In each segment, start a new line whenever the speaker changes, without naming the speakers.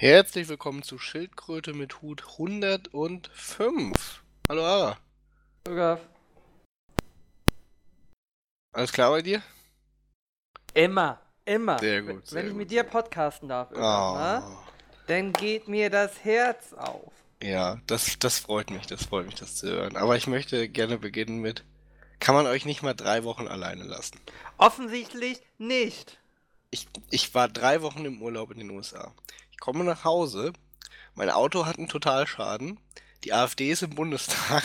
Herzlich willkommen zu Schildkröte mit Hut 105. Hallo Ara.
Sogar
Alles klar bei dir?
immer, immer.
Sehr gut,
Wenn
sehr
ich
gut, Ah.
mit
sehr
dir podcasten darf, immer, dann geht mir das Herz auf.
Oh. Ja, das, das freut mich, das freut mich, das zu hören. Aber ich möchte gerne beginnen mit, kann man euch nicht mal drei Wochen alleine lassen?
Offensichtlich nicht.
Ich, ich war drei Wochen im Urlaub in den USA. Ich komme nach Hause, mein Auto hat einen Totalschaden, die AfD ist im Bundestag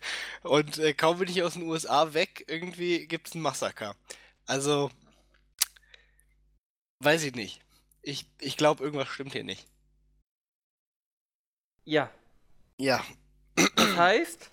und äh, kaum bin ich aus den USA weg, irgendwie gibt es ein Massaker. Also, weiß ich nicht. Ich, ich glaube, irgendwas stimmt hier nicht.
Ja,
Ja,
das heißt,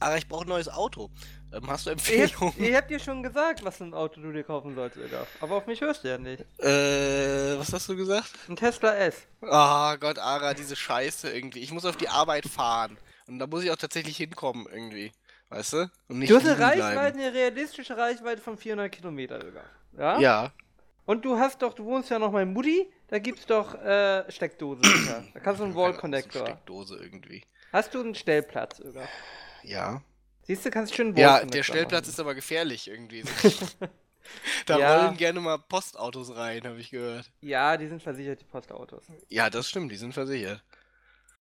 aber ich brauche ein neues Auto. Ähm, hast du
ich
Empfehlungen?
hab, ich hab dir schon gesagt, was für ein Auto du dir kaufen sollst, Ögaf. Aber auf mich hörst du ja nicht.
Äh, was hast du gesagt?
Ein Tesla S.
Ah Gott, Ara, diese Scheiße irgendwie. Ich muss auf die Arbeit fahren. Und da muss ich auch tatsächlich hinkommen irgendwie. Weißt du? Und nicht
Du hast eine
liegen
Reichweite, eine realistische Reichweite von 400 Kilometer, Ögaf. Ja?
bleiben. Ja.
Und du hast doch, du wohnst ja noch bei Mutti, da gibt's doch äh, Steckdosen. sicher. da kannst du
Keine Ahnung,
einen
so
Wall-Connector.
Steckdose irgendwie.
Hast du einen Stellplatz, Ögaf?
Ja.
Siehst du, kannst schön einen
Ja,
Wall-Connector
der Stellplatz
machen.
ist aber gefährlich irgendwie. da
Ja.
wollen gerne mal Postautos rein, habe ich gehört.
Ja, die sind versichert, die Postautos.
Ja, das stimmt, die sind versichert.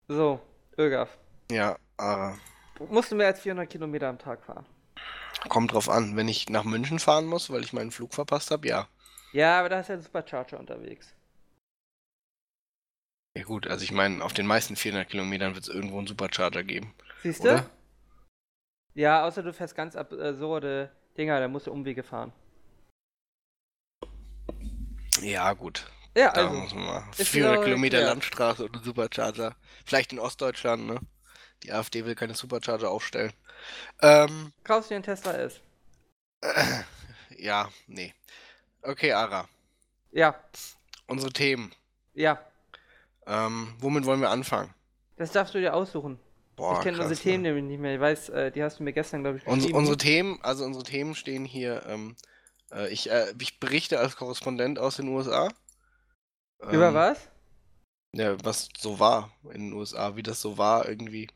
So, Ögaf.
Ja, Ara.
Musst du mehr als 400 Kilometer am Tag fahren?
Kommt drauf an. Wenn ich nach München fahren muss, weil ich meinen Flug verpasst habe, ja.
Ja, aber da ist ja ein Supercharger unterwegs.
Ja gut, also ich meine, auf den meisten 400 Kilometern wird es irgendwo einen Supercharger geben.
Siehst
Oder?
du? Ja, außer du fährst ganz absurde Dinger, da musst du Umwege fahren.
Ja, gut.
Ja,
Da
also.
muss man mal.
ist
400
genau
Kilometer
geklärt.
Landstraße und ein Supercharger. Vielleicht in Ostdeutschland, ne? Die AfD will keine Supercharger aufstellen. Ähm,
Kaufst du dir einen Tesla S?
ja, nee. Okay, Ara.
Ja,
Unsere Themen.
ja.
Ähm, womit wollen wir anfangen?
Das darfst du dir aussuchen.
Boah,
ich kenne
krass,
unsere Themen
ne?
nämlich nicht mehr. Ich weiß, äh, die hast du mir gestern, glaube ich,
Uns,
geschrieben.
unsere Themen, also unsere Themen stehen hier, ähm, äh, ich, äh, ich berichte als Korrespondent aus den USA.
Über
Ähm,
was?
Ja, was so war in den USA, wie das so war irgendwie.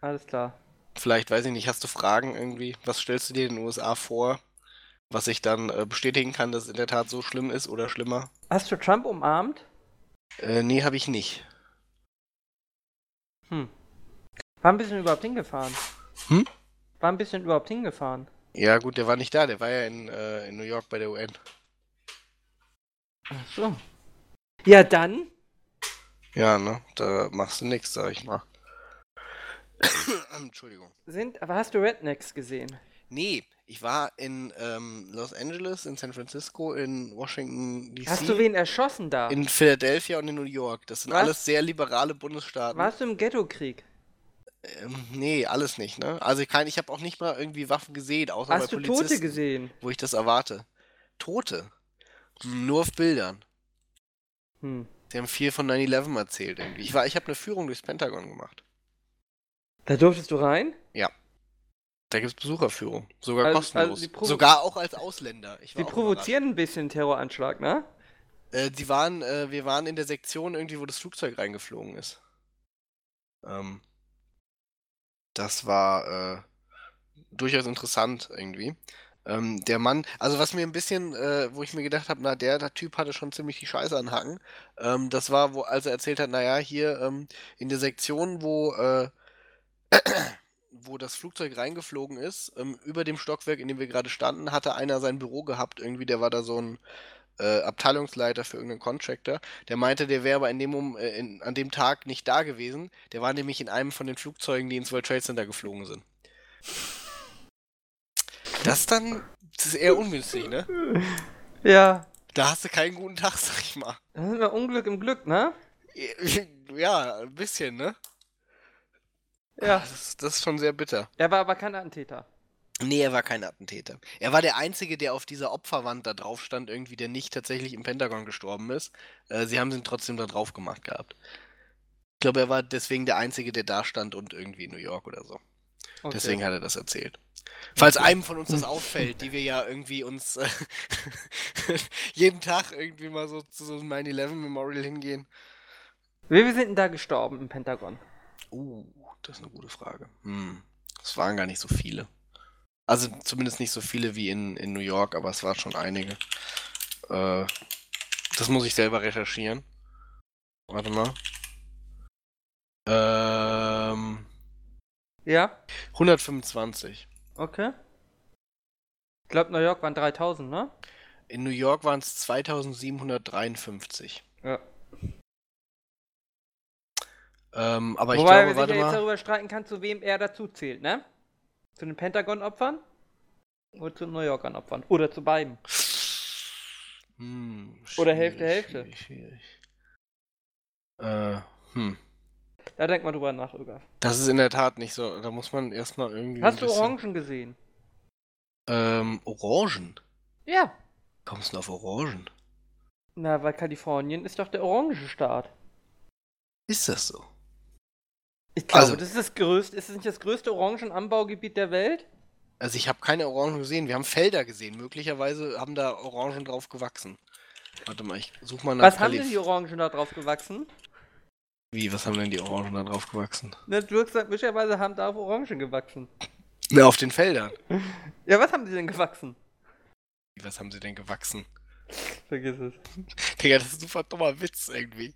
Alles klar.
Vielleicht, weiß ich nicht, hast du Fragen irgendwie? Was stellst du dir in den USA vor, was ich dann äh, bestätigen kann, dass es in der Tat so schlimm ist oder schlimmer?
Hast du Trump umarmt?
Äh, nee, habe ich nicht.
Hm. Wann bist du denn überhaupt hingefahren?
Hm?
Wann bist du denn überhaupt hingefahren?
Ja, gut, der war nicht da, der war ja in, äh, in New York bei der UN.
Ach so. Ja, dann
Ja, ne? Da machst du nichts, sag ich mal. Entschuldigung.
sind. Aber hast du Rednecks gesehen?
Nee, ich war in ähm, Los Angeles, in San Francisco, in Washington, D.C.,
Hast du wen erschossen da?
in Philadelphia und in New York. Das sind
Was?
alles sehr liberale Bundesstaaten.
Warst du im Ghetto-Krieg?
Ähm, nee, alles nicht, ne? Also kein, ich habe auch nicht mal irgendwie Waffen gesehen, außer
Hast
bei
du
Polizisten,
Tote gesehen?
wo ich das erwarte. Tote? Hm, Nur auf Bildern.
Hm.
Sie haben viel von 9-11 erzählt irgendwie. Ich, war- ich habe eine Führung durchs Pentagon gemacht.
Da durftest du rein?
Da gibt's Besucherführung. Sogar
Also- also
kostenlos.
sie provo-
Sogar auch als Ausländer. Ich war
Sie
auch
provozieren ein bisschen Terroranschlag, ne?
überrascht. Äh, sie waren, äh, wir waren in der Sektion irgendwie, wo das Flugzeug reingeflogen ist. Ähm, das war äh, durchaus interessant irgendwie. Ähm, der Mann, also was mir ein bisschen, äh, wo ich mir gedacht habe, na, der, der Typ hatte schon ziemlich die Scheiße an Hacken. Ähm, das war, wo, als er erzählt hat, naja, hier ähm, in der Sektion, wo, äh, wo das Flugzeug reingeflogen ist, ähm, über dem Stockwerk, in dem wir gerade standen, hatte einer sein Büro gehabt. Irgendwie, der war da so ein äh, Abteilungsleiter für irgendeinen Contractor. Der meinte, der wäre aber in dem, Mom- äh, in, an dem Tag nicht da gewesen. Der war nämlich in einem von den Flugzeugen, die ins World Trade Center geflogen sind. Das dann, das ist eher ungünstig, ne?
Ja.
Da hast du keinen guten Tag, sag ich mal.
Da sind wir Unglück im Glück, ne?
Ja, ein bisschen, ne?
Ja.
Das, ist- das ist schon sehr bitter.
Er war aber kein Attentäter.
Nee, er war kein Attentäter. Er war der Einzige, der auf dieser Opferwand da drauf stand, irgendwie, der nicht tatsächlich im Pentagon gestorben ist. Äh, sie haben ihn trotzdem da drauf gemacht gehabt. Ich glaube, er war deswegen der Einzige, der da stand und irgendwie in New York oder so.
Okay.
Deswegen hat er das erzählt. Falls einem von uns das auffällt, die wir ja irgendwie uns äh, jeden Tag irgendwie mal so zu so einem 9-11 Memorial hingehen.
Wie wir sind denn da gestorben im Pentagon?
Uh, das ist eine gute Frage. Hm. Es waren gar nicht so viele. Also zumindest nicht so viele wie in, in New York, aber es waren schon einige. Äh, das muss ich selber recherchieren. Warte mal. Ähm,
Ja?
125.
Okay. Ich glaube, New York waren 3000, ne?
In New York waren es 2753.
Ja.
Ähm, aber ich
Wobei
glaube,
man
warte
sich ja jetzt
mal.
darüber streiten kann, zu wem er dazu zählt, ne? Zu den Pentagon-Opfern? Oder zu den New Yorkern-Opfern? Oder zu beiden?
Hm,
Oder Hälfte,
schwierig,
Hälfte.
Schwierig, schwierig. Äh, hm.
Da denk mal drüber nach, Uga.
Das ist in der Tat nicht so. Da muss man erstmal irgendwie.
Hast
ein
du
bisschen-
Orangen gesehen?
Ähm, Orangen.
Ja.
Kommst du denn auf Orangen?
Na, weil Kalifornien ist doch der Orangenstaat.
Ist das so?
Ich glaube,
Also-
das ist das größte, ist es nicht das größte Orangenanbaugebiet der Welt?
Also ich habe keine Orangen gesehen. Wir haben Felder gesehen. Möglicherweise haben da Orangen drauf gewachsen. Warte mal, ich suche mal nach
Was haben
Kalif-
denn die Orangen da drauf gewachsen?
Wie, was haben denn die Orangen da drauf gewachsen?
Natürlicherweise haben da auch Orangen gewachsen.
Na, auf den Feldern.
Ja, was haben sie denn gewachsen?
Wie, was haben sie denn gewachsen?
Vergiss es.
Digga, das ist ein super dummer Witz irgendwie.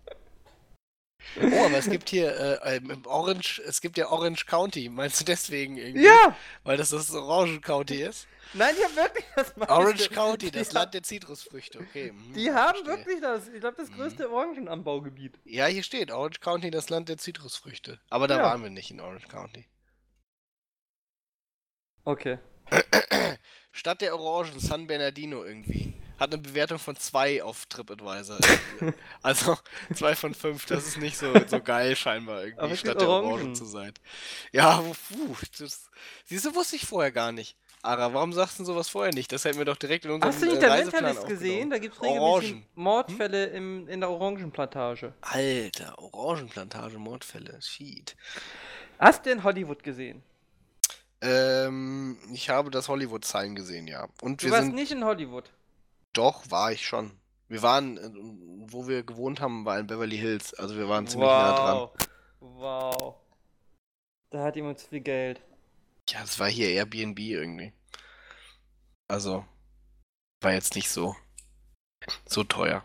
Oh, aber es gibt hier äh, ähm, im Orange, es gibt ja Orange County. Meinst du deswegen irgendwie?
Ja!
Weil das das Orangen County ist?
Nein, die haben wirklich das meiste.
Orange County, das
die
Land der Zitrusfrüchte. Okay. hm,
Die haben
verstehe.
wirklich das. Ich glaube, das größte Orangenanbaugebiet.
Ja, hier steht Orange County, das Land der Zitrusfrüchte. Aber da
Ja.
waren wir nicht in Orange County.
Okay.
Stadt der Orangen, San Bernardino irgendwie. Hat eine Bewertung von 2 auf TripAdvisor. also 2 von 5, das ist nicht so, so geil scheinbar irgendwie,
Aber es
Stadt
gibt
der
Orangen.
Orangen zu sein. Ja, puh, das, siehst du, wusste ich vorher gar nicht. Ara, warum sagst du denn sowas vorher nicht? Das hätten wir doch direkt in unserem
Hast du nicht
äh,
der
Reiseplan
Mentalist gesehen?
aufgenommen.
Da gibt es regelmäßig
Orangen. Hm?
Mordfälle im, in der Orangenplantage.
Alter, Orangenplantage, Mordfälle, shit.
Hast du in Hollywood gesehen?
Ähm, ich habe das Hollywood-Sign gesehen, ja. Und
Du
wir
warst
sind.
nicht in Hollywood.
Doch, war ich schon. Wir waren, äh, wo wir gewohnt haben, war in Beverly Hills. Also wir waren ziemlich nah dran.
Wow. Da hat jemand zu viel Geld.
Ja, es war hier Airbnb irgendwie. Also, war jetzt nicht so, so teuer.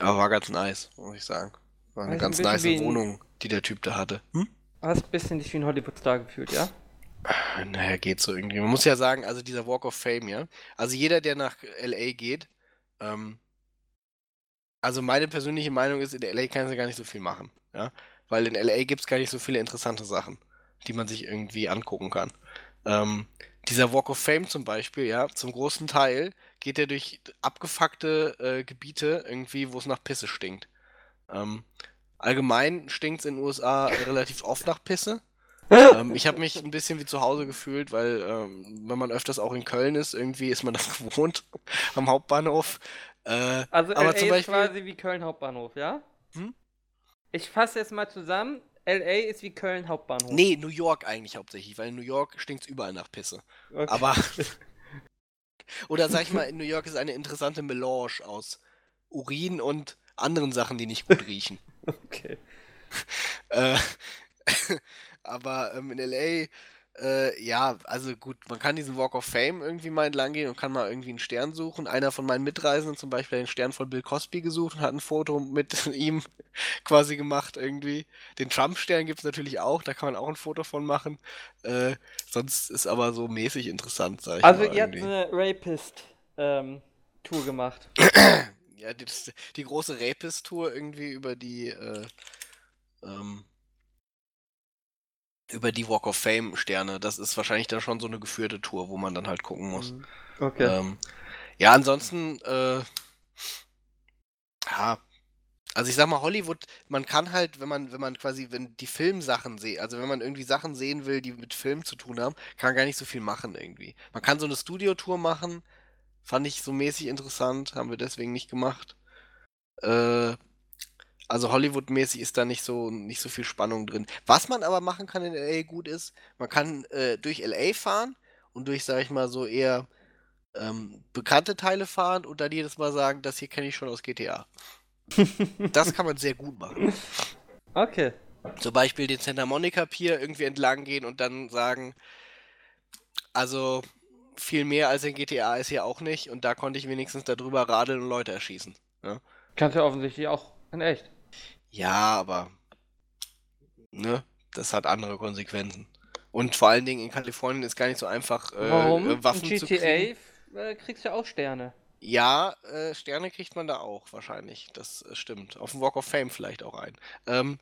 Aber war ganz nice, muss ich sagen. War eine
Also ein
ganz
bisschen
nice
wie in-
Wohnung, die der Typ da hatte. Hm?
Hast ein bisschen dich wie ein Hollywood-Star gefühlt, ja?
Naja, geht so irgendwie. Man muss ja sagen, also dieser Walk of Fame, ja. Also jeder, der nach LA geht, ähm, also meine persönliche Meinung ist, in LA kannst du gar nicht so viel machen, ja. Weil in LA gibt es gar nicht so viele interessante Sachen, die man sich irgendwie angucken kann. Ähm, dieser Walk of Fame zum Beispiel, ja, zum großen Teil geht er durch abgefuckte äh, Gebiete irgendwie, wo es nach Pisse stinkt. Ähm, allgemein stinkt es in den USA relativ oft nach Pisse ähm, ich habe mich ein bisschen wie zu Hause gefühlt, weil ähm, wenn man öfters auch in Köln ist, irgendwie ist man das gewohnt am Hauptbahnhof. Äh,
Also
Aber
LA
zum
ist
Beispiel-
quasi wie Köln Hauptbahnhof, ja?
Hm?
Ich fasse jetzt mal zusammen. LA ist wie Köln Hauptbahnhof.
nee, New York eigentlich hauptsächlich, weil in New York stinkt's überall nach Pisse.
Okay.
Aber oder sag ich mal, in New York ist eine interessante Melange aus Urin und anderen Sachen, die nicht gut riechen.
Okay.
Äh, aber ähm, in LA, äh, ja, also gut, man kann diesen Walk of Fame irgendwie mal entlang gehen und kann mal irgendwie einen Stern suchen. Einer von meinen Mitreisenden zum Beispiel hat den Stern von Bill Cosby gesucht und hat ein Foto mit ihm quasi gemacht irgendwie. Den Trump-Stern gibt es natürlich auch, da kann man auch ein Foto von machen. Äh, sonst ist aber so mäßig interessant, sag ich
Also
mal
ihr habt
irgendwie.
so eine Rapist-Tour gemacht.
Ja, die, das- die große Rapist-Tour irgendwie über die, äh, ähm, über die Walk of Fame-Sterne. Das ist wahrscheinlich dann schon so eine geführte Tour, wo man dann halt gucken muss.
Okay.
Ähm, ja, ansonsten, äh, ja, also ich sag mal, Hollywood, man kann halt, wenn man, wenn man quasi, wenn die Filmsachen sieht, also wenn man irgendwie Sachen sehen will, die mit Film zu tun haben, kann man gar nicht so viel machen irgendwie. Man kann so eine Studiotour machen, fand ich so mäßig interessant, haben wir deswegen nicht gemacht. Äh, also Hollywood-mäßig ist da nicht so, nicht so viel Spannung drin. Was man aber machen kann in LA gut ist, man kann äh, durch LA fahren und durch, sag ich mal, so eher ähm, bekannte Teile fahren und dann jedes Mal sagen, das hier kenne ich schon aus GTA. Das kann man sehr gut machen.
Okay.
Zum Beispiel den Santa Monica Pier irgendwie entlang gehen und dann sagen, also viel mehr als in GTA ist hier auch nicht und da konnte ich wenigstens darüber radeln und Leute erschießen.
Kannst ja offensichtlich auch in echt.
Ja, aber ne, das hat andere Konsequenzen. Und vor allen Dingen in Kalifornien ist gar nicht so einfach, äh,
Warum?
äh, Waffen
in
zu kriegen.
GTA äh, kriegst du ja auch Sterne.
Ja, äh, Sterne kriegt man da auch wahrscheinlich. Das äh, stimmt. Auf dem Walk of Fame vielleicht auch ein. Ähm,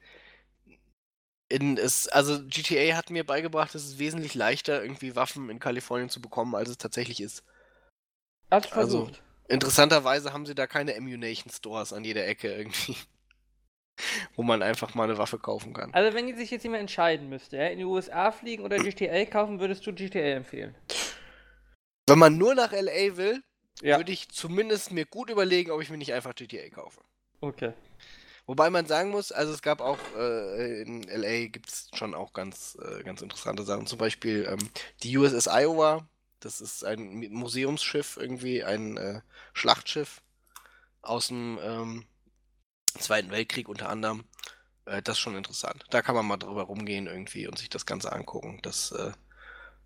in, es, also GTA hat mir beigebracht, es ist wesentlich leichter, irgendwie Waffen in Kalifornien zu bekommen, als es tatsächlich ist.
Hast du
Also-
versucht.
Interessanterweise haben sie da keine Ammunition Stores an jeder Ecke irgendwie, wo man einfach mal eine Waffe kaufen kann.
Also, wenn sich jetzt jemand entscheiden müsste, ja, in die USA fliegen oder GTA kaufen, würdest du GTA empfehlen?
Wenn man nur nach LA will,
Ja.
würde ich zumindest mir gut überlegen, ob ich mir nicht einfach GTA kaufe.
Okay.
Wobei man sagen muss, also es gab auch äh, in LA gibt es schon auch ganz, äh, ganz interessante Sachen. Zum Beispiel ähm, die USS Iowa, das ist ein Mi- Museumsschiff irgendwie, ein äh, Schlachtschiff aus dem ähm, Zweiten Weltkrieg unter anderem. Äh, das ist schon interessant. Da kann man mal drüber rumgehen irgendwie und sich das Ganze angucken. Das, äh,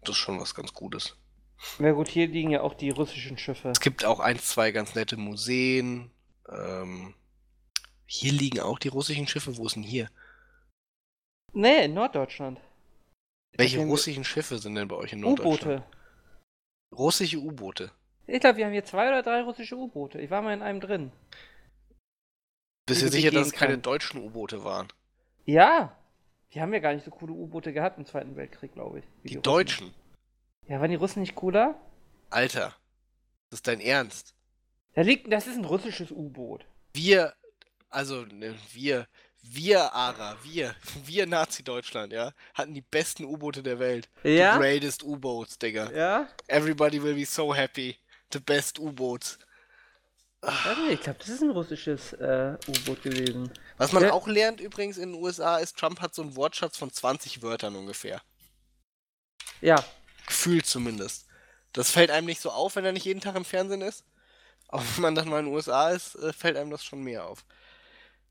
das ist schon was ganz Gutes.
Na gut, hier liegen ja auch die russischen Schiffe.
Es gibt auch ein, zwei ganz nette Museen. Ähm, hier liegen auch die russischen Schiffe. Wo ist denn hier?
Nee, in Norddeutschland.
Welche
Deswegen-
russischen Schiffe sind denn bei euch in Norddeutschland?
U-Boote.
Russische U-Boote.
Ich glaube, wir haben hier zwei oder drei russische U-Boote. Ich war mal in einem drin.
Bist
Die
du
du
sicher, dass es
begehen
keine
kannst.
deutschen U-Boote waren?
Ja. Wir haben ja gar nicht so coole U-Boote gehabt im Zweiten Weltkrieg, glaube ich. wie
Die,
Russen.
deutschen.
Ja, waren die Russen nicht cooler?
Alter, das ist dein Ernst.
Da liegt, das ist ein russisches U-Boot.
Wir, also ne, wir, wir Ara, wir, wir Nazi-Deutschland, ja, hatten die besten U-Boote der Welt. The greatest U-Boats, Digga.
Ja?
Everybody will be so happy. The best U-Boats.
Warte, ich glaube, das ist ein russisches äh, U-Boot gewesen.
Was man
Ja.
auch lernt übrigens in den USA ist, Trump hat so einen Wortschatz von 20 Wörtern ungefähr.
Ja.
Gefühlt zumindest. Das fällt einem nicht so auf, wenn er nicht jeden Tag im Fernsehen ist. Aber wenn man dann mal in den USA ist, äh, fällt einem das schon mehr auf.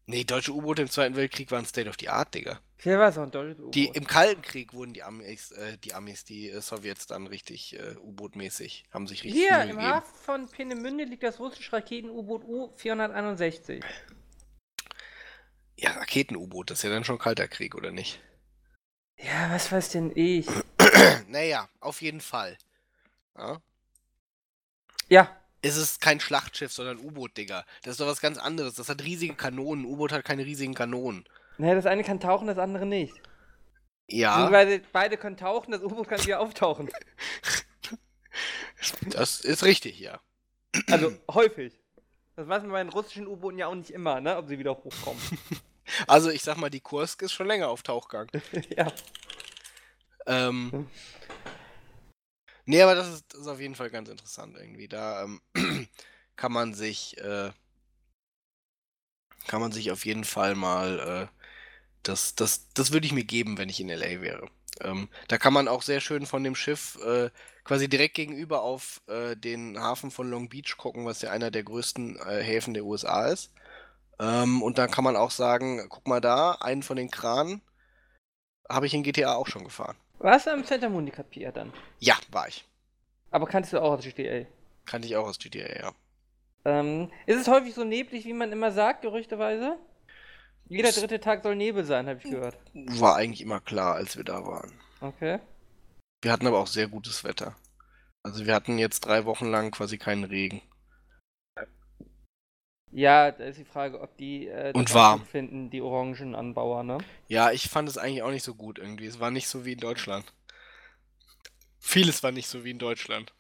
Nee, deutsche U-Boote im Zweiten Weltkrieg waren State of the Art, Digga.
Hier war es auch ein deutsches U-Boot.
Die, Im Kalten Krieg wurden die Amis, äh, die, Amis, die äh, Sowjets dann richtig äh, U-Boot-mäßig, haben sich richtig
Hier,
Mühe
im
gegeben.
Hafen von Peenemünde liegt das russische Raketen-U-Boot U-461.
Ja, Raketen-U-Boot, das ist ja dann schon Kalter Krieg, oder nicht?
Ja, was weiß denn ich?
naja, auf jeden Fall. Ja?
Ja,
Es ist kein Schlachtschiff, sondern ein U-Boot, Digga. Das ist doch was ganz anderes. Das hat riesige Kanonen. Ein U-Boot hat keine riesigen Kanonen.
naja, das eine kann tauchen, das andere nicht.
Ja.
Beziehungsweise beide können tauchen, das U-Boot kann wieder auftauchen.
Das ist richtig, ja.
Also häufig. Das weiß man bei den russischen U-Booten ja auch nicht immer, ne? Ob sie wieder hochkommen.
Also ich sag mal, die Kursk ist schon länger auf Tauchgang.
ja.
Ähm, nee, aber das ist, das ist auf jeden Fall ganz interessant irgendwie. Da ähm, kann man sich, äh, kann man sich auf jeden Fall mal, äh, das, das, das würde ich mir geben, wenn ich in LA wäre. Ähm, da kann man auch sehr schön von dem Schiff äh, quasi direkt gegenüber auf äh, den Hafen von Long Beach gucken, was ja einer der größten äh, Häfen der USA ist. Ähm, und dann kann man auch sagen, guck mal da, einen von den Kranen habe ich in GTA auch schon gefahren.
Warst du am Santa Monica Pier dann?
Ja, war ich.
Aber kannst du auch aus GTA.
Kannte ich auch aus GTA, ja.
Ähm, ist es häufig so neblig, wie man immer sagt, gerüchteweise? Jeder
Es-
dritte Tag soll Nebel sein, habe ich gehört.
War eigentlich immer klar, als wir da waren.
Okay.
Wir hatten aber auch sehr gutes Wetter. Also wir hatten jetzt drei Wochen lang quasi keinen Regen.
Ja, da ist die Frage, ob die äh, das
Und
auch
warm.
gut finden, die Orangenanbauer, ne?
Ja, ich fand es eigentlich auch nicht so gut irgendwie. Es war nicht so wie in Deutschland. Vieles war nicht so wie in Deutschland.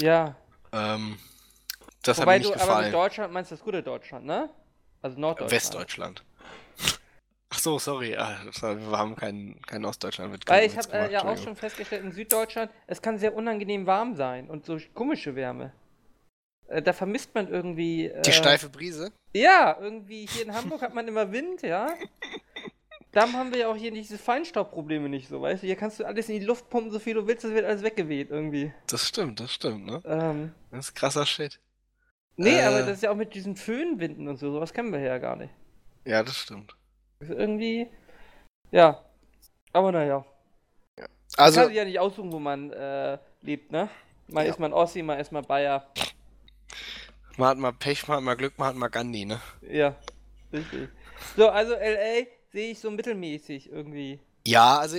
Ja.
Ähm, das
Wobei
hat mir
du
nicht
aber mit
gefallen.
Deutschland meinst das gute Deutschland, ne? Also Norddeutschland.
Westdeutschland. Ach so, sorry. Ah, Wir haben keinen kein Ostdeutschland.
Weil ich habe äh, ja auch schon festgestellt, in Süddeutschland, es kann sehr unangenehm warm sein und so komische Wärme. Äh, da vermisst man irgendwie. Äh,
Die steife Brise?
Ja, irgendwie hier in Hamburg hat man immer Wind, ja. Dann haben wir ja auch hier nicht diese Feinstaubprobleme nicht so, weißt du? Hier kannst du alles in die Luft pumpen, so viel du willst, es wird alles weggeweht irgendwie.
Das stimmt, das stimmt, ne?
Ähm,
Das ist krasser Shit.
nee,
Äh.
aber das ist ja auch mit diesen Föhnwinden und so, sowas kennen wir ja gar nicht.
Ja, das stimmt.
Ist irgendwie. Ja. Aber naja. Also, man
Also,
kann sich ja nicht aussuchen, wo man äh, lebt, ne? Mal
Ja.
ist man Ossi, mal ist man Bayer.
man hat mal Pech, man hat mal Glück, man hat mal Gandhi, ne?
Ja. Richtig. So, also LA sehe ich so mittelmäßig irgendwie.
Ja, also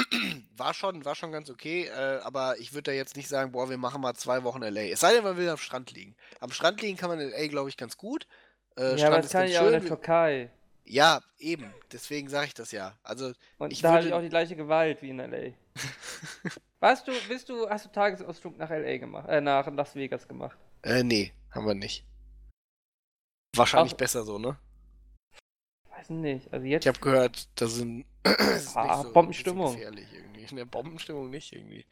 war schon, war schon ganz okay, äh, aber ich würde da jetzt nicht sagen, boah, wir machen mal zwei Wochen LA. Es sei denn, man will am Strand liegen. Am Strand liegen kann man in LA, glaube ich, ganz gut. Äh,
ja, aber
Strand
das
ist
kann
ganz
ich auch in der
schön.
Türkei.
Ja, eben. Deswegen sage ich das ja. Also,
Und
Ich
da habe
würde-
ich auch die gleiche Gewalt wie in LA. Warst du, bist du, hast du Tagesausflug nach LA gemacht, äh, nach Las Vegas gemacht?
äh, nee, haben wir nicht. Wahrscheinlich
Auch-
besser so, ne?
Weiß nicht. Also jetzt
Ich habe gehört, da sind es ist
Ah,
nicht so,
Bombenstimmung.
Nicht so gefährlich irgendwie. In der Bombenstimmung nicht irgendwie.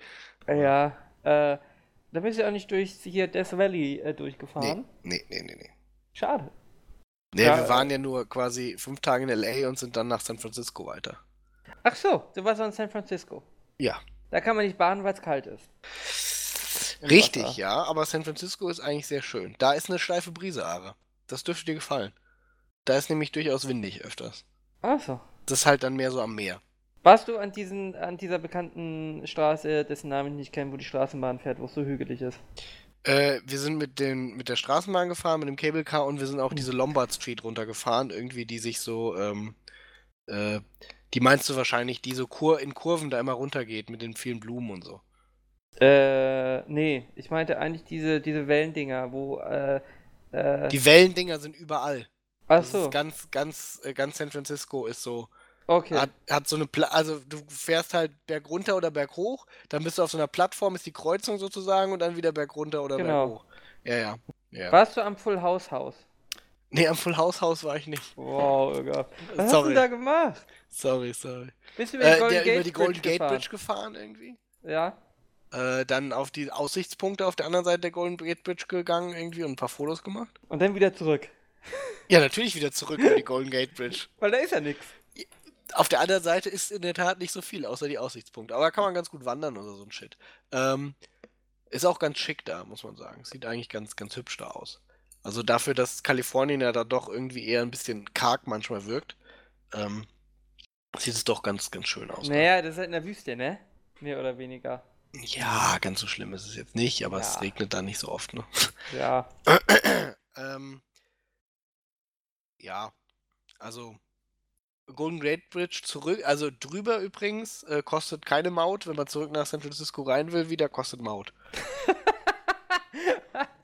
Ja, äh, da bist du auch nicht durch hier Death Valley äh, durchgefahren.
Nee, nee, nee, nee.
Schade.
Nee,
Ja,
wir
äh,
waren ja nur quasi fünf Tage in LA und sind dann nach San Francisco weiter.
Ach so, du warst auch in San Francisco.
Ja.
Da kann man nicht baden, weil es kalt ist. Im
Richtig,
Wasser.
ja, aber San Francisco ist eigentlich sehr schön. Da ist eine steife Brise, aber das dürfte dir gefallen. Da ist nämlich durchaus windig öfters.
Ach so.
Das ist halt dann mehr so am Meer.
Warst du an, diesen, an dieser bekannten Straße, dessen Namen ich nicht kenne, wo die Straßenbahn fährt, wo es so hügelig ist?
Äh, wir sind mit, den, mit der Straßenbahn gefahren, mit dem Cable Car und wir sind auch diese Lombard Street runtergefahren, irgendwie, die sich so, ähm, äh, die meinst du wahrscheinlich, die so Kur in Kurven da immer runtergeht mit den vielen Blumen und so.
Äh, nee, ich meinte eigentlich diese, diese Wellendinger, wo, äh, äh,
Die Wellendinger sind überall.
ach
Das
so,
ist ganz, ganz, äh, ganz San Francisco ist so.
okay.
Hat, hat so eine Pla also du fährst halt bergunter oder berghoch, dann bist du auf so einer Plattform, ist die Kreuzung sozusagen und dann wieder bergunter oder
Genau.
berghoch. Ja, ja. ja.
Warst du am Full House Haus?
Nee, am Full House House war ich nicht.
Wow, Irga. Was hast du
Sorry.
da gemacht?
Sorry, sorry.
Bist du über
Äh,
die Golden
der
Gate
über die Golden Gate
gefahren?
Bridge gefahren irgendwie.
Ja.
Äh, dann auf die Aussichtspunkte auf der anderen Seite der Golden Gate Bridge gegangen irgendwie und ein paar Fotos gemacht.
Und dann wieder zurück.
Ja, natürlich wieder zurück über die Golden Gate Bridge.
Weil da ist ja nichts.
Auf der anderen Seite ist in der Tat nicht so viel, außer die Aussichtspunkte. Aber da kann man ganz gut wandern oder so ein Shit. Ähm, ist auch ganz schick da, muss man sagen. Sieht eigentlich ganz, ganz hübsch da aus. Also dafür, dass Kalifornien ja da doch irgendwie eher ein bisschen karg manchmal wirkt, ähm, sieht es doch ganz, ganz schön aus.
Naja, das ist halt in der Wüste, ne? Mehr oder weniger.
Ja, ganz so schlimm ist es jetzt nicht, aber
Ja.
es regnet da nicht so oft, ne?
Ja.
Ähm, ja, also Golden Gate Bridge zurück, also drüber übrigens, äh, kostet keine Maut. Wenn man zurück nach San Francisco rein will, wieder kostet Maut.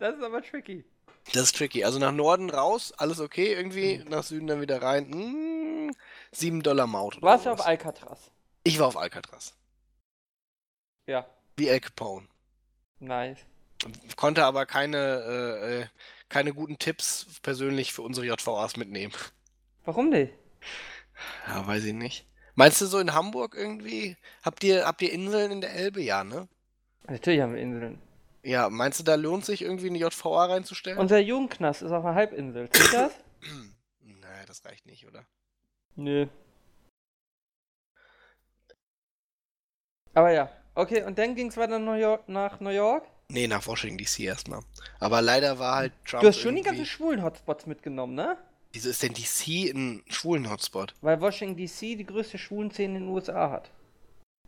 das ist aber tricky.
Das ist tricky. Also nach Norden raus, alles okay irgendwie,
Mhm.
nach Süden dann wieder rein. Mm, 7 Dollar Maut. oder
Warst du auf
sowas.
Alcatraz?
ich war auf Alcatraz,
Ja.
wie El Capone.
Nice.
Konnte aber keine, äh, äh, keine guten Tipps persönlich für unsere JVAs mitnehmen.
Warum nicht?
Ja, weiß ich nicht. Meinst du so in Hamburg irgendwie? Habt ihr, habt ihr Inseln in der Elbe? Ja, ne?
Natürlich haben wir Inseln.
Ja, meinst du, da lohnt sich irgendwie eine JVA reinzählen?
Unser Jugendknast ist auf einer Halbinsel. Siehst du das?
Naja, das reicht nicht, oder?
Nö. Aber ja. Okay, und dann ging's weiter nach New York. Nach New York.
Nee, nach Washington DC erstmal. Aber leider war halt Trump
Du hast schon die
irgendwie...
ganzen schwulen Hotspots mitgenommen, ne?
Wieso ist denn DC ein schwulen Hotspot?
Weil Washington DC die größte Schwulenszene in den USA hat.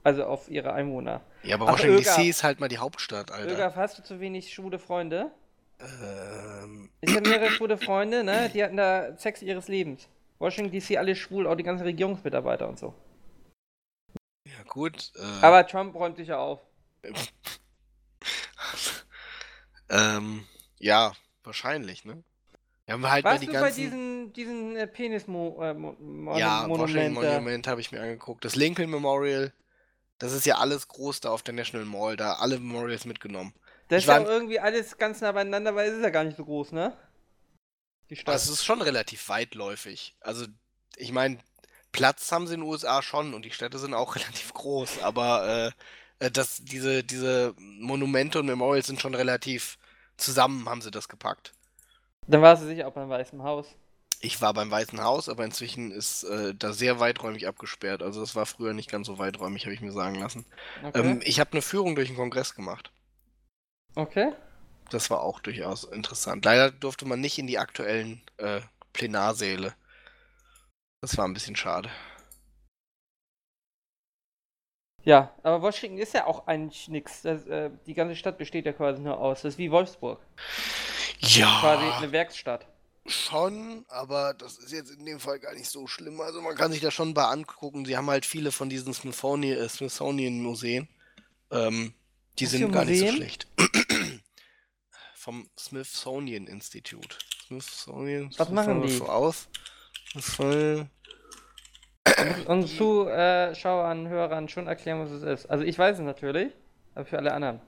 Also auf ihre Einwohner.
Ja, aber
Ach,
Washington
Öga.
DC ist halt mal die Hauptstadt, Alter.
Bürger, hast du zu wenig schwule Freunde?
Ähm,
Ich habe mehrere schwule Freunde, ne? Die hatten da Sex ihres Lebens. Washington DC alle schwul, auch die ganzen Regierungsmitarbeiter und so.
ja Halt gut. Äh,
Aber Trump räumt sich ja auf.
ähm, ja, wahrscheinlich, ne? Wir haben halt mal
Warst
die
du bei
ganzen...
diesen, diesen äh, Penismo äh, Mo Mon
Ja, Washington
Monument da?
Monument habe ich mir angeguckt. Das Lincoln Memorial, das ist ja alles groß da auf der National Mall, da alle Memorials mitgenommen.
Das
Ich
ist ja
war-
auch irgendwie alles ganz nah beieinander, weil es ist ja gar nicht so groß, ne? Die Stadt.
Das ist schon relativ weitläufig. Also, ich meine, Platz haben sie in den USA schon und die Städte sind auch relativ groß, aber äh, äh, das, diese, diese Monumente und Memorials sind schon relativ zusammen, haben sie das gepackt.
Dann warst du sicher auch beim Weißen Haus.
Ich war beim Weißen Haus, aber inzwischen ist äh, da sehr weiträumig abgesperrt. Also, das war früher nicht ganz so weiträumig, habe ich mir sagen lassen.
Okay.
Ähm, ich habe eine Führung durch den Kongress gemacht.
okay.
Das war auch durchaus interessant. Leider durfte man nicht in die aktuellen äh, Plenarsäle. Das war ein bisschen schade.
Ja, aber Washington ist ja auch eigentlich nix. Das, äh, die ganze Stadt besteht ja quasi nur aus. Das ist wie Wolfsburg. Quasi
Ja,
eine Werkstatt.
schon, aber das ist jetzt in dem Fall gar nicht so schlimm. Also man kann sich da schon bei angucken. Sie haben halt viele von diesen Smithsoni- äh, Smithsonian-Museen. Ähm, die
Was
sind
für
gar nicht so
Museen?
schlecht. Vom Smithsonian Institute. Smithsonian.
Was machen
das
die?
So aus. Smithsonian.
Und Zuschauern, Hörern schon erklären, was es ist. Also ich weiß es natürlich, aber für alle anderen.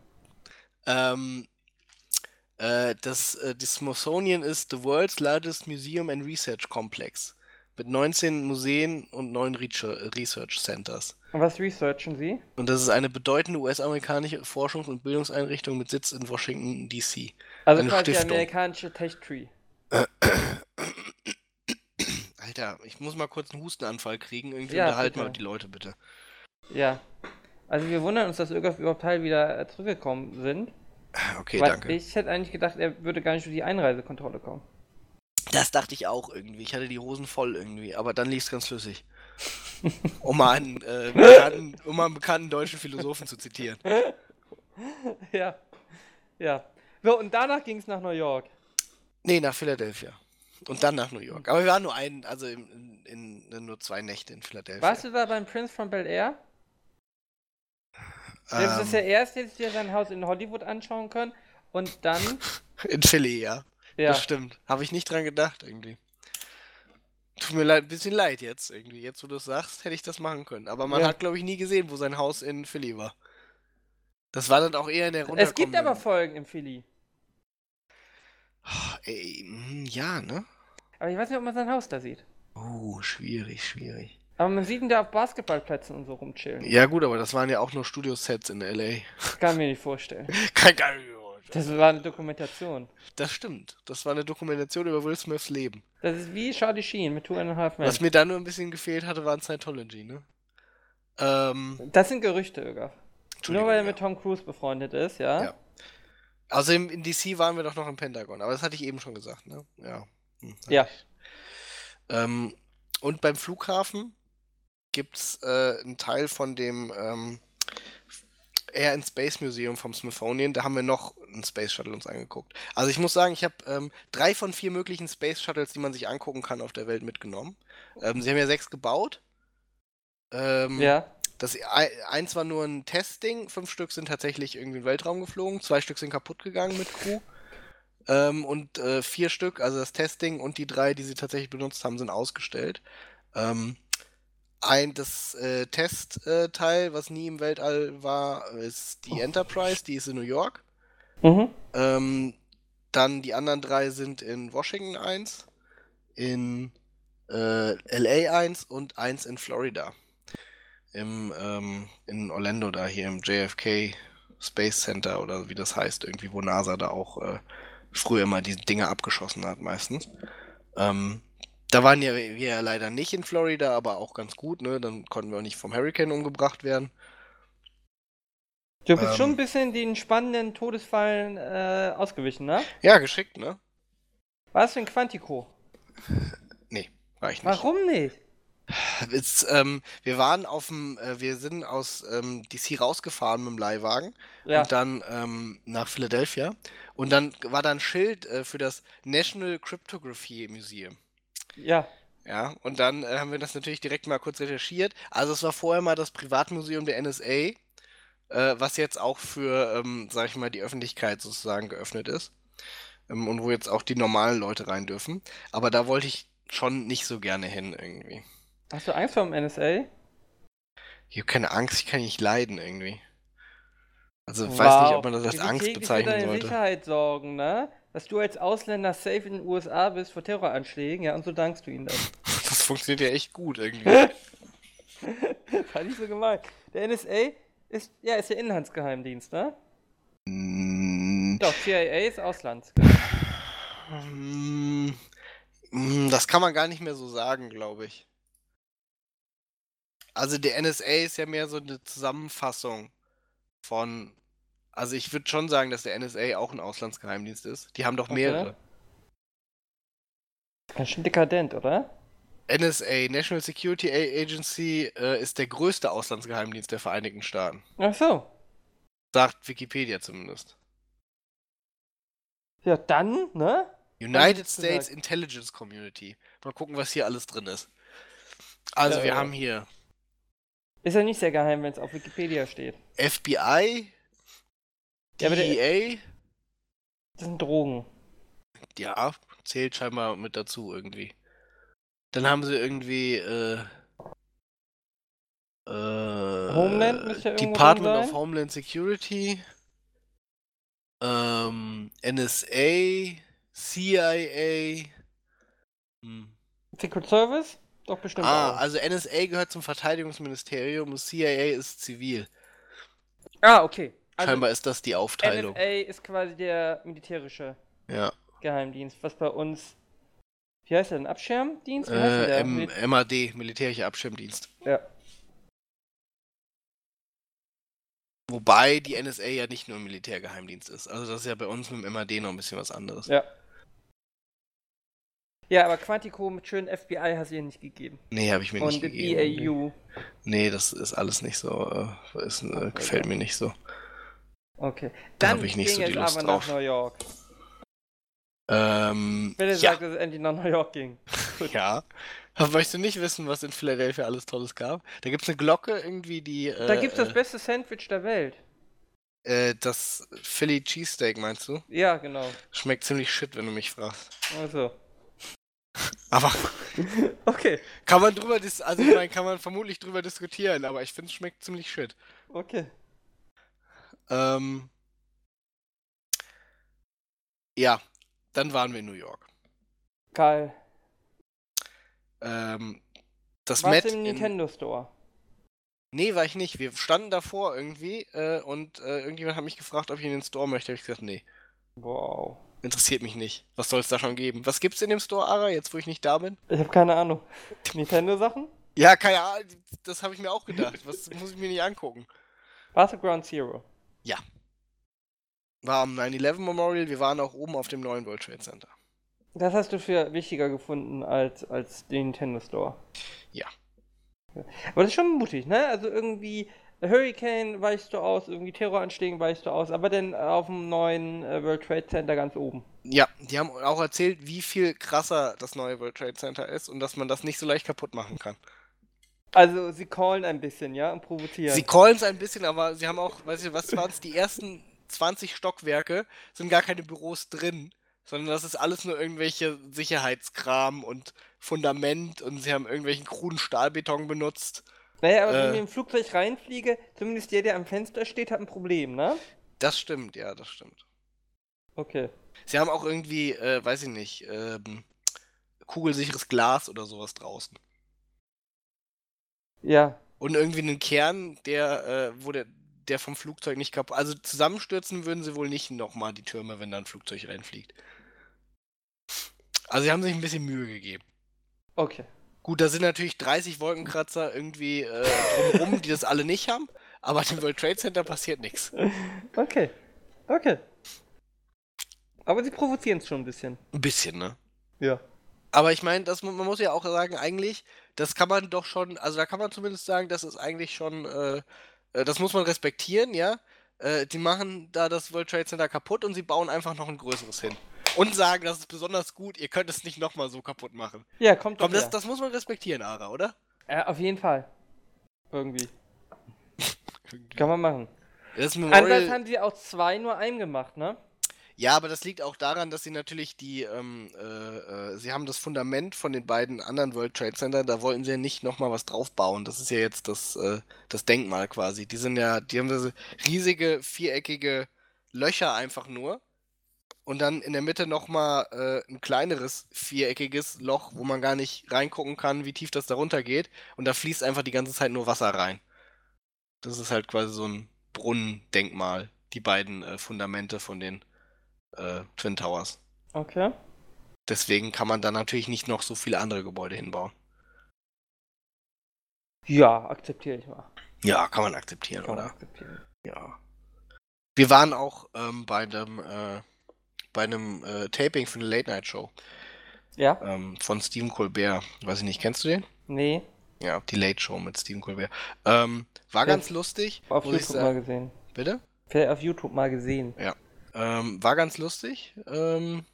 Ähm, äh, das, äh, die Smithsonian ist the world's largest museum and research complex mit 19 Museen und 9 Reche- Research Centers.
Und was researchen sie?
Und das ist eine bedeutende US-amerikanische Forschungs- und Bildungseinrichtung mit Sitz in Washington, D.C.
Also
Eine
quasi
Stiftung.
der amerikanische Tech Tree.
Alter, ich muss mal kurz einen Hustenanfall kriegen. Irgendwie
Ja,
unterhalt
bitte.
mal die Leute bitte.
Ja. Also wir wundern uns, dass Ögoff überhaupt heil wieder äh, zurückgekommen sind.
Okay,
weil
danke.
ich hätte eigentlich gedacht, er würde gar nicht durch die Einreisekontrolle kommen.
Das dachte ich auch irgendwie. Ich hatte die Hosen voll irgendwie, aber dann lief es ganz flüssig. Um mal, einen, äh, bekannten, um mal einen bekannten deutschen Philosophen zu zitieren.
ja. Ja. So, und danach ging es nach New York.
Nee, nach Philadelphia. Und dann nach New York. Aber wir waren nur ein, also in, in, in nur zwei Nächte in Philadelphia.
Warst du da beim Prince von Bel Air?
Ähm,
Selbst dass er erst jetzt dir sein Haus in Hollywood anschauen können und dann.
Ähm, In Philly, ja.
Ja.
Das stimmt. Habe ich nicht dran gedacht, irgendwie. Tut mir leid, ein bisschen leid jetzt, irgendwie. Jetzt, wo du es sagst, hätte ich das machen können. Aber man
Ja.
hat, glaube ich, nie gesehen, wo sein Haus in Philly war. Das war dann auch eher in der Runde.
Es gibt aber Folgen im Philly.
Ey, mm, ja, ne?
Aber ich weiß nicht, ob man sein Haus da sieht.
Oh, schwierig, schwierig.
Aber man sieht ihn da auf Basketballplätzen und so rumchillen.
Ja, gut, aber das waren ja auch nur Studiosets in L.A.
Das kann ich mir nicht vorstellen.
Kein Garage.
Das war eine Dokumentation.
Das stimmt. Das war eine Dokumentation über Will Smiths Leben.
Das ist wie Charlie Sheen mit Two and a Half Men.
Was mir da nur ein bisschen gefehlt hatte, war ein Scientology, ne? Ähm,
Das sind Gerüchte, Ögaf. Nur
Entschuldigung,
Genau, weil er
ja.
mit Tom Cruise befreundet ist, ja?
Ja. Außerdem in DC waren wir doch noch im Pentagon, aber das hatte ich eben schon gesagt, ne? Ja. Hm, hatte
Ja.
ich. Ähm, und beim Flughafen gibt's äh, einen Teil von dem ähm, Air and Space Museum vom Smithsonian, da haben wir noch einen Space Shuttle uns angeguckt. Also ich muss sagen, ich habe ähm, drei von vier möglichen Space Shuttles, die man sich angucken kann, auf der Welt mitgenommen. Ähm, sie haben ja sechs gebaut. Ähm,
Ja.
das ei- eins war nur ein Testing, fünf Stück sind tatsächlich irgendwie in den Weltraum geflogen, zwei Stück sind kaputt gegangen mit Crew. Ähm, und äh, vier Stück, also das Testing und die drei, die sie tatsächlich benutzt haben, sind ausgestellt. Ähm, ein, das äh, Testteil, äh, Teil, was nie im Weltall war, ist die Enterprise, die ist in New York.
Mhm.
Ähm, dann die anderen drei sind in Washington eins, in äh, LA eins und eins in Florida. Im, ähm, in Orlando da hier im JFK Space Center oder wie das heißt, irgendwie, wo NASA da auch äh, früher immer die Dinger abgeschossen hat meistens. Ähm, da waren ja wir ja leider nicht in Florida, aber auch ganz gut, ne? Dann konnten wir auch nicht vom Hurricane umgebracht werden.
Du bist
Ähm.
schon ein bisschen den spannenden Todesfallen äh, ausgewichen, ne?
Ja, geschickt, ne?
Warst du in Quantico?
War ich nicht.
Warum nicht?
Jetzt, ähm, wir waren auf dem, äh, wir sind aus ähm, DC rausgefahren mit dem Leihwagen
Ja.
und dann ähm, nach Philadelphia. Und dann war da ein Schild äh, für das National Cryptography Museum.
Ja.
Ja, und dann äh, haben wir das natürlich direkt mal kurz recherchiert. Also es war vorher mal das Privatmuseum der NSA, äh, was jetzt auch für, ähm, sag ich mal, die Öffentlichkeit sozusagen geöffnet ist. Ähm, und wo jetzt auch die normalen Leute rein dürfen. Aber da wollte ich schon nicht so gerne hin irgendwie.
Hast du Angst vor dem NSA?
Ich habe keine Angst, ich kann nicht leiden irgendwie. Also
Wow.
weiß nicht, ob man das als
Wie
Angst
täglich für
bezeichnen
deine
sollte.
Sicherheit sorgen, ne? Dass du als Ausländer safe in den USA bist vor Terroranschlägen, ja, und so dankst du ihnen das.
Das funktioniert ja echt gut irgendwie.
War nicht so gemeint. Der NSA ist, ja, ist der Inlandsgeheimdienst, ne?
Mm,
Doch, CIA ist Auslands.
mm, mm, das kann man gar nicht mehr so sagen, glaube ich. Also der NSA ist ja mehr so eine Zusammenfassung von. Also ich würde schon sagen, dass der NSA auch ein Auslandsgeheimdienst ist. Die haben doch
Okay.
mehrere.
Ganz schön dekadent, oder?
NSA, National Security A- Agency, äh, ist der größte Auslandsgeheimdienst der Vereinigten Staaten.
Ach so.
Sagt Wikipedia zumindest.
Ja, dann, ne?
United
ist
States
gesagt.
Intelligence Community. Mal gucken, was hier alles drin ist. Also,
Ja,
wir
ja.
haben hier
Ist ja nicht sehr geheim, wenn es auf Wikipedia steht.
FBI,
Ja, aber der-
DEA.
Das sind Drogen.
Ja, zählt scheinbar mit dazu irgendwie. Dann haben sie irgendwie äh, äh,
Homeland müsste ja irgendwo drin
Department of
sein.
Homeland Security, ähm, NSA, CIA. Hm.
Secret Service? Doch bestimmt
Ah,
auch.
also NSA gehört zum Verteidigungsministerium und CIA ist zivil.
ah, okay. Also
Scheinbar ist das die Aufteilung.
NSA ist quasi der militärische
Ja.
Geheimdienst, was bei uns. Wie heißt der denn? Abschirmdienst? Wie heißt denn
Äh,
der?
M
Mil-
MAD, Militärischer Abschirmdienst.
ja.
Wobei die NSA ja nicht nur ein Militärgeheimdienst ist. Also das ist ja bei uns mit dem MAD noch ein bisschen was anderes.
Ja. Ja, aber Quantico mit schönen FBI hast du ihr nicht gegeben.
Nee, habe ich mir
Und
nicht
mit
gegeben.
EAU.
Nee, das ist alles nicht so, äh, ist, äh, gefällt mir nicht so.
Okay.
Da
Dann
hab ich nicht so
ging
die
es
Lust
aber
drauf.
nach New York.
Ähm,
Bitte
ja,
sagt, dass es endlich nach New York ging.
ja. Aber möchtest du nicht wissen, was in Philadelphia alles Tolles gab? Da gibt's eine Glocke irgendwie, die äh,
Da gibt's das
äh,
beste Sandwich der Welt.
äh, das Philly Cheesesteak, meinst du?
Ja, genau.
Schmeckt ziemlich shit, wenn du mich fragst.
Also.
Aber
Okay.
kann man drüber, dis also ich meine, kann man vermutlich drüber diskutieren, aber ich finde, es schmeckt ziemlich shit.
Okay.
Ähm, ja, dann waren wir in New York.
Geil.
Ähm, das Met
Warst du im
in,
Nintendo Store?
Nee, war ich nicht. Wir standen davor irgendwie äh, und äh, irgendjemand hat mich gefragt, ob ich in den Store möchte. Hab ich gesagt, nee,
Wow.
interessiert mich nicht. Was soll es da schon geben? Was gibt's in dem Store, Ara, jetzt wo ich nicht da bin?
Ich habe keine Ahnung. Nintendo-Sachen?
Ja, keine Ahnung, das habe ich mir auch gedacht. Was muss ich mir nicht angucken?
Battleground Zero.
War am 9-11 Memorial, wir waren auch oben auf dem neuen World Trade Center.
Das hast du für wichtiger gefunden als, als den Nintendo Store.
Ja.
Aber das ist schon mutig, ne? Also irgendwie Hurricane weichst du aus, irgendwie Terroranschlägen weichst du aus, aber dann auf dem neuen äh, World Trade Center ganz oben.
Ja, die haben auch erzählt, wie viel krasser das neue World Trade Center ist und dass man das nicht so leicht kaputt machen kann.
Also sie callen ein bisschen, ja, und provozieren.
Sie callen es ein bisschen, aber sie haben auch, weiß ich, was waren es, die ersten 20 Stockwerke sind gar keine Büros drin, sondern das ist alles nur irgendwelche Sicherheitskram und Fundament und sie haben irgendwelchen kruden Stahlbeton benutzt.
naja, aber
äh,
wenn ich mit dem Flugzeug reinfliege, zumindest der, der am Fenster steht, hat ein Problem, ne?
Das stimmt, ja, das stimmt.
Okay.
Sie haben auch irgendwie, äh, weiß ich nicht, ähm, kugelsicheres Glas oder sowas draußen.
Ja.
Und irgendwie einen Kern, der, äh, wo der, der vom Flugzeug nicht kaputt. Also zusammenstürzen würden sie wohl nicht nochmal die Türme, wenn da ein Flugzeug reinfliegt. Also sie haben sich ein bisschen Mühe gegeben.
Okay.
Gut, da sind natürlich 30 Wolkenkratzer irgendwie äh, drumrum, die das alle nicht haben, aber dem World Trade Center passiert nichts.
Okay. Okay. Aber sie provozieren es schon ein bisschen.
Ein bisschen, ne?
Ja.
Aber ich meine, das mu- man muss ja auch sagen, eigentlich, das kann man doch schon, also da kann man zumindest sagen, das ist eigentlich schon, äh, äh, das muss man respektieren, ja. Äh, die machen da das World Trade Center kaputt und sie bauen einfach noch ein größeres hin. Und sagen, das ist besonders gut, ihr könnt es nicht nochmal so kaputt machen.
Ja, kommt doch
Komm, das,
wieder.
das muss man respektieren, Ara, oder?
Ja, Äh, auf jeden Fall. Irgendwie. Kann man machen.
Das
Andererseits
Memorial,
haben sie auch zwei nur einem gemacht, ne?
ja, aber das liegt auch daran, dass sie natürlich die, ähm, äh, äh, sie haben das Fundament von den beiden anderen World Trade Center, da wollten sie ja nicht nochmal was draufbauen. Das ist ja jetzt das, äh, das Denkmal quasi. Die sind ja, die haben diese riesige, viereckige Löcher einfach nur. Und dann in der Mitte nochmal äh, ein kleineres, viereckiges Loch, wo man gar nicht reingucken kann, wie tief das da runter geht. Und da fließt einfach die ganze Zeit nur Wasser rein. Das ist halt quasi so ein Brunnendenkmal, die beiden äh, Fundamente von den äh, Twin Towers.
Okay.
Deswegen kann man da natürlich nicht noch so viele andere Gebäude hinbauen.
Ja, akzeptiere ich mal.
Ja, kann man akzeptieren,
Kann man
oder?
akzeptieren.
Ja. Wir waren auch ähm, bei einem, äh, bei einem äh, Taping für eine Late-Night-Show.
Ja?
ähm, von Stephen Colbert. Weiß ich nicht, kennst du den?
Nee.
Ja, die Late Show mit Stephen Colbert. Ähm, war
Ja.
ganz lustig.
Auf
muss ich
YouTube mal
sagen.
gesehen.
Bitte?
Vielleicht auf YouTube mal gesehen.
Ähm, war ganz lustig. Ähm,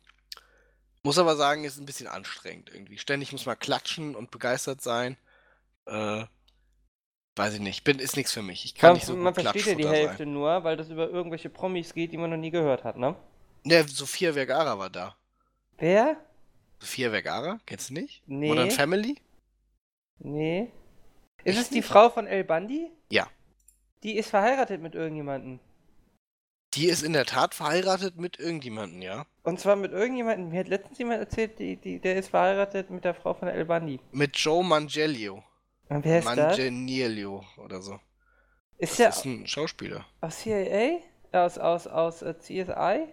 muss aber sagen, ist ein bisschen anstrengend irgendwie. Ständig muss man klatschen und begeistert sein. Äh, weiß ich nicht. Bin, ist nichts für mich. Ich kann
Man,
nicht so
man
gut
versteht ja die
Klatschfutter
Hälfte
sein.
nur, weil das über irgendwelche Promis geht, die man noch nie gehört hat, ne?
Ne, Sophia Vergara war da.
Wer?
Sophia Vergara? Kennst du nicht?
Nee.
Modern Family?
Nee. Ist
Echt
es die
nicht?
Frau von El Bandi?
Ja.
Die ist verheiratet mit irgendjemandem.
Die ist in der Tat verheiratet mit irgendjemandem, ja.
Und zwar mit irgendjemandem. Mir hat letztens jemand erzählt, die, die, der ist verheiratet mit der Frau von El Bandi.
Mit Joe Mangelio.
Und wer ist das?
Manganiello oder so.
Ist der
Das ist ein Schauspieler.
aus CIA? Äh, Aus, aus, aus äh, CSI?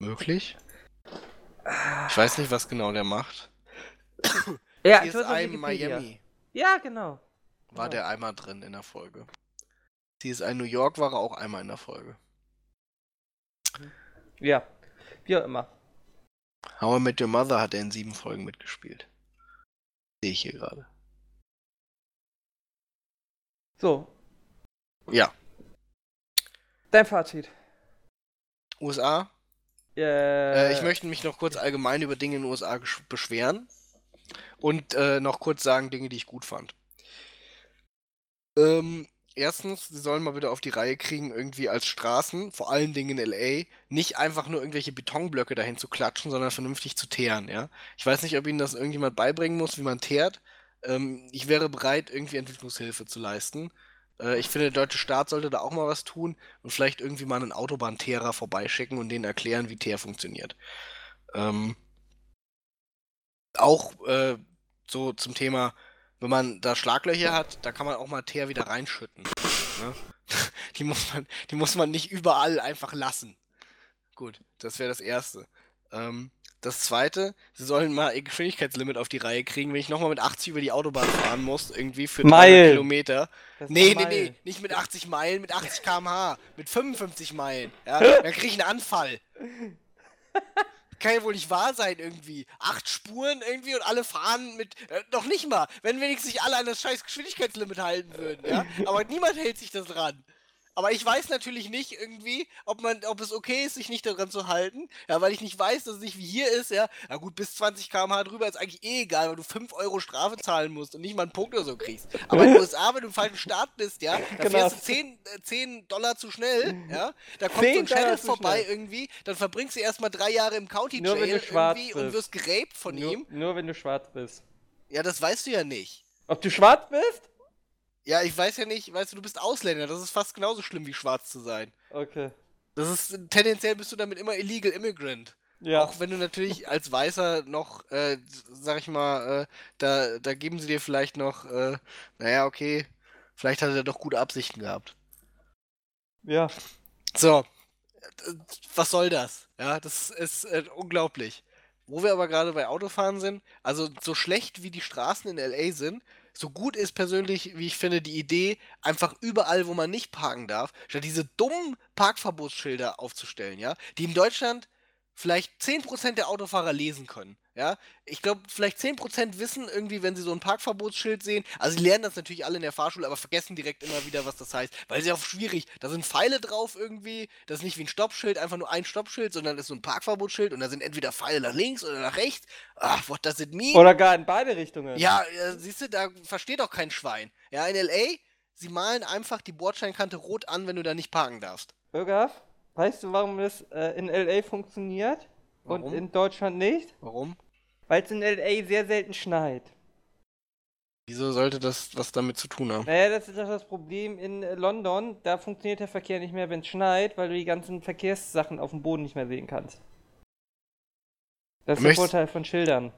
Möglich? Ich weiß nicht, was genau der macht.
Ja,
CSI
ich weiß auf Wikipedia.
Miami
Ja, genau.
war
Genau.
der einmal drin in der Folge. CSI New York war er auch einmal in der Folge.
Ja. Wie auch immer.
How I Met Your Mother hat er in sieben Folgen mitgespielt. Sehe ich hier gerade.
So.
Ja.
Dein Fazit.
USA?
Äh,
Äh, ich möchte mich noch kurz allgemein über Dinge in den USA gesch- beschweren. Und äh, noch kurz sagen, Dinge, die ich gut fand. Ähm, erstens, sie sollen mal wieder auf die Reihe kriegen, irgendwie als Straßen, vor allen Dingen in LA, nicht einfach nur irgendwelche Betonblöcke dahin zu klatschen, sondern vernünftig zu teeren, ja. Ich weiß nicht, ob ihnen das irgendjemand beibringen muss, wie man teert. Ähm, ich wäre bereit, irgendwie Entwicklungshilfe zu leisten. Äh, ich finde, der deutsche Staat sollte da auch mal was tun und vielleicht irgendwie mal einen Autobahnteerer vorbeischicken und denen erklären, wie Teer funktioniert. Ähm, auch äh, so zum Thema, wenn man da Schlaglöcher hat, da kann man auch mal Teer wieder reinschütten. Ne? Die, muss man, die muss man nicht überall einfach lassen. Gut, das wäre das Erste. Ähm, das Zweite, sie sollen mal ihr Geschwindigkeitslimit auf die Reihe kriegen, wenn ich nochmal mit 80 über die Autobahn fahren muss, irgendwie für 300
Meilen.
Kilometer.
das
Nee,
war
nee, nee,
mein-
nicht mit 80 Meilen, mit 80 km/h, mit 55 Meilen. Ja, dann krieg ich einen Anfall. Kann ja wohl nicht wahr sein irgendwie. Acht Spuren irgendwie und alle fahren mit. Äh, noch nicht mal, wenn wenigstens sich alle an das scheiß Geschwindigkeitslimit halten würden, ja. Aber niemand hält sich das dran. Aber ich weiß natürlich nicht irgendwie, ob man, ob es okay ist, sich nicht daran zu halten, ja, weil ich nicht weiß, dass es nicht wie hier ist, ja. Na gut, bis 20 km/h drüber ist eigentlich eh egal, weil du 5 Euro Strafe zahlen musst und nicht mal einen Punkt oder so kriegst. Aber in den USA, wenn du im falschen Staat bist, ja, da
Genau.
fährst du 10, äh, 10 Dollar zu schnell, ja. Da kommt so
10
ein
Dollar
Sheriff
zu
vorbei
schnell.
irgendwie, dann verbringst du erstmal drei Jahre im County
Nur wenn
Jail
du schwarz
irgendwie und
bist.
wirst geraped von
nur,
ihm.
Nur wenn du schwarz bist.
Ja, das weißt du ja nicht.
Ob du schwarz bist?
Ja, ich weiß ja nicht, weißt du, du bist Ausländer, das ist fast genauso schlimm wie schwarz zu sein.
Okay.
Das ist tendenziell bist du damit immer illegal immigrant.
Ja.
Auch wenn du natürlich als Weißer noch, äh, sag ich mal, äh, da, da geben sie dir vielleicht noch, äh, naja, okay, vielleicht hat er doch gute Absichten gehabt.
ja.
So, äh, was soll das? Ja, das ist äh, unglaublich. Wo wir aber gerade bei Autofahren sind, also so schlecht wie die Straßen in LA sind, so gut ist persönlich, wie ich finde, die Idee, einfach überall, wo man nicht parken darf, statt diese dummen Parkverbotsschilder aufzustellen, ja, die in Deutschland vielleicht 10% der Autofahrer lesen können, ja. Ich glaube, vielleicht 10% wissen irgendwie, wenn sie so ein Parkverbotsschild sehen, also sie lernen das natürlich alle in der Fahrschule, aber vergessen direkt immer wieder, was das heißt, weil es ist ja auch schwierig, da sind Pfeile drauf irgendwie, das ist nicht wie ein Stoppschild, einfach nur ein Stoppschild, sondern das ist so ein Parkverbotsschild und da sind entweder Pfeile nach links oder nach rechts, ach, what does it mean?
Oder gar in beide Richtungen.
Ja, äh, siehst du, da versteht auch kein Schwein. Ja, in LA, sie malen einfach die Bordsteinkante rot an, wenn du da nicht parken darfst.
Irgaf, weißt du, warum das äh, in LA funktioniert und
Warum?
in Deutschland nicht?
Warum?
Weil es in LA sehr selten schneit.
Wieso sollte das was damit zu tun haben?
Naja, das ist doch das Problem in äh, London. Da funktioniert der Verkehr nicht mehr, wenn es schneit, weil du die ganzen Verkehrssachen auf dem Boden nicht mehr sehen kannst. Das ist der
Möchtest-
Vorteil von Schildern.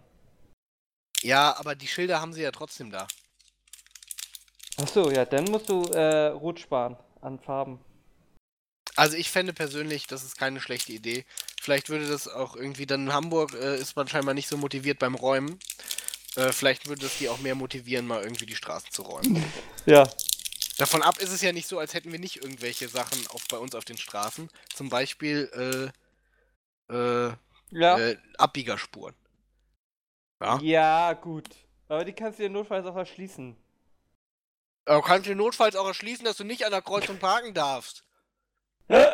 Ja, aber die Schilder haben sie ja trotzdem da.
Achso, ja, dann musst du äh, Rot sparen an Farben.
Also ich fände persönlich, das ist keine schlechte Idee. Vielleicht würde das auch irgendwie dann in Hamburg äh, ist man scheinbar nicht so motiviert beim Räumen. Äh, vielleicht würde das die auch mehr motivieren, mal irgendwie die Straßen zu räumen.
Ja.
Davon ab ist es ja nicht so, als hätten wir nicht irgendwelche Sachen auf, bei uns auf den Straßen. Zum Beispiel äh, äh,
Ja.
äh, Abbiegerspuren. Ja.
Ja, gut. Aber die kannst du dir notfalls auch erschließen.
Aber kannst du notfalls auch erschließen, dass du nicht an der Kreuzung parken darfst.
Bist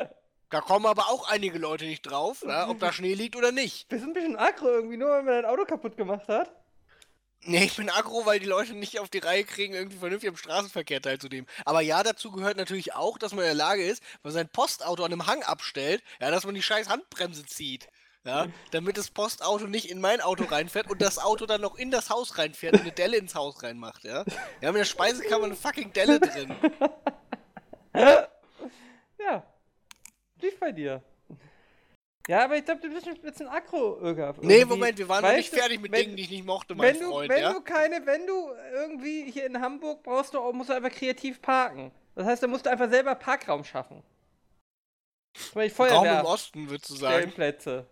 Da kommen aber auch einige Leute nicht drauf, ne? ob da Schnee liegt oder nicht.
ein bisschen aggro irgendwie, nur weil man dein Auto kaputt gemacht hat.
Nee, ich bin aggro, weil die Leute nicht auf die Reihe kriegen, irgendwie vernünftig am Straßenverkehr teilzunehmen. Aber ja, dazu gehört natürlich auch, dass man in der Lage ist, wenn man sein Postauto an einem Hang abstellt, ja, dass man die scheiß Handbremse zieht. Ja, damit das Postauto nicht in mein Auto reinfährt und das Auto dann noch in das Haus reinfährt und eine Delle ins Haus reinmacht, ja. Wir haben in der Speisekammer eine fucking Delle drin.
Ja. Lief bei dir. Ja, aber ich glaube, du bist ein bisschen aggro, Irga.
Nee,
Irgendwie.
Moment, wir waren noch
Weißt
nicht
du,
fertig mit
wenn-
Dingen, die ich nicht mochte, mein
Wenn du,
Freund,
wenn
ja.
du keine, wenn du irgendwie hier in Hamburg brauchst du auch, musst du einfach kreativ parken. Das heißt, da musst du einfach selber Parkraum schaffen. Zum Beispiel
Raum
Feuerwehr.
im Osten, würdest du sagen.
Stellplätze.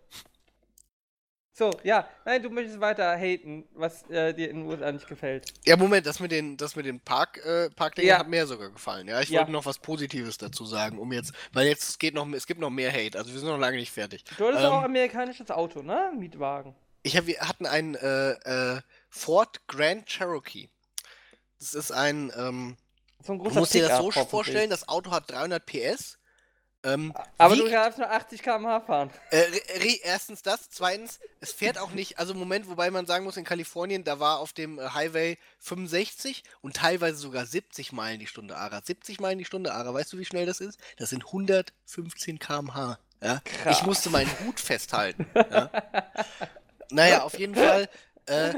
So, ja, nein, du möchtest weiter haten, was äh, dir in den USA nicht gefällt.
Ja, Moment, das mit den, das mit den Park, äh, Parkdingen
Ja.
hat mir sogar gefallen. Ja, ich
Ja.
wollte noch was Positives dazu sagen, um jetzt, weil jetzt es geht noch, es gibt noch mehr Hate, also wir sind noch lange nicht fertig.
Du hattest
Ähm.
auch amerikanisches Auto, ne? Mietwagen.
Ich hab, wir hatten einen äh, äh, Ford Grand Cherokee. Das ist ein, ähm,
So ein
du
großer
musst dir das so
Pickup,
vorstellen, das Auto hat 300 PS. Ähm,
hoffentlich. Aber du
wiegt-
darfst nur 80 km/h fahren.
Äh, re- re- erstens das, zweitens, es fährt auch nicht, also im Moment, wobei man sagen muss, in Kalifornien, da war auf dem äh, Highway 65 und teilweise sogar 70 Meilen die Stunde Ara. 70 Meilen die Stunde Ara, weißt du, wie schnell das ist? Das sind 115 km/h. Ja? Ich musste meinen Hut festhalten. Ja? Naja, auf jeden Fall. Äh,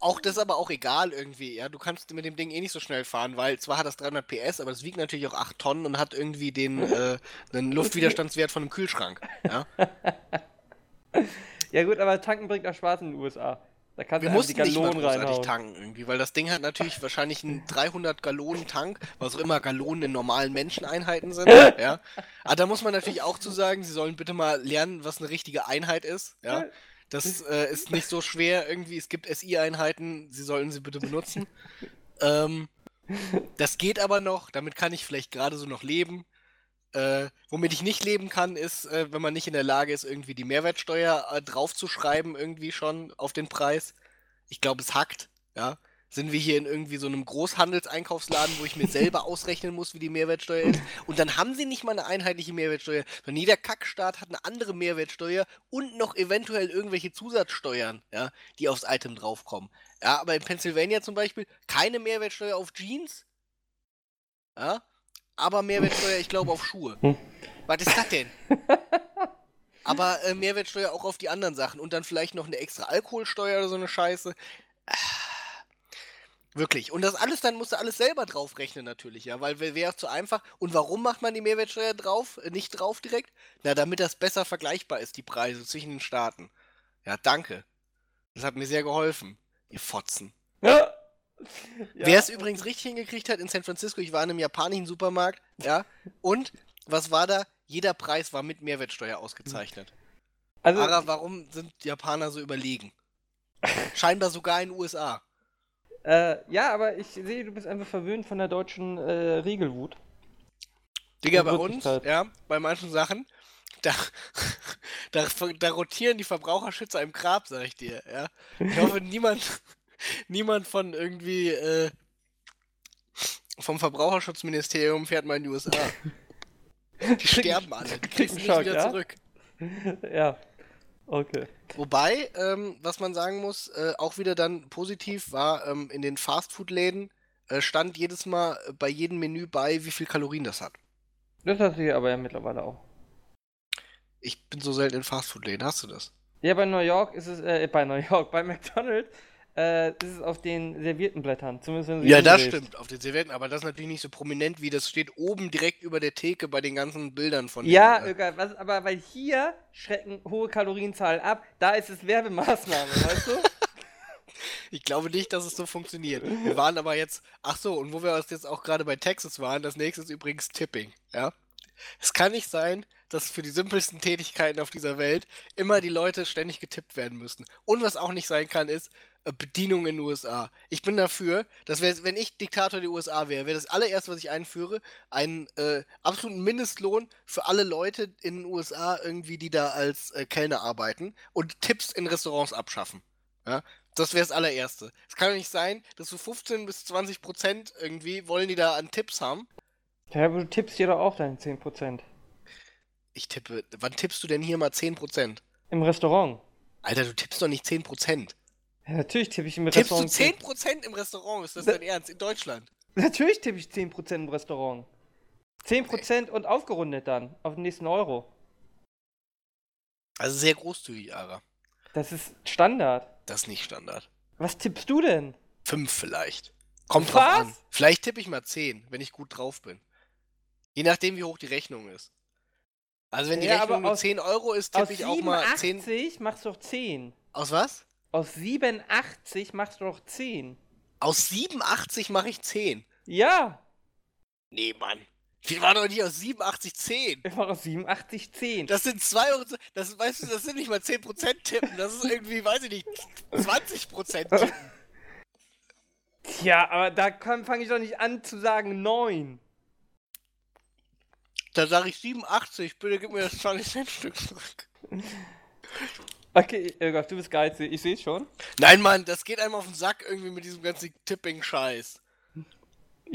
auch das ist aber auch egal irgendwie. Ja, du kannst mit dem Ding eh nicht so schnell fahren, weil zwar hat das 300 PS, aber das wiegt natürlich auch 8 Tonnen und hat irgendwie den äh, einen Luftwiderstandswert von einem Kühlschrank. Ja?
Ja, gut, aber tanken bringt auch Spaß in den USA. Da kannst
Wir
du einfach die
mussten nicht mal
Gallonen
großartig
reinhauen.
tanken irgendwie, weil das Ding hat natürlich wahrscheinlich einen 300 Gallonen Tank, was auch immer Gallonen in normalen Menscheneinheiten sind. ja. Aber da muss man natürlich auch zu sagen, sie sollen bitte mal lernen, was eine richtige Einheit ist. Ja. Das äh, ist nicht so schwer irgendwie. Es gibt SI-Einheiten, sie sollten sie bitte benutzen. ähm, das geht aber noch, damit kann ich vielleicht gerade so noch leben. Äh, womit ich nicht leben kann, ist, äh, wenn man nicht in der Lage ist, irgendwie die Mehrwertsteuer äh, draufzuschreiben, irgendwie schon auf den Preis. Ich glaube, es hackt, ja. Sind wir hier in irgendwie so einem Großhandelseinkaufsladen, wo ich mir selber ausrechnen muss, wie die Mehrwertsteuer ist? Und dann haben sie nicht mal eine einheitliche Mehrwertsteuer, sondern jeder Kackstaat hat eine andere Mehrwertsteuer und noch eventuell irgendwelche Zusatzsteuern, ja, die aufs Item draufkommen. Ja, aber in Pennsylvania zum Beispiel keine Mehrwertsteuer auf Jeans, ja, aber Mehrwertsteuer, ich glaube, auf Schuhe. Was ist das denn? Aber äh, Mehrwertsteuer auch auf die anderen Sachen und dann vielleicht noch eine extra Alkoholsteuer oder so eine Scheiße. Ah. Wirklich. Und das alles, dann musst du alles selber draufrechnen natürlich, ja, weil wäre auch zu einfach. Und warum macht man die Mehrwertsteuer drauf, äh, nicht drauf direkt? Na, damit das besser vergleichbar ist, die Preise zwischen den Staaten. Ja, danke. Das hat mir sehr geholfen, ihr Fotzen.
Ja. Ja.
Wer es übrigens richtig hingekriegt hat in San Francisco, ich war in einem japanischen Supermarkt, ja, und was war da? Jeder Preis war mit Mehrwertsteuer ausgezeichnet.
also,
Aber warum sind Japaner so überlegen? Scheinbar sogar in den USA.
äh, ja, aber ich sehe, du bist einfach verwöhnt von der deutschen äh, Regelwut.
Digga,
In
bei uns,
Wirklichkeit.
ja, bei manchen Sachen, da, da, da rotieren die Verbraucherschützer im Grab, sag ich dir, ja. Ich hoffe, niemand, niemand von irgendwie, äh, vom Verbraucherschutzministerium fährt mal in die USA. Die sterben alle, die kriegst du nicht
Schock,
wieder
ja?
zurück.
ja. Okay.
Wobei, ähm, was man sagen muss, äh, auch wieder dann positiv war, ähm, in den Fastfood-Läden äh, stand jedes Mal äh, bei jedem Menü bei, wie viel Kalorien das hat.
Das hast du hier aber ja mittlerweile auch.
Ich bin so selten in Fastfood-Läden, hast du das?
Ja, bei New York ist es, äh, bei New York, bei McDonald's äh, ist es auf den servierten Blättern. Zumindest wenn du sie
Ja, das
umdrehst.
stimmt, auf den Servietten, aber das ist natürlich nicht so prominent, wie das steht oben direkt über der Theke bei den ganzen Bildern von den,
Ja,
äh,
Öka, was, aber weil hier schrecken hohe Kalorienzahlen ab, da ist es Werbemaßnahme, weißt du?
Ich glaube nicht, dass es so funktioniert. Wir waren aber jetzt, ach so, und wo wir uns jetzt auch gerade bei Texas waren, das nächste ist übrigens Tipping, ja? Es kann nicht sein, dass für die simpelsten Tätigkeiten auf dieser Welt immer die Leute ständig getippt werden müssen. Und was auch nicht sein kann, ist äh, Bedienung in den USA. Ich bin dafür, dass wir- wenn ich Diktator der USA wäre, wäre das allererste, was ich einführe, einen äh, absoluten Mindestlohn für alle Leute in den USA irgendwie, die da als äh, Kellner arbeiten und Tipps in Restaurants abschaffen. Das wäre das allererste. Es kann doch nicht sein, dass so 15 bis 20 Prozent irgendwie wollen die da an Tipps haben.
Ja, aber du tippst dir doch auch deine 10%.
Ich tippe, wann tippst du denn hier mal 10 Prozent?
Im Restaurant.
Alter, du tippst doch nicht 10 Prozent.
Ja, natürlich tippe ich im
Tippst du
Restaurant.
10 Prozent im Restaurant? Ist das
Da-
dein Ernst? In Deutschland?
Natürlich tippe ich 10% im Restaurant. 10% und aufgerundet dann auf den nächsten Euro.
Also sehr großzügig, Ara.
Das ist Standard.
Das ist nicht Standard.
Was tippst du denn?
Fünf vielleicht. Kommt drauf
Was?
an. Vielleicht tippe ich mal zehn, wenn ich gut drauf bin. Je nachdem, wie hoch die Rechnung ist. Also wenn die
Ja, aber
Rechnung nur
aus-
10 Euro ist,
Aus
tippe ich auch mal 10.
87 machst du doch 10.
Aus was?
Aus 87 machst du doch 10.
Aus 87 mache ich 10.
Ja,
Nee, Mann. Wir waren doch nicht aus 87 10.
ich mache aus 87 10.
Das sind 2 Euro. Das, weißt du, das sind nicht mal 10% Tippen. Das ist irgendwie, weiß ich nicht, 20% Tippen.
Tja, aber da fange ich doch nicht an zu sagen 9.
Da sage ich 87. Bitte gib mir das 20 Cent Stück zurück.
Okay, Irgaf, du bist geizig. Ich sehe schon.
Nein, Mann, das geht einem auf den Sack irgendwie mit diesem ganzen Tipping-Scheiß.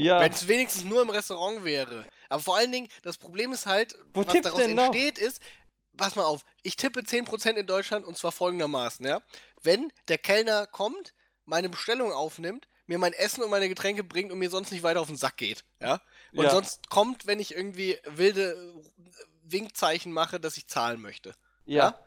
Ja.
Wenn es wenigstens nur im Restaurant wäre. Aber vor allen Dingen, das Problem ist halt,
Wo
was
tippst
daraus
denn noch?
entsteht, ist, pass mal auf, ich tippe 10% in Deutschland und zwar folgendermaßen, ja. Wenn der Kellner kommt, meine Bestellung aufnimmt, mir mein Essen und meine Getränke bringt und mir sonst nicht weiter auf den Sack geht, ja. Und
Ja.
sonst kommt, wenn ich irgendwie wilde Winkzeichen mache, dass ich zahlen möchte
ja.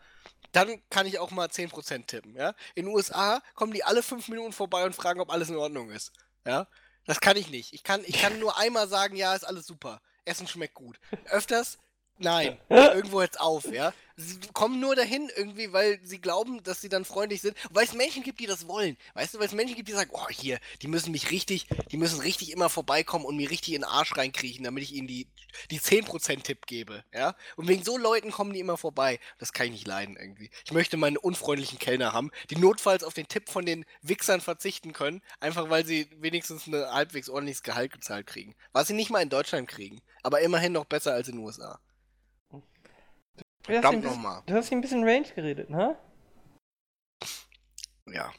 dann kann ich auch mal 10% tippen, ja? In den USA kommen die alle fünf Minuten vorbei und fragen, ob alles in Ordnung ist, ja? Das kann ich nicht. Ich kann, ich kann nur einmal sagen, ja, ist alles super. Essen schmeckt gut. Öfters, nein. Irgendwo hört's auf, ja? Sie kommen nur dahin irgendwie, weil sie glauben, dass sie dann freundlich sind. Und Weil es Menschen gibt, die das wollen. Weißt du, weil es Menschen gibt, die sagen, oh, hier, die müssen mich richtig, die müssen richtig immer vorbeikommen und mir richtig in den Arsch reinkriechen, damit ich ihnen die, die 10%-Tipp gebe, ja? Und wegen so Leuten kommen die immer vorbei. Das kann ich nicht leiden irgendwie. Ich möchte meine unfreundlichen Kellner haben, die notfalls auf den Tipp von den Wichsern verzichten können, einfach weil sie wenigstens ein halbwegs ordentliches Gehalt gezahlt kriegen. Was sie nicht mal in Deutschland kriegen, aber immerhin noch besser als in den USA.
Du hast, ein
Verdammt
bisschen,
nochmal.
du hast hier ein bisschen Range geredet, ne?
Ja.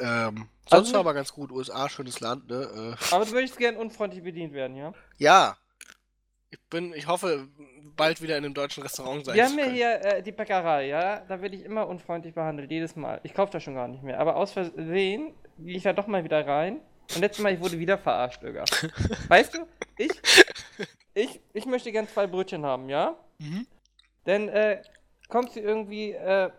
Ähm, sonst
Also-
war aber ganz gut. USA, schönes Land, ne? Äh,
Aber du würdest gern unfreundlich bedient werden, ja?
ja. Ich bin, ich hoffe, bald wieder in einem deutschen Restaurant sein
Wir
zu
haben ja
können.
hier äh, die Bäckerei, ja? Da werde ich immer unfreundlich behandelt, jedes Mal. Ich kaufe da schon gar nicht mehr. Aber aus Versehen gehe ich da doch mal wieder rein. Und letztes Mal, ich wurde wieder verarscht, Digga. Weißt du, ich, ich, ich möchte gern zwei Brötchen haben, ja?
Mhm.
Dann äh, kommt sie irgendwie, äh,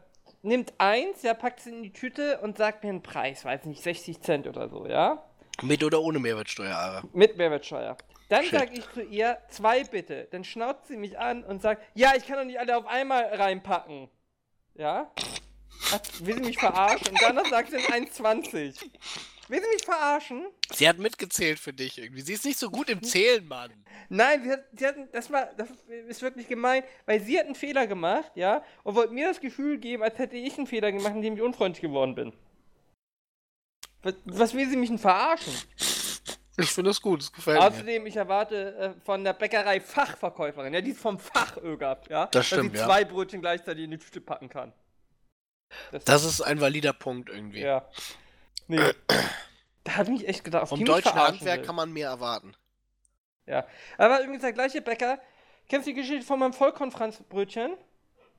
nimmt eins, ja, packt es in die Tüte und sagt mir einen Preis, weiß nicht, 60 Cent oder so, ja?
Mit oder ohne Mehrwertsteuer, aber.
Mit Mehrwertsteuer. Dann
Shit.
sage ich zu ihr, zwei bitte. Dann schnauzt sie mich an und sagt, ja, ich kann doch nicht alle auf einmal reinpacken. Ja? Ach, will sie mich verarschen? Und danach sagt sie 1,20. Will sie mich verarschen?
Sie hat mitgezählt für dich irgendwie. Sie ist nicht so gut im Zählen, Mann.
Nein, sie hat, sie hat, das war, das ist wirklich gemein, weil sie hat einen Fehler gemacht, ja, und wollte mir das Gefühl geben, als hätte ich einen Fehler gemacht, indem ich unfreundlich geworden bin. Was, was will sie mich denn verarschen?
Ich finde das gut, das gefällt
Außerdem, ich erwarte äh, von der Bäckerei Fachverkäuferin, ja, die ist vom Fach gehabt, ja.
stimmt,
dass sie
ja.
zwei Brötchen gleichzeitig in die Tüte packen kann.
Das ist ein valider Punkt irgendwie.
ja. Nee. da hat mich echt gedacht, auf
Vom
die mich
deutschen
verarschen
Handwerk
will.
kann man mehr erwarten.
Ja. Aber übrigens der gleiche Bäcker. Kennst du die Geschichte von meinem Vollkornfranzbrötchen?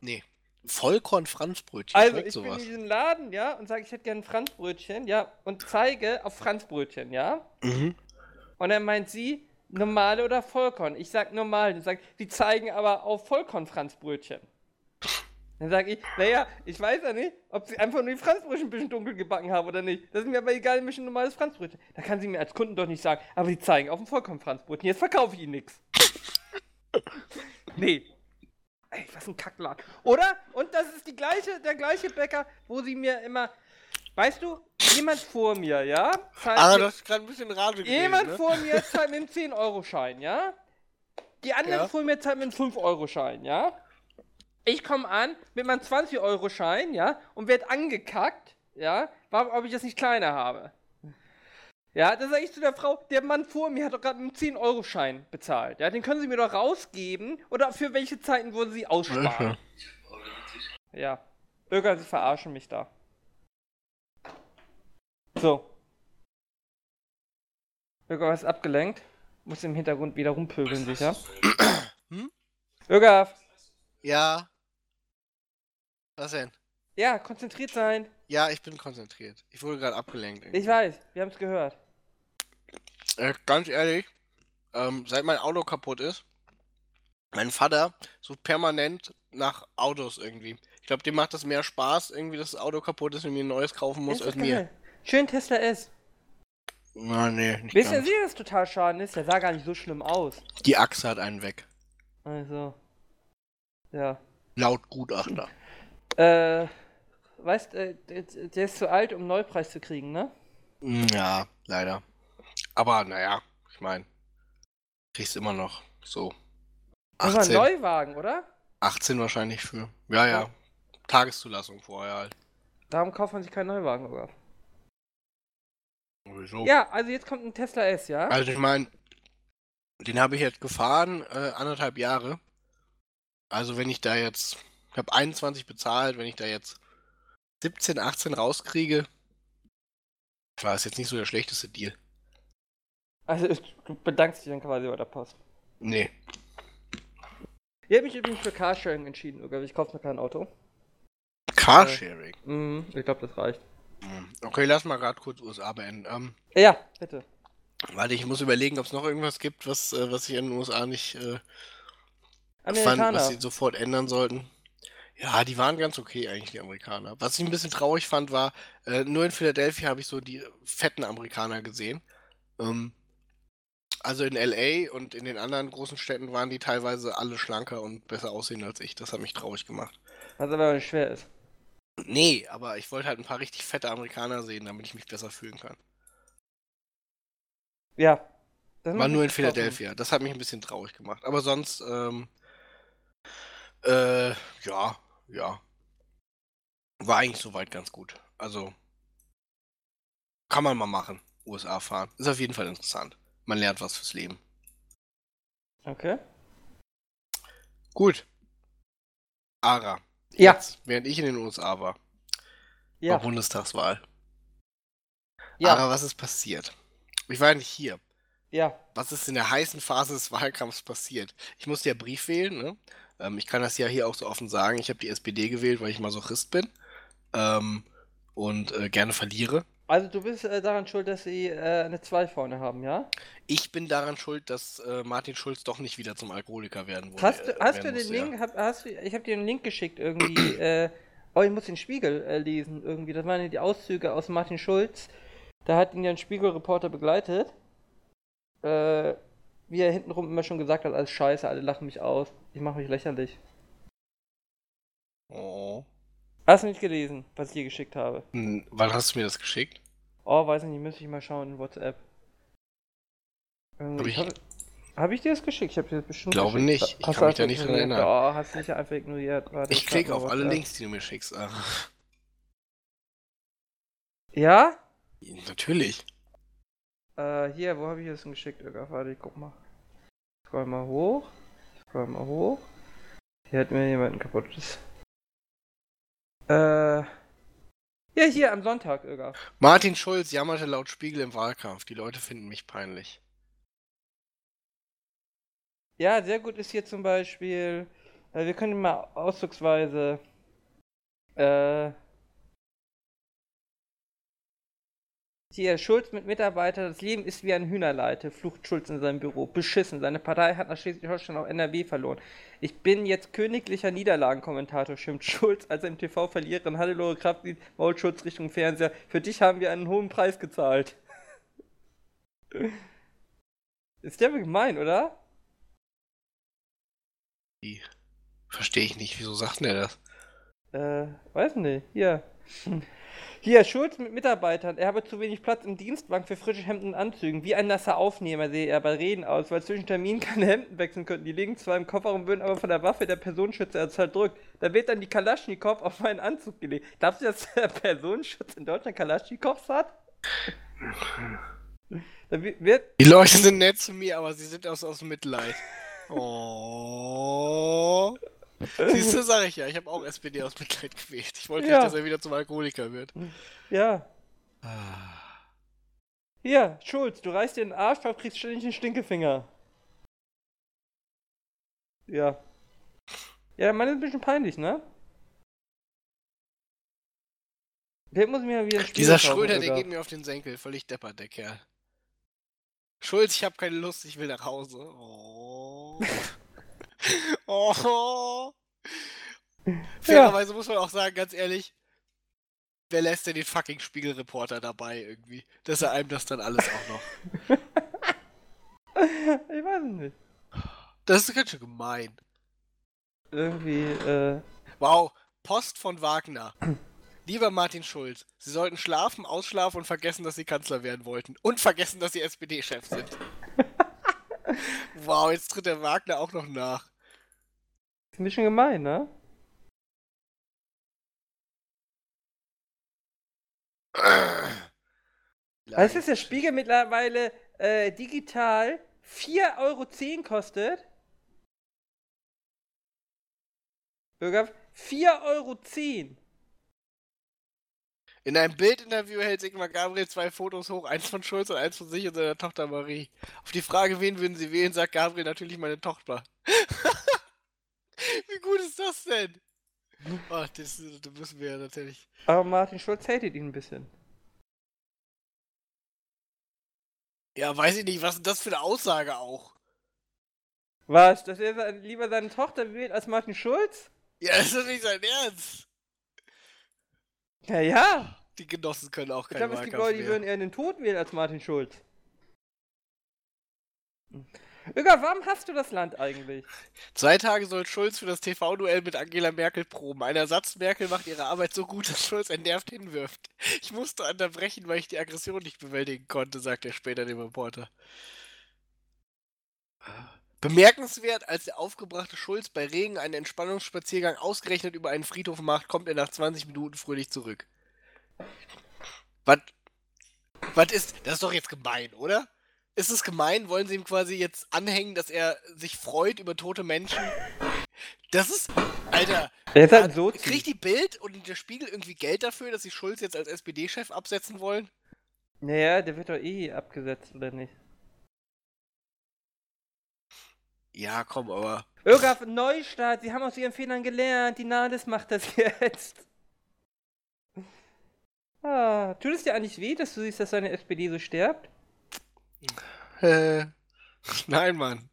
Nee. Vollkorn-Franzbrötchen,
Also,
schmeckt
ich bin in
sowas.
diesem Laden, ja, und sage, ich hätte gerne ein Franzbrötchen, ja, und zeige auf Franzbrötchen, ja.
Mhm.
Und dann meint sie, normale oder Vollkorn. Ich sag normal. Dann sagt, die zeigen aber auf Vollkorn-Franzbrötchen. Dann sag ich, naja, ich weiß ja nicht, ob sie einfach nur die Franzbrötchen ein bisschen dunkel gebacken haben oder nicht. Das ist mir aber egal, ich möchte ein normales Franzbrötchen. Da kann sie mir als Kunden doch nicht sagen, aber sie zeigen auf ein Vollkorn-Franzbrötchen. Jetzt verkaufe ich ihnen nichts. Nee. Ey, was ein Kackladen. Oder? Und das ist die gleiche, der gleiche Bäcker, wo sie mir immer, weißt du, jemand vor mir, ja? zeigt
Aber
mir-
Ah, das ist gerade ein bisschen Rage gewesen,
Jemand
ne?
vor mir zahlt mir einen 10-Euro-Schein, ja? Die anderen
Ja.
vor mir zahlen mir einen 5-Euro-Schein, ja? Ich komme an mit meinem 20-Euro-Schein, ja? Und werde angekackt, ja? Warum, ob ich das nicht kleiner habe. Ja, dann sage ich zu der Frau, der Mann vor mir hat doch gerade einen 10-Euro-Schein bezahlt. Ja, den können Sie mir doch rausgeben. Oder für welche Zeiten würden
Mhm.
Sie aussparen? Ja. Irgendwann, Sie verarschen mich da. So. Bürger ist abgelenkt. Muss im Hintergrund wieder rumpöbeln, sicher.
Hm?
Bürger,
Ja. Was denn?
ja, konzentriert sein.
Ja, ich bin konzentriert. Ich wurde gerade abgelenkt.
Ich weiß, wir haben es gehört.
Äh, ganz ehrlich, ähm, seit mein Auto kaputt ist, mein Vater sucht permanent nach Autos irgendwie. Ich glaube, dem macht das mehr Spaß, irgendwie, dass das Auto kaputt ist und mir ein neues kaufen muss,
Ist
als
das
mir.
geil? Schön Tesla S.
Na, nee, nicht
Wisst ihr,
ganz.
wie das total schaden ist? Der sah gar nicht so schlimm aus.
Die Achse hat einen weg.
Also. Ja.
Laut Gutachter.
Äh. Weißt äh, der- der ist zu alt, um einen Neupreis zu kriegen, ne?
Mm, Ja, leider. Aber naja, ich meine, kriegst immer noch so.
Das war ein
18,
Neuwagen, oder?
18 wahrscheinlich für. Ja, ja.
Ja.
Tageszulassung vorher halt.
Darum kauft man sich keinen Neuwagen, oder?
Sowieso.
Ja, also jetzt kommt ein Tesla S, ja?
Also ich meine, den habe ich jetzt gefahren, äh, anderthalb Jahre. Also wenn ich da jetzt, ich habe 21 bezahlt, wenn ich da jetzt 17, 18 rauskriege, war es jetzt nicht so der schlechteste Deal.
Also du bedankst dich dann quasi bei der Post.
Nee.
Ich habe mich übrigens für Carsharing entschieden, Uga. Ich kaufe mir kein Auto.
Carsharing.
Mhm, ich glaube, das reicht.
Hm. Okay, lass mal gerade kurz USA beenden. Ähm,
Ja, bitte.
warte, ich muss überlegen, ob es noch irgendwas gibt, was, äh, was ich in den USA nicht äh, fand,
Amerikaner.
was sie sofort ändern sollten. Ja, die waren ganz okay eigentlich, die Amerikaner. Was ich ein bisschen traurig fand, war, äh, nur in Philadelphia habe ich so die fetten Amerikaner gesehen. Ähm, also in LA und in den anderen großen Städten waren die teilweise alle schlanker und besser aussehen als ich. Das hat mich traurig gemacht.
Was aber nicht schwer ist.
Nee, aber ich wollte halt ein paar richtig fette Amerikaner sehen, damit ich mich besser fühlen kann.
Ja. Das
War
macht
nur in
nichts kaufen.
Philadelphia. Das hat mich ein bisschen traurig gemacht. Aber sonst, ähm, äh, ja, ja. War eigentlich soweit ganz gut. Also, kann man mal machen. USA fahren. Ist auf jeden Fall interessant. Man lernt was fürs Leben.
Okay.
Gut. Ara.
Ja.
Jetzt, während ich in den USA war, war
Ja.
Bundestagswahl.
Ja.
Ara, was ist passiert? Ich war ja nicht hier.
Ja.
was ist in der heißen Phase des Wahlkampfs passiert? Ich musste ja Brief wählen, ne? Ähm, ich kann das ja hier auch so offen sagen. Ich habe die SPD gewählt, weil ich Masochist bin ähm, und äh, gerne verliere.
Also du bist äh, daran schuld, dass sie äh, eine 2 vorne haben, ja?
Ich bin daran schuld, dass äh, Martin Schulz doch nicht wieder zum Alkoholiker werden wurde.
Hast du,
äh,
hast du
werden
den
musste, ja.
Link, hab, hast du, ich habe dir einen Link geschickt irgendwie, äh, oh, ich muss den Spiegel äh, lesen irgendwie, das waren ja die Auszüge aus Martin Schulz, da hat ihn ja ein Spiegelreporter begleitet, äh, wie er hintenrum immer schon gesagt hat, alles scheiße, alle lachen mich aus, ich mache mich lächerlich.
Oh.
Hast du nicht gelesen, was ich dir geschickt habe?
Hm, wann hast du mir das geschickt?
Oh, weiß ich nicht, müsste ich mal schauen in WhatsApp. Irgendwie,
Hab ich-
Habe hab ich dir das geschickt? Ich habe dir das bestimmt
Glaube
geschickt.
nicht. Ich
Hast
kann
du
mich da
einfach
nicht dran
ignoriert?
erinnern.
Oh, hast du sicher einfach ignoriert. Warte,
Ich
schau mal
klicke auf alle
WhatsApp.
Links, die du mir schickst. Ah, Ara.
Ja?
Natürlich.
Äh, hier, wo habe ich das denn geschickt, Irga? Warte, ich guck mal. Scroll mal hoch. Scroll mal hoch. Hier hat mir jemand ein kaputtes. Äh. Ja, hier, am Sonntag, Irga.
Martin Schulz jammerte laut Spiegel im Wahlkampf. Die Leute finden mich peinlich.
Ja, sehr gut ist hier zum Beispiel. Äh, wir können mal ausdrucksweise. Äh. Hier, Schulz mit Mitarbeiter. Das Leben ist wie ein Hühnerleite, flucht Schulz in seinem Büro. Beschissen. Seine Partei hat nach Schleswig-Holstein auch NRW verloren. Ich bin jetzt königlicher Niederlagenkommentator, schimpft Schulz, als er im TV verliert. Dann Hannelore Kraft sieht Maul Schulz Richtung Fernseher. Für dich haben wir einen hohen Preis gezahlt. Ist der gemein, oder?
Verstehe ich nicht. Wieso sagt denn er das?
Äh, weiß nicht. Hier. Hier, Schulz mit Mitarbeitern. Er habe zu wenig Platz im Dienstwagen für frische Hemden und Anzügen. Wie ein nasser Aufnehmer sehe er bei Reden aus, weil zwischen Terminen keine Hemden wechseln könnten. Die liegen zwar im Kofferraum, würden aber von der Waffe der Personenschützer erzeugt drückt. Da wird dann die Kalaschnikow auf meinen Anzug gelegt. Glaubst du, dass der Personenschutz in Deutschland Kalaschnikows hat? Da wi- wird,
Die Leute sind nett zu mir, aber sie sind aus, aus Mitleid. Oh. Siehst du, sag ich ja, ich habe auch SPD aus Mitleid gewählt. Ich wollte
Ja.
nicht, dass er wieder zum Alkoholiker wird.
ja.
Ah.
Hier, Schulz, du reißt dir den Arsch auf, kriegst ständig einen Stinkefinger. Ja. Ja, der Mann ist ein bisschen peinlich, ne? Der muss mir mal wieder ein Spiel
Dieser
kaufen,
Schröder, der
sogar.
geht mir auf den Senkel. Völlig deppert, der Kerl. Schulz, ich hab keine Lust, ich will nach Hause. Oh. oh. Fairerweise muss man auch sagen, ganz ehrlich, wer lässt denn den fucking Spiegelreporter dabei irgendwie, dass er einem das dann alles auch noch.
Ich weiß es nicht.
Das ist ganz schön gemein.
Irgendwie, äh.
Wow, Post von Wagner. Lieber Martin Schulz, Sie sollten schlafen, ausschlafen und vergessen, dass Sie Kanzler werden wollten. Und vergessen, dass Sie SPD-Chef sind. wow, jetzt tritt der Wagner auch noch nach.
Ist ein bisschen gemein, ne? Weißt du, dass Also, der Spiegel mittlerweile äh, digital 4,10 Euro kostet? Bürger, 4,10 Euro.
In einem Bildinterview hält Sigmar Gabriel zwei Fotos hoch, eins von Schulz und eins von sich und seiner Tochter Marie. Auf die Frage, wen würden Sie wählen, sagt Gabriel natürlich meine Tochter. Wie gut ist das denn? Ach, das, das müssen wir ja natürlich.
Aber Martin Schulz hatet ihn ein bisschen.
Ja, weiß ich nicht, was ist das für eine Aussage auch?
Was? Dass er se- lieber seine Tochter wählt als Martin Schulz?
Ja, das ist doch nicht sein Ernst.
Ja, ja.
Die Genossen können auch
Ich
keinen
glaube, es
Wahlkampf
gibt Leute, die
mehr.
würden eher den Tod wählen als Martin Schulz. Hm. Öger, warum hast du das Land eigentlich?
Zwei Tage soll Schulz für das TV-Duell mit Angela Merkel proben. Ein Ersatz Merkel macht ihre Arbeit so gut, dass Schulz entnervt hinwirft. Ich musste unterbrechen, weil ich die Aggression nicht bewältigen konnte, sagt er später dem Reporter. Bemerkenswert, als der aufgebrachte Schulz bei Regen einen Entspannungsspaziergang ausgerechnet über einen Friedhof macht, kommt er nach 20 Minuten fröhlich zurück. Was? Was ist. Das ist doch jetzt gemein, oder? Ist es gemein? Wollen sie ihm quasi jetzt anhängen, dass er sich freut über tote Menschen? Das ist. Alter,
Er ist halt ein Sozi.
kriegt die Bild und der Spiegel irgendwie Geld dafür, dass sie Schulz jetzt als SPD-Chef absetzen wollen?
Naja, der wird doch eh abgesetzt, oder nicht?
Ja, komm, aber.
Irgaf Neustart, sie haben aus ihren Fehlern gelernt. Die Nades macht das jetzt. Ah, tut es dir eigentlich weh, dass du siehst, dass deine SPD so stirbt?
Äh, nein, Mann.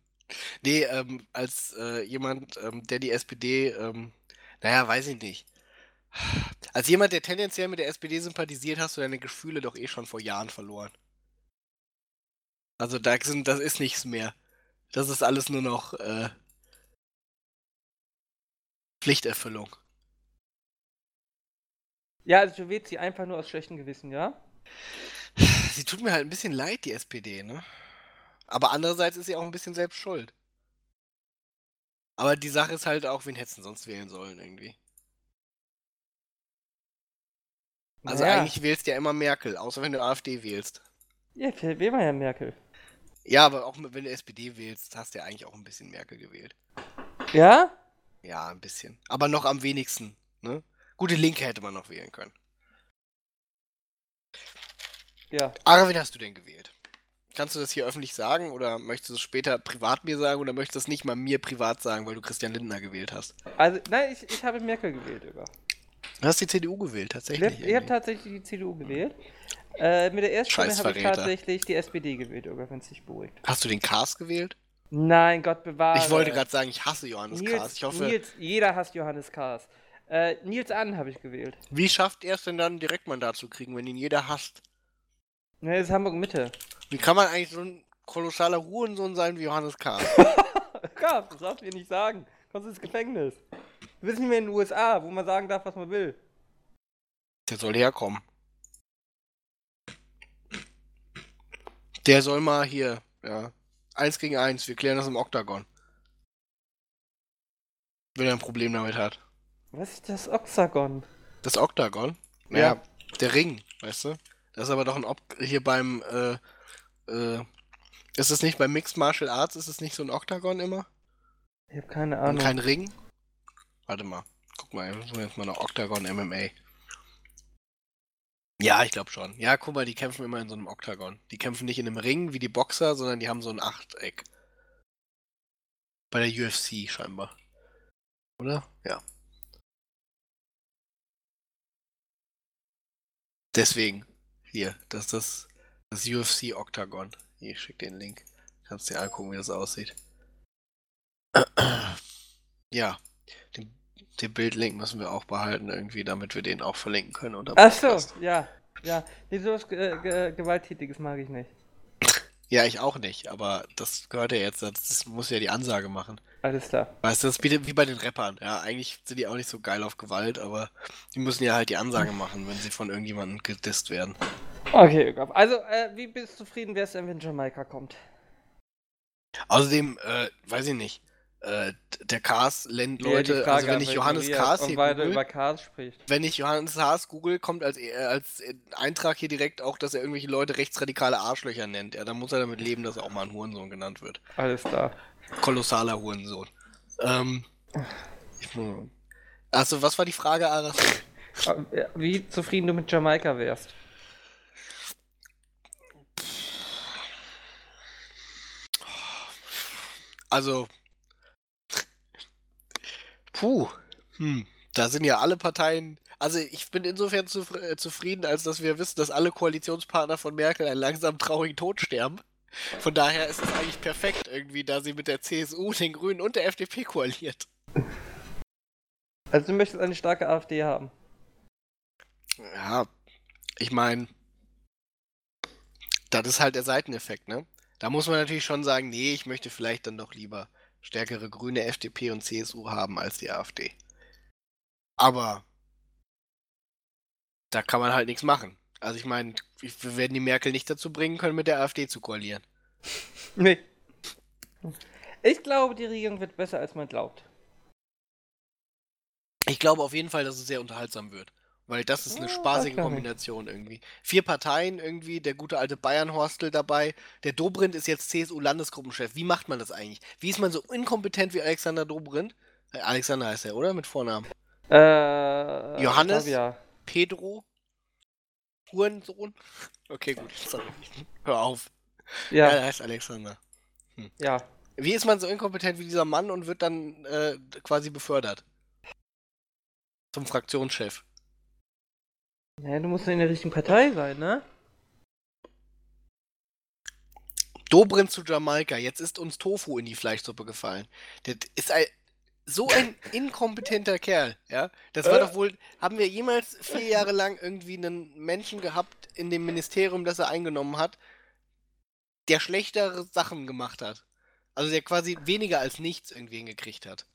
Nee, ähm, als äh, jemand, ähm, der die SPD, ähm, naja, weiß ich nicht. Als jemand, der tendenziell mit der SPD sympathisiert, hast du deine Gefühle doch eh schon vor Jahren verloren. Also da sind, das ist nichts mehr. Das ist alles nur noch äh, Pflichterfüllung.
Ja, also du wählst sie einfach nur aus schlechtem Gewissen, ja?
Sie tut mir halt ein bisschen leid, die SPD, ne? Aber andererseits ist sie auch ein bisschen selbst schuld. Aber die Sache ist halt auch, wen hätten sie sonst wählen sollen, irgendwie. Also
Naja.
eigentlich wählst du ja immer Merkel, außer wenn du AfD wählst.
Ja, vielleicht wählen wir ja Merkel.
Ja, aber auch wenn du SPD wählst, hast du ja eigentlich auch ein bisschen Merkel gewählt.
Ja?
Ja, ein bisschen. Aber noch am wenigsten, ne? Gute Linke hätte man noch wählen können.
Ja.
Aber wen hast du denn gewählt? Kannst du das hier öffentlich sagen oder möchtest du es später privat mir sagen oder möchtest du es nicht mal mir privat sagen, weil du Christian Lindner gewählt hast?
Also, nein, ich, ich habe Merkel gewählt, Irga.
Du hast die CDU gewählt,
Ich,
tatsächlich.
hab- ich habe
irgendwie.
tatsächlich die CDU gewählt. Äh, mit der ersten
Scheiß
habe ich
Verräter.
tatsächlich die SPD gewählt, Irga, wenn es dich beruhigt.
Hast du den Kars gewählt?
Nein, Gott bewahre.
Ich wollte gerade sagen, ich hasse Johannes
Nils,
Kars. Ich hoffe,
Nils, jeder hasst Johannes Kahrs. Äh, Nils An habe ich gewählt.
wie schafft er es denn dann, ein Direktmandat zu kriegen, wenn ihn jeder hasst?
Ne, das ist Hamburg Mitte.
Wie kann man eigentlich so ein kolossaler Hurensohn sein wie Johannes Kars?
Ja, das darfst du dir nicht sagen. Kommst ins Gefängnis. Du bist nicht mehr in den USA, wo man sagen darf, was man will.
Der soll herkommen. Der soll mal hier, ja. Eins gegen eins, wir klären das im Oktagon. Wenn er ein Problem damit hat.
Was ist das Oxagon?
Das Oktagon? Ja.
Ja.
der Ring, weißt du? Das ist aber doch ein Ob hier beim, äh, äh, ist es nicht beim Mixed Martial Arts, ist es nicht so ein Oktagon immer?
Ich habe keine
Und
Ahnung.
kein Ring? Warte mal, guck mal, wir suchen jetzt mal nach Oktagon MMA. Ja, ich glaube schon. Ja, guck mal, die kämpfen immer in so einem Oktagon. Die kämpfen nicht in einem Ring wie die Boxer, sondern die haben so ein Achteck. Bei der UFC scheinbar. Oder? Ja. Deswegen, hier, das ist das, das UFC Oktagon. Hier, ich schick den Link. Kannst dir angucken, wie das aussieht. Ja, den, den Bildlink müssen wir auch behalten irgendwie, damit wir den auch verlinken können. unter
Ach so,
Podcast.
ja. Ja, nee, sowas äh, ge Gewalttätiges mag ich nicht.
Ja, ich auch nicht, aber das gehört ja jetzt, das, das muss ja die Ansage machen.
Alles klar.
Weißt du, das bietet wie bei den Rappern. Ja, eigentlich sind die auch nicht so geil auf Gewalt, aber die müssen ja halt die Ansage machen, wenn sie von irgendjemandem gedisst werden.
Okay, Jakob. also äh, wie bist du zufrieden, wer es denn, wenn Jamaika kommt?
Außerdem, äh, weiß ich nicht, äh, d- der Kars lennt
Ja, die
Leute,
Frage
also wenn
an
ich
welchen
Johannes
Elias
Kars
und
hier
weiter über
google,
Kars spricht.
wenn ich Johannes Haas google, kommt als, äh, als äh, Eintrag hier direkt auch, dass er irgendwelche Leute rechtsradikale Arschlöcher nennt. Ja, dann muss er damit leben, dass er auch mal ein Hurensohn genannt wird.
Alles klar.
kolossaler Hurensohn. Ähm, ich muss. Also, was war die Frage, Aras?
Äh, Wie zufrieden du mit Jamaika wärst?
Also, puh, hm, da sind ja alle Parteien. Also, ich bin insofern zuf äh, zufrieden, als dass wir wissen, dass alle Koalitionspartner von Merkel einen langsam traurigen Tod sterben. Von daher ist es eigentlich perfekt irgendwie, da sie mit der CSU, den Grünen und der FDP koaliert.
Also du möchtest eine starke AfD haben.
Ja, ich meine, das ist halt der Seiteneffekt, ne? Da muss man natürlich schon sagen, nee, ich möchte vielleicht dann doch lieber stärkere Grüne, FDP und CSU haben als die AfD. Aber da kann man halt nichts machen. Also ich meine, ich- wir werden die Merkel nicht dazu bringen können, mit der AfD zu koalieren.
Nee. Ich glaube, die Regierung wird besser, als man glaubt.
Ich glaube auf jeden Fall, dass es sehr unterhaltsam wird. Weil das ist eine
Ja, weiß
spaßige
gar nicht.
Kombination irgendwie. Vier Parteien irgendwie, der gute alte Bayernhorstel dabei. Der Dobrindt ist jetzt CSU-Landesgruppenchef. Wie macht man das eigentlich? Wie ist man so inkompetent wie Alexander Dobrindt? Äh, Alexander heißt er, oder? Mit Vornamen.
Äh,
Johannes?
ich glaub,
Pedro? Hurensohn? Okay, gut. sorry. Hör auf. Ja.
Ja, ja,
er heißt Alexander.
ja.
Wie ist man so inkompetent wie dieser Mann und wird dann äh, quasi befördert? Zum Fraktionschef.
Ja, du musst in der richtigen Partei sein, ne?
Dobrindt zu Jamaika, jetzt ist uns Tofu in die Fleischsuppe gefallen. Das ist ein, so ein inkompetenter Kerl, ja. Das
Äh?
war doch wohl, haben wir jemals vier Jahre lang irgendwie einen Menschen gehabt in dem Ministerium, das er eingenommen hat, der schlechtere Sachen gemacht hat. Also der quasi weniger als nichts irgendwie hingekriegt hat.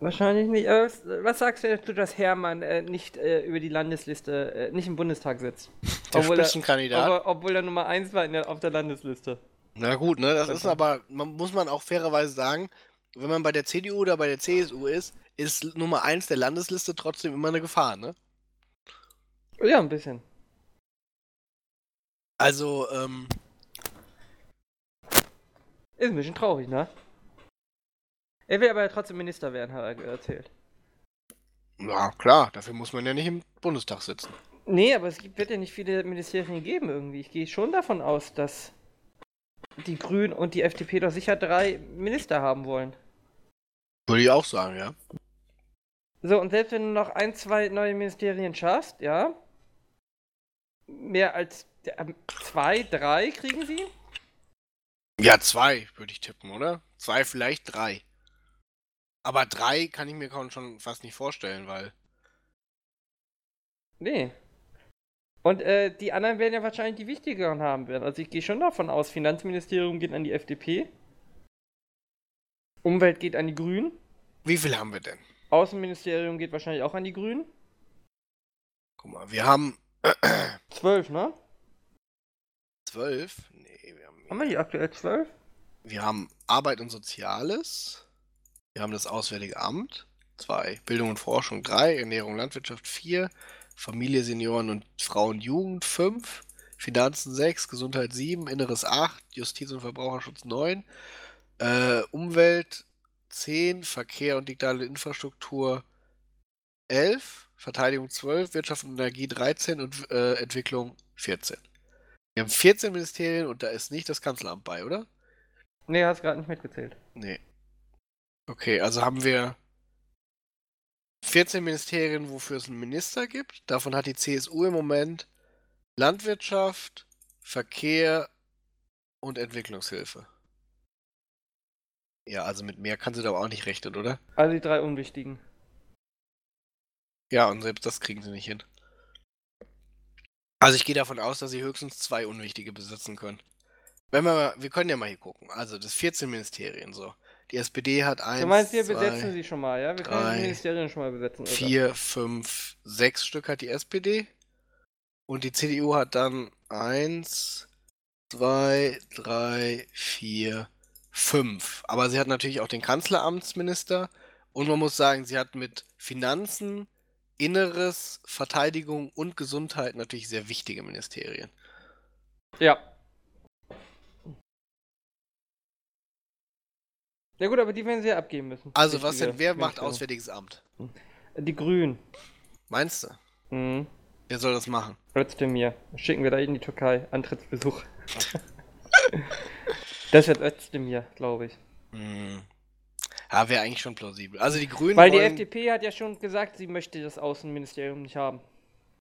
Wahrscheinlich nicht. Aber was, was sagst du dazu, dass Hermann äh, nicht äh, über die Landesliste, äh, nicht im Bundestag sitzt?
Der
Obwohl er-
Spitzenkandidat.
Obwohl, obwohl er Nummer 1 war in der, auf der Landesliste.
Na gut, ne, das
Das
ist
war-
aber, man, muss man auch fairerweise sagen, wenn man bei der CDU oder bei der CSU ist, ist Nummer eins der Landesliste trotzdem immer eine Gefahr, ne?
Ja, ein bisschen.
Also, ähm,
Ist ein bisschen traurig, ne? Er will aber trotzdem Minister werden, hat er ge- erzählt.
Ja, klar, dafür muss man ja nicht im Bundestag sitzen.
Nee, aber es gibt, wird ja nicht viele Ministerien geben irgendwie. Ich gehe schon davon aus, dass die Grünen und die FDP doch sicher drei Minister haben wollen.
Würde ich auch sagen, ja.
So, und selbst wenn du noch ein, zwei neue Ministerien schaffst, ja, mehr als ähm, zwei, drei kriegen sie.
Ja, zwei würde ich tippen, oder? Zwei, vielleicht drei. Aber drei kann ich mir kaum schon fast nicht vorstellen, weil.
Nee. Und äh, die anderen werden ja wahrscheinlich die wichtigeren haben werden. Also ich gehe schon davon aus, Finanzministerium geht an die FDP. Umwelt geht an die Grünen.
Wie viel haben wir denn?
Außenministerium geht wahrscheinlich auch an die Grünen.
Guck mal, wir haben
Zwölf, ne?
zwölf. Nee, wir haben.
Haben wir die aktuell zwölf?
Wir haben Arbeit und Soziales. Wir haben das Auswärtige Amt. Zwei. Bildung und Forschung. Drei. Ernährung und Landwirtschaft. Vier. Familie, Senioren und Frauen, Jugend. Fünf. Finanzen. Sechs. Gesundheit. Sieben. Inneres. Acht. Justiz und Verbraucherschutz. Neun. Äh, Umwelt. Zehn. Verkehr und digitale Infrastruktur. 11, Verteidigung 12, Wirtschaft und Energie 13 und äh, Entwicklung 14. Wir haben 14 Ministerien und da ist nicht das Kanzleramt bei, oder?
Nee, hast gerade nicht mitgezählt.
Nee. Okay, also haben wir 14 Ministerien, wofür es einen Minister gibt. Davon hat die CSU im Moment Landwirtschaft, Verkehr und Entwicklungshilfe. Ja, also mit mehr kann sie da aber auch nicht rechnen, oder?
Also die drei unwichtigen.
Ja, und selbst das kriegen sie nicht hin. Also ich gehe davon aus, dass sie höchstens zwei unwichtige besitzen können. Wenn wir, mal- wir können ja mal hier gucken. Also das 14 Ministerien so. Die SPD hat eins,
Du meinst, wir besetzen
zwei,
sie schon mal, ja? Wir können
drei,
die Ministerien schon mal besetzen. Alter.
vier, fünf, sechs Stück hat die SPD. Und die CDU hat dann eins, zwei, drei, vier, fünf. Aber sie hat natürlich auch den Kanzleramtsminister. Und man muss sagen, sie hat mit Finanzen, Inneres, Verteidigung und Gesundheit natürlich sehr wichtige Ministerien.
Ja. Ja gut, aber die werden sie ja abgeben müssen.
Also was denn, wer macht
auswärts?
Auswärtiges Amt?
Die Grünen.
Meinst du?
Mhm.
Wer soll das machen?
Özdemir. Schicken wir da in die Türkei. Antrittsbesuch. das wird Özdemir, glaube ich.
Hm. Ja, wäre eigentlich schon plausibel. Also die Grünen
Weil die
wollen...
FDP hat ja schon gesagt, sie möchte das Außenministerium nicht haben.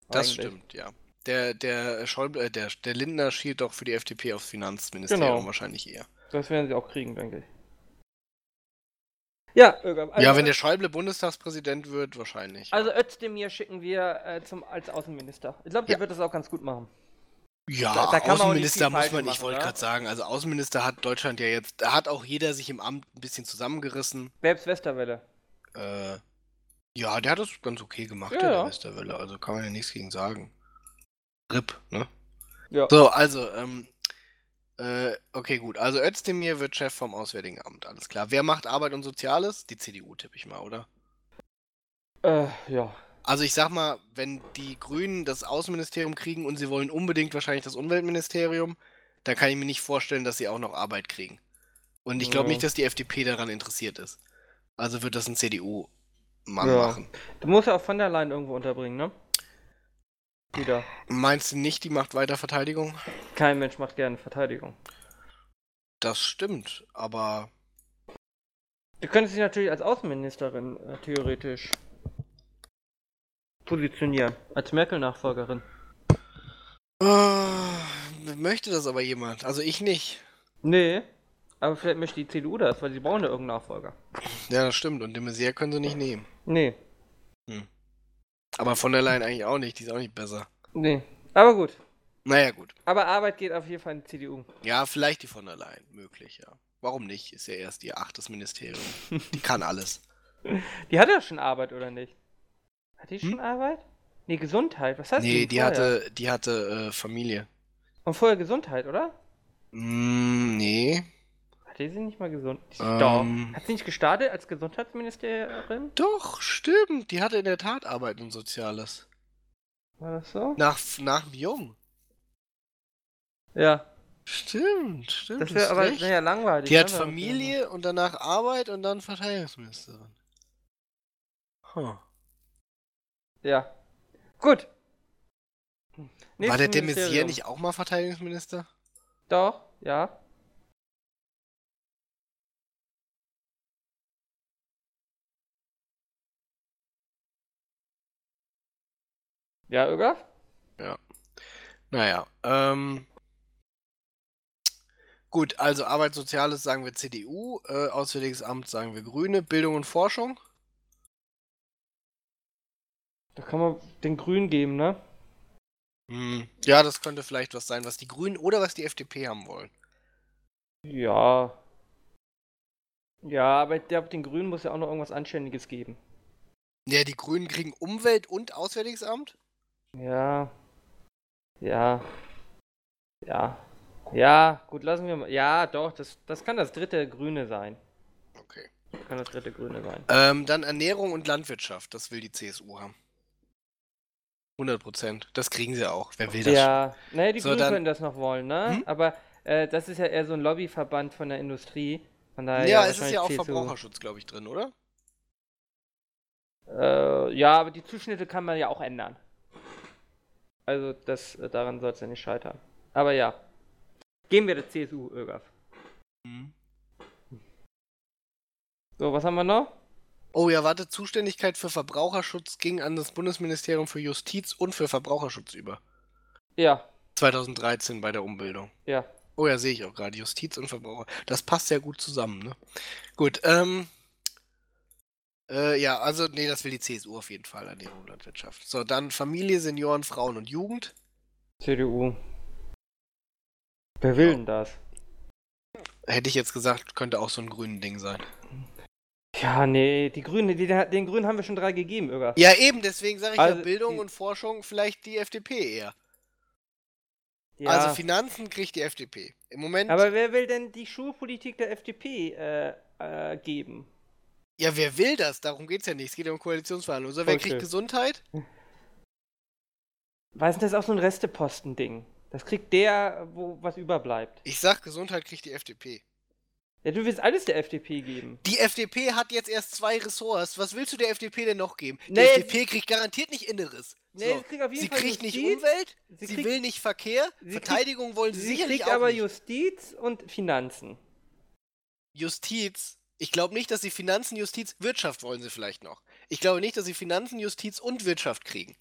Das
Eigentlich.
stimmt, ja. Der, der Schäuble, äh, der, der Lindner schielt doch für die FDP aufs Finanzministerium
Genau.
wahrscheinlich eher.
Das werden sie auch kriegen, denke ich. Ja, Öger, also,
ja, wenn der Schäuble Bundestagspräsident wird, wahrscheinlich.
also Özdemir schicken wir äh, zum, als Außenminister. Ich glaube, der
Ja.
wird das auch ganz gut machen.
ja,
da- da kann man auch nicht
Außenminister
viel
muss
falsch
man, ich
machen, ne?
wollte
oder?
gerade sagen, also Außenminister hat Deutschland ja jetzt, da hat auch jeder sich im Amt ein bisschen zusammengerissen.
Selbst Westerwelle.
Äh, ja, der hat das ganz okay gemacht,
Ja,
ja, der
ja.
Westerwelle, also kann man ja nichts gegen sagen. RIP, ne?
Ja.
So, also, ähm, äh, okay, gut. Also Özdemir wird Chef vom Auswärtigen Amt, alles klar. Wer macht Arbeit und Soziales? Die CDU, tippe ich mal, oder?
Äh, ja.
Also ich sag mal, wenn die Grünen das Außenministerium kriegen und sie wollen unbedingt wahrscheinlich das Umweltministerium, dann kann ich mir nicht vorstellen, dass sie auch noch Arbeit kriegen. Und ich glaube
Ja.
nicht, dass die FDP daran interessiert ist. Also wird das ein CDU-Mann
Ja.
machen.
Du musst ja auch Van der Leyen irgendwo unterbringen, ne? Wieder.
Meinst du nicht, die macht weiter Verteidigung?
Kein Mensch macht gerne Verteidigung.
Das stimmt, aber
Du könntest dich natürlich als Außenministerin äh, theoretisch positionieren. Als Merkel-Nachfolgerin.
Ah, möchte das aber jemand? Also ich nicht.
Nee. Aber vielleicht möchte die CDU das, weil sie brauchen ja irgendeinen Nachfolger.
Ja, das stimmt. Und de Maizière können sie nicht nehmen.
Nee.
Aber von der Leyen eigentlich auch nicht. Die ist auch nicht besser.
Nee. Aber gut.
Naja, gut.
Aber Arbeit geht auf jeden Fall in die CDU.
Ja, vielleicht die von der Leyen. Möglich, ja. Warum nicht? Ist ja erst ihr achtes Ministerium. Die kann alles.
Die hatte ja schon Arbeit, oder nicht? Hat die
Hm?
schon Arbeit? Nee, Gesundheit. Was heißt
Nee,
denn
die
vorher?
hatte, die hatte äh, Familie.
Und vorher Gesundheit, oder?
Mm, nee.
Hatte sie nicht mal gesund?
Ähm.
Doch. Hat sie nicht gestartet als Gesundheitsministerin?
Doch, stimmt. Die hatte in der Tat Arbeit und Soziales.
War das so?
Nach, nach dem Jung.
Ja.
Stimmt, stimmt.
Das
du
wäre
hast
aber
recht.
wär ja langweilig.
Die hat
ne?
Familie und danach Arbeit und dann Verteidigungsministerin. Huh.
Ja. Gut.
War
Nächstes
der de Maizière
Ministerium.
nicht auch mal Verteidigungsminister?
Doch, ja. Ja, Ögaf?
Naja, ähm. Gut, also Arbeit, Soziales sagen wir CDU, äh, Auswärtiges Amt sagen wir Grüne, Bildung und Forschung.
Da kann man den Grün geben, ne?
Hm. Ja, das könnte vielleicht was sein, was die Grünen oder was die FDP haben wollen.
Ja. Ja, aber der, den Grünen muss ja auch noch irgendwas Anständiges geben.
Ja, die Grünen kriegen Umwelt und Auswärtiges Amt?
Ja. Ja. Ja. Ja, gut, lassen wir mal. Ja, doch, das, das kann das dritte Grüne sein.
Okay.
Das kann das dritte Grüne sein.
Ähm, dann Ernährung und Landwirtschaft, das will die CSU haben. 100 Prozent. Das kriegen sie auch. Wer will das? schon?
Ja, naja, die
So,
Grünen
dann-
können das noch wollen, ne?
Hm?
Aber äh, das ist ja eher so ein Lobbyverband von der Industrie. Von daher
ja, es ist ja auch
wahrscheinlich CSU.
Verbraucherschutz, glaube ich, drin, oder?
Äh, ja, aber die Zuschnitte kann man ja auch ändern. Also das, äh, daran soll es ja nicht scheitern. Aber ja. Gehen wir der CSU, Ögaf. So, was haben wir noch?
Oh ja, warte, Zuständigkeit für Verbraucherschutz ging an das Bundesministerium für Justiz und für Verbraucherschutz über.
Ja,
2013 bei der Umbildung.
ja.
Oh ja, sehe ich auch gerade. Justiz und Verbraucher. Das passt ja gut zusammen, ne? Gut, ähm. Äh, ja, also, nee, das will die CSU auf jeden Fall, Ernährung und Landwirtschaft. So, dann Familie, Senioren, Frauen und Jugend.
CDU. Wer will denn das?
Hätte ich jetzt gesagt, könnte auch so ein grünes Ding sein.
Ja, nee, die Grünen, die, den Grünen haben wir schon drei gegeben, Ögaf.
Ja, eben, deswegen sage ich
Also,
ja Bildung
die-
und Forschung vielleicht die FDP eher.
Ja.
Also Finanzen kriegt die FDP. Im Moment,
Aber wer will denn die Schulpolitik der FDP äh, äh, geben?
ja, wer will das? Darum geht's ja nicht. Es geht ja um Koalitionsverhandlungen. So, wer
Okay.
kriegt Gesundheit?
Weiß nicht, das ist auch so ein Resteposten-Ding. Das kriegt der, wo was überbleibt.
Ich sag, Gesundheit kriegt die FDP.
Ja, du willst alles der FDP geben.
Die FDP hat jetzt erst zwei Ressorts. Was willst du der FDP denn noch geben? Die
Nee,
FDP kriegt garantiert nicht Inneres.
Nee,
so.
sie kriegt auf jeden
Sie
Fall
kriegt nicht
Justiz,
Umwelt,
sie
sie,
kriegt-
will nicht Verkehr,
kriegt-
Verteidigung wollen sie,
Sie
sicherlich
kriegt
auch
aber
nicht.
Justiz und Finanzen.
Justiz. Ich glaube nicht, dass sie Finanzen, Justiz, Wirtschaft wollen sie vielleicht noch. Ich glaube nicht, dass sie Finanzen, Justiz und Wirtschaft kriegen.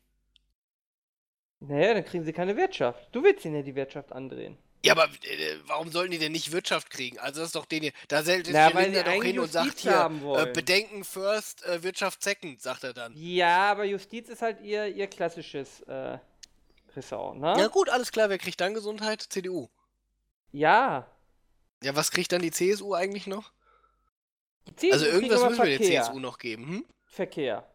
Naja, dann kriegen sie keine Wirtschaft. Du willst ihnen ja die Wirtschaft andrehen.
Ja, aber äh, warum sollten die denn nicht Wirtschaft kriegen? Also das ist doch den hier. Da setzt
Na,
sich
weil sie
Lindner doch
eigentlich
hin und sagt
Justiz
hier,
haben
äh,
wollen.
Bedenken first, äh, Wirtschaft second, sagt er dann.
Ja, aber Justiz ist halt ihr, ihr klassisches äh, Ressort, ne?
Na gut, alles klar, wer kriegt dann Gesundheit? CDU.
Ja.
Ja, was kriegt dann die CSU eigentlich noch?
Die CSU
Also
kriegt
irgendwas
aber
müssen wir der
Verkehr.
CSU noch geben. Hm?
Verkehr.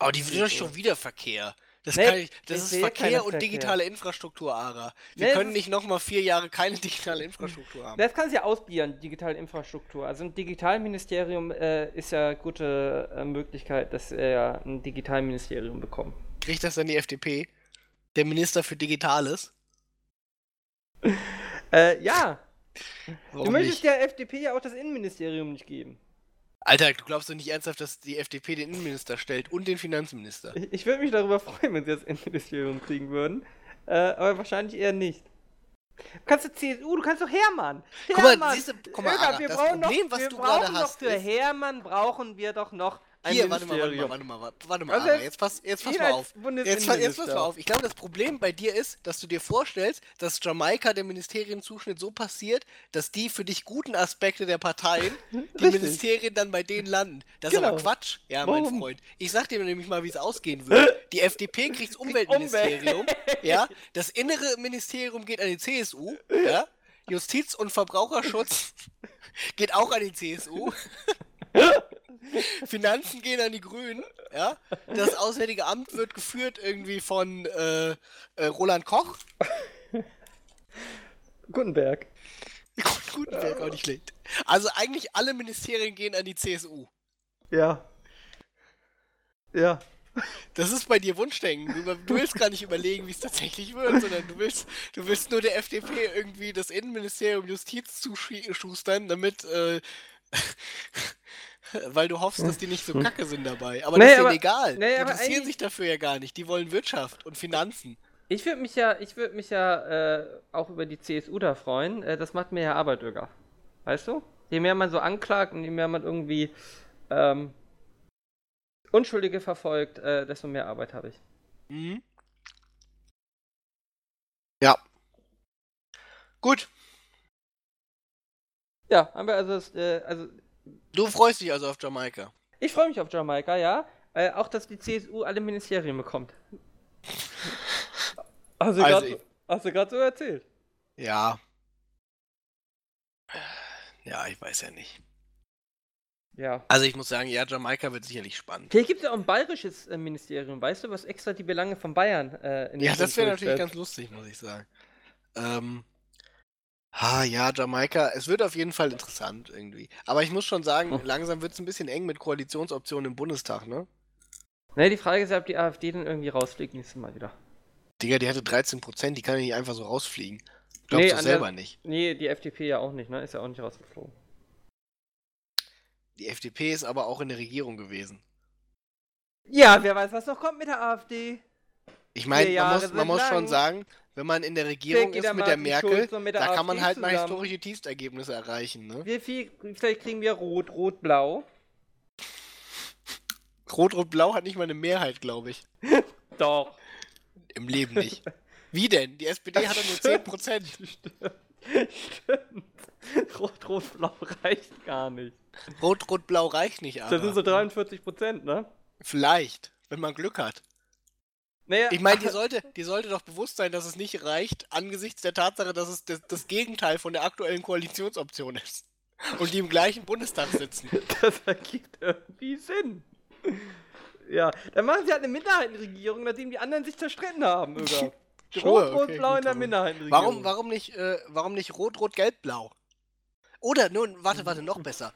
Aber die will doch
CSU.
schon wieder Verkehr. Das,
Nee,
kann ich, das
ich
ist
will
Verkehr
keinen
und
Verkehr.
digitale Infrastruktur, Ara. Wir
Nee,
können
das-
nicht nochmal vier Jahre keine digitale Infrastruktur haben.
Das kannst du ja ausbieren, digitale Infrastruktur. Also ein Digitalministerium äh, ist ja gute äh, Möglichkeit, dass wir ja ein Digitalministerium bekommen.
Kriegt das dann die FDP? Der Minister für Digitales?
Äh, ja.
Warum
du
nicht?
möchtest der FDP ja auch das Innenministerium nicht geben.
Alter, du glaubst doch nicht ernsthaft, dass die FDP den Innenminister stellt und den Finanzminister.
Ich, ich würde mich darüber freuen, wenn sie das Innenministerium kriegen würden. Äh, aber wahrscheinlich eher nicht. Kannst du CSU, du kannst doch Hermann.
Guck mal,
Hermann.
siehst du- guck mal,
Irga,
Ara,
wir
das
brauchen
Problem,
noch,
was
wir
du gerade
brauchen noch
hast,
für
ist-
Hermann brauchen wir doch noch ein
Hier, warte mal, warte mal,
Ministerium.
warte mal, warte warte mal,
Also
Ara,
jetzt-
jetzt pass, jetzt pass
ihn
mal
als
auf. Jetzt, fa- jetzt pass mal
Bundesinnenminister.
auf. Ich glaube, das Problem bei dir ist, dass du dir vorstellst, dass Jamaika der Ministerienzuschnitt so passiert, dass die für dich guten Aspekte der Parteien, die
Richtig.
Ministerien dann bei denen landen. Das ist aber
Genau.
Quatsch, ja,
Warum?
mein Freund. Ich sag dir nämlich mal, wie es ausgehen wird. Die FDP kriegt Umweltministerium, ja, das innere Ministerium geht an die CSU, ja, Justiz und Verbraucherschutz geht auch an die CSU. Finanzen gehen an die Grünen, ja. Das Auswärtige Amt wird geführt irgendwie von äh, äh, Roland Koch.
Gutenberg.
Gutenberg, auch nicht schlecht. Also eigentlich alle Ministerien gehen an die CSU.
Ja. Ja.
Das ist bei dir Wunschdenken. Du, du willst gar nicht überlegen, wie es tatsächlich wird, sondern du willst, du willst nur der FDP irgendwie das Innenministerium Justiz zuschustern, damit, äh, weil du hoffst, dass die nicht so kacke sind dabei. Aber
Nee,
das ist
aber-
denen egal.
nee,
die
aber
interessieren
eigentlich-
sich dafür ja gar nicht. Die wollen Wirtschaft und Finanzen.
Ich würde mich ja, ich würde mich ja äh, auch über die CSU da freuen. Äh, das macht mir ja Arbeit, Öger. Weißt du? Je mehr man so anklagt und je mehr man irgendwie ähm, Unschuldige verfolgt, äh, desto mehr Arbeit habe ich.
Mhm. Ja. Gut.
Ja, haben wir also, das, äh, also
Du freust dich also auf Jamaika.
ich freue mich auf Jamaika, ja. Äh, auch, dass die CSU alle Ministerien bekommt. Hast du
Also
gerade
ich-
hast du grad so erzählt?
Ja. Ja, ich weiß ja nicht.
Ja.
Also ich muss sagen, ja, Jamaika wird sicherlich spannend.
Vielleicht gibt es ja auch ein bayerisches äh, Ministerium, weißt du, was extra die Belange von Bayern äh, in den
Ja, das wäre
Bund
natürlich
durchsetzt.
ganz lustig, muss ich sagen. Ähm. Ah, ja, Jamaika. Es wird auf jeden Fall interessant irgendwie. Aber ich muss schon
Oh.
sagen, langsam wird es ein bisschen eng mit Koalitionsoptionen im Bundestag, ne?
Ne, die Frage ist ja, ob die AfD dann irgendwie rausfliegt nächstes Mal wieder.
Digga, die hatte 13 Prozent, die kann ja nicht einfach so rausfliegen. Glaubst
Nee,
du
anders-
selber nicht.
Nee, die FDP ja auch nicht, ne? Ist ja auch nicht rausgeflogen.
Die FDP ist aber auch in der Regierung gewesen.
Ja, wer weiß, was noch kommt mit der AfD.
Ich meine,
Vier Jahre
man muss, man
sind
muss schon
lang.
sagen, wenn man in der Regierung
Denke,
ist
der
mit der
Martin
Merkel,
Schulz und mit der
da kann man
AfD
halt mal
zusammen.
historische Tiefstergebnisse erreichen. Ne?
Wie viel, vielleicht kriegen wir Rot, Rot, Blau.
Rot-Rot-Blau hat nicht mal eine Mehrheit, glaube ich.
Doch.
Im Leben nicht. Wie denn? Die SPD hat doch nur 10%.
Stimmt. Rot, Rot, Blau reicht gar nicht.
Rot-Rot-Blau reicht nicht, aber
Das sind so 43 Prozent, ne?
vielleicht, wenn man Glück hat.
Naja,
Ich meine, die sollte, die sollte doch bewusst sein, dass es nicht reicht, angesichts der Tatsache, dass es das, das Gegenteil von der aktuellen Koalitionsoption ist. Und die im gleichen Bundestag sitzen.
das ergibt irgendwie Sinn. Ja, dann machen sie halt eine Minderheitenregierung, nachdem die anderen sich zerstritten haben, oder?
Sure,
Rot, Rot,
okay,
Blau
gut,
in der
aber-
Minderheitenregierung.
Warum, warum nicht, äh, warum nicht rot, rot, gelb, blau? Oder, nun, warte, warte, noch besser.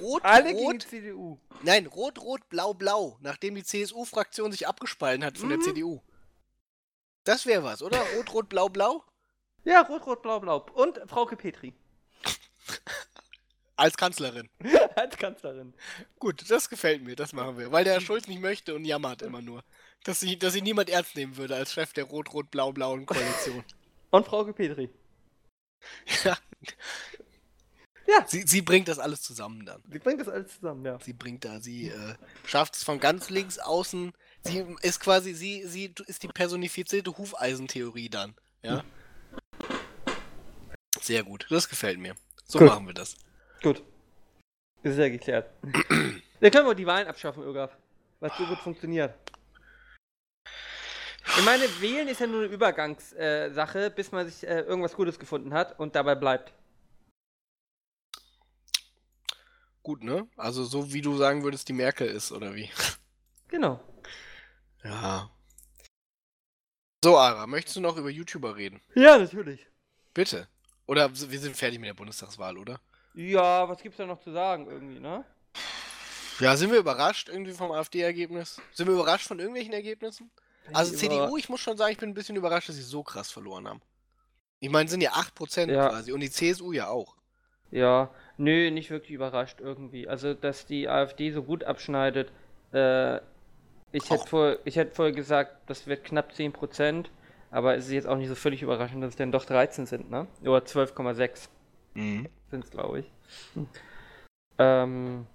Rot,
Alle gegen
rot,
die CDU.
nein, rot, rot, blau, blau, nachdem die CSU-Fraktion sich abgespalten hat von der
Mhm.
CDU. Das wäre was, oder? Rot, rot, blau, blau?
Ja, Rot, Rot, Blau, Blau. Und Frauke Petri
Als Kanzlerin.
als Kanzlerin.
Gut, das gefällt mir, das machen wir. Weil der Herr Schulz nicht möchte und jammert immer nur. Dass sie, dass sie niemand ernst nehmen würde als Chef der rot-rot-blau-blauen Koalition.
Und Frauke Petri.
ja.
Ja.
Sie, sie bringt das alles zusammen dann.
Sie bringt das alles zusammen, ja.
Sie bringt da, sie äh, schafft es von ganz links außen. Sie ist quasi, sie, sie ist die personifizierte Hufeisentheorie dann. Ja. Sehr gut, das gefällt mir. So
Gut.
machen wir das.
Gut. Ist ja geklärt. Dann können wir auch die Wahlen abschaffen, Irgaf. Was so gut funktioniert. Ich meine, wählen ist ja nur eine Übergangssache, äh, Sache, bis man sich äh, irgendwas Gutes gefunden hat und dabei bleibt.
Gut, ne? Also so wie du sagen würdest, die Merkel ist, oder wie?
Genau.
Ja. So, Ara, möchtest du noch über YouTuber reden?
Ja, natürlich.
Bitte. Oder wir sind fertig mit der Bundestagswahl, oder?
Ja, was gibt's da noch zu sagen irgendwie, ne?
Ja, sind wir überrascht irgendwie vom AfD-Ergebnis? Sind wir überrascht von irgendwelchen Ergebnissen? Also CDU, ich muss schon sagen, ich bin ein bisschen überrascht, dass sie so krass verloren haben. Ich meine, sind ja 8%
Ja.
quasi und die CSU ja auch.
Ja, nö, nicht wirklich überrascht irgendwie. Also, dass die AfD so gut abschneidet, äh, ich hätte
Auch-
vorher ich hätt vorher gesagt, das wird knapp 10%, aber es ist jetzt auch nicht so völlig überraschend, dass es dann doch 13 sind, ne? Oder 12,6 sind es, glaube ich. Ähm,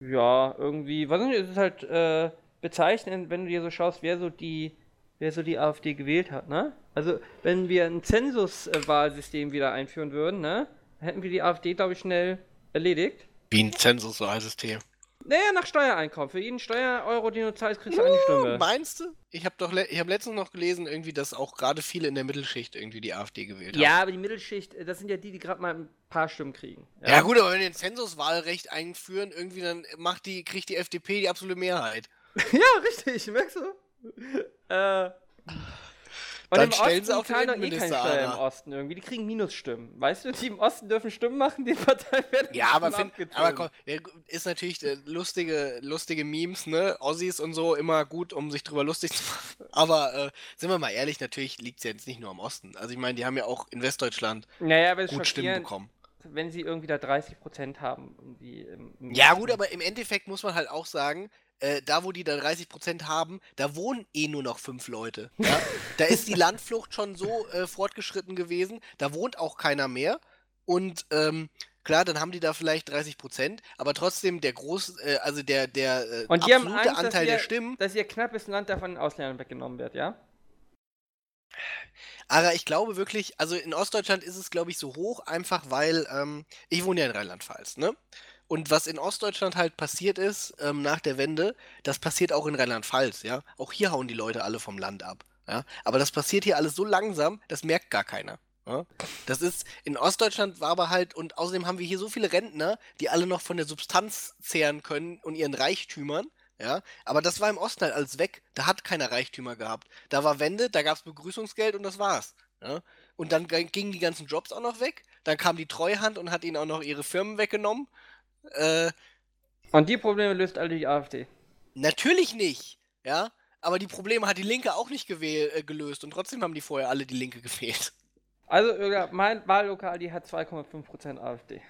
ja, irgendwie, weiß nicht, es ist halt äh, bezeichnend, wenn du dir so schaust, wer so die, wer so die AfD gewählt hat, ne? Also, wenn wir ein Zensuswahlsystem wieder einführen würden, ne, hätten wir die AfD, glaube ich, schnell erledigt.
Wie ein Zensuswahlsystem.
Naja, nach Steuereinkommen. Für jeden Steuer-Euro, den du zahlst, kriegst du eine Stimme.
Meinst du? Ich habe doch le ich hab letztens noch gelesen, irgendwie, dass auch gerade viele in der Mittelschicht irgendwie die AfD gewählt haben.
Ja, aber die Mittelschicht, äh, das sind ja die, die gerade mal ein paar Stimmen kriegen.
Ja gut, aber wenn wir ein Zensuswahlrecht einführen, irgendwie dann macht die, kriegt die FDP die absolute Mehrheit.
Ja, richtig, merkst du? Äh. Und
Dann
im
stellen
Osten,
sie auf
die zahlen
den
doch eh keine
Innenminister,
Steuer im
Alter.
Osten irgendwie. Die kriegen Minusstimmen. Weißt du, die im Osten dürfen Stimmen machen, die Partei werden
Ja, aber,
Stimmen
find,
abgezogen.
aber komm, ja, gu- ist natürlich äh, lustige, lustige Memes, ne? Ossis und so immer gut, um sich drüber lustig zu machen. Aber äh, sind wir mal ehrlich, natürlich liegt es ja jetzt nicht nur am Osten. Also ich meine, die haben ja auch in Westdeutschland
Naja, aber es ist
gut Stimmen
schockierend,
bekommen.
wenn sie irgendwie da 30% haben. Irgendwie im, im
Ja
Osten.
gut, aber im Endeffekt muss man halt auch sagen, äh, da wo die da 30% haben, da wohnen eh nur noch fünf Leute. Ja? da ist die Landflucht schon so äh, fortgeschritten gewesen, da wohnt auch keiner mehr. Und ähm, klar, dann haben die da vielleicht 30%, aber trotzdem der groß, äh, also der, der äh,
Und die haben
absolute
Angst, dass
Anteil der
wir-
Stimmen.
Dass ihr knappes Land davon den Ausländern weggenommen wird, ja?
Aber ich glaube wirklich, also in Ostdeutschland ist es, glaube ich, so hoch, einfach weil ähm, ich wohne ja in Rheinland-Pfalz, ne? Und was in Ostdeutschland halt passiert ist ähm, nach der Wende, das passiert auch in Rheinland-Pfalz, ja? Auch hier hauen die Leute alle vom Land ab, ja? Aber das passiert hier alles so langsam, das merkt gar keiner. Ja? Das ist, in Ostdeutschland war aber halt, und außerdem haben wir hier so viele Rentner, die alle noch von der Substanz zehren können und ihren Reichtümern, ja? Aber das war im Osten halt alles weg, da hat keiner Reichtümer gehabt. Da war Wende, da gab es Begrüßungsgeld und das war's. Ja? Und dann g- gingen die ganzen Jobs auch noch weg. Dann kam die Treuhand und hat ihnen auch noch ihre Firmen weggenommen. Äh,
Und die Probleme löst alle die AfD.
natürlich nicht, ja. Aber die Probleme hat die Linke auch nicht gewähl- äh, gelöst und trotzdem haben die vorher alle die Linke gewählt.
Also, Irga, mein Wahllokal, die hat 2,5% AfD.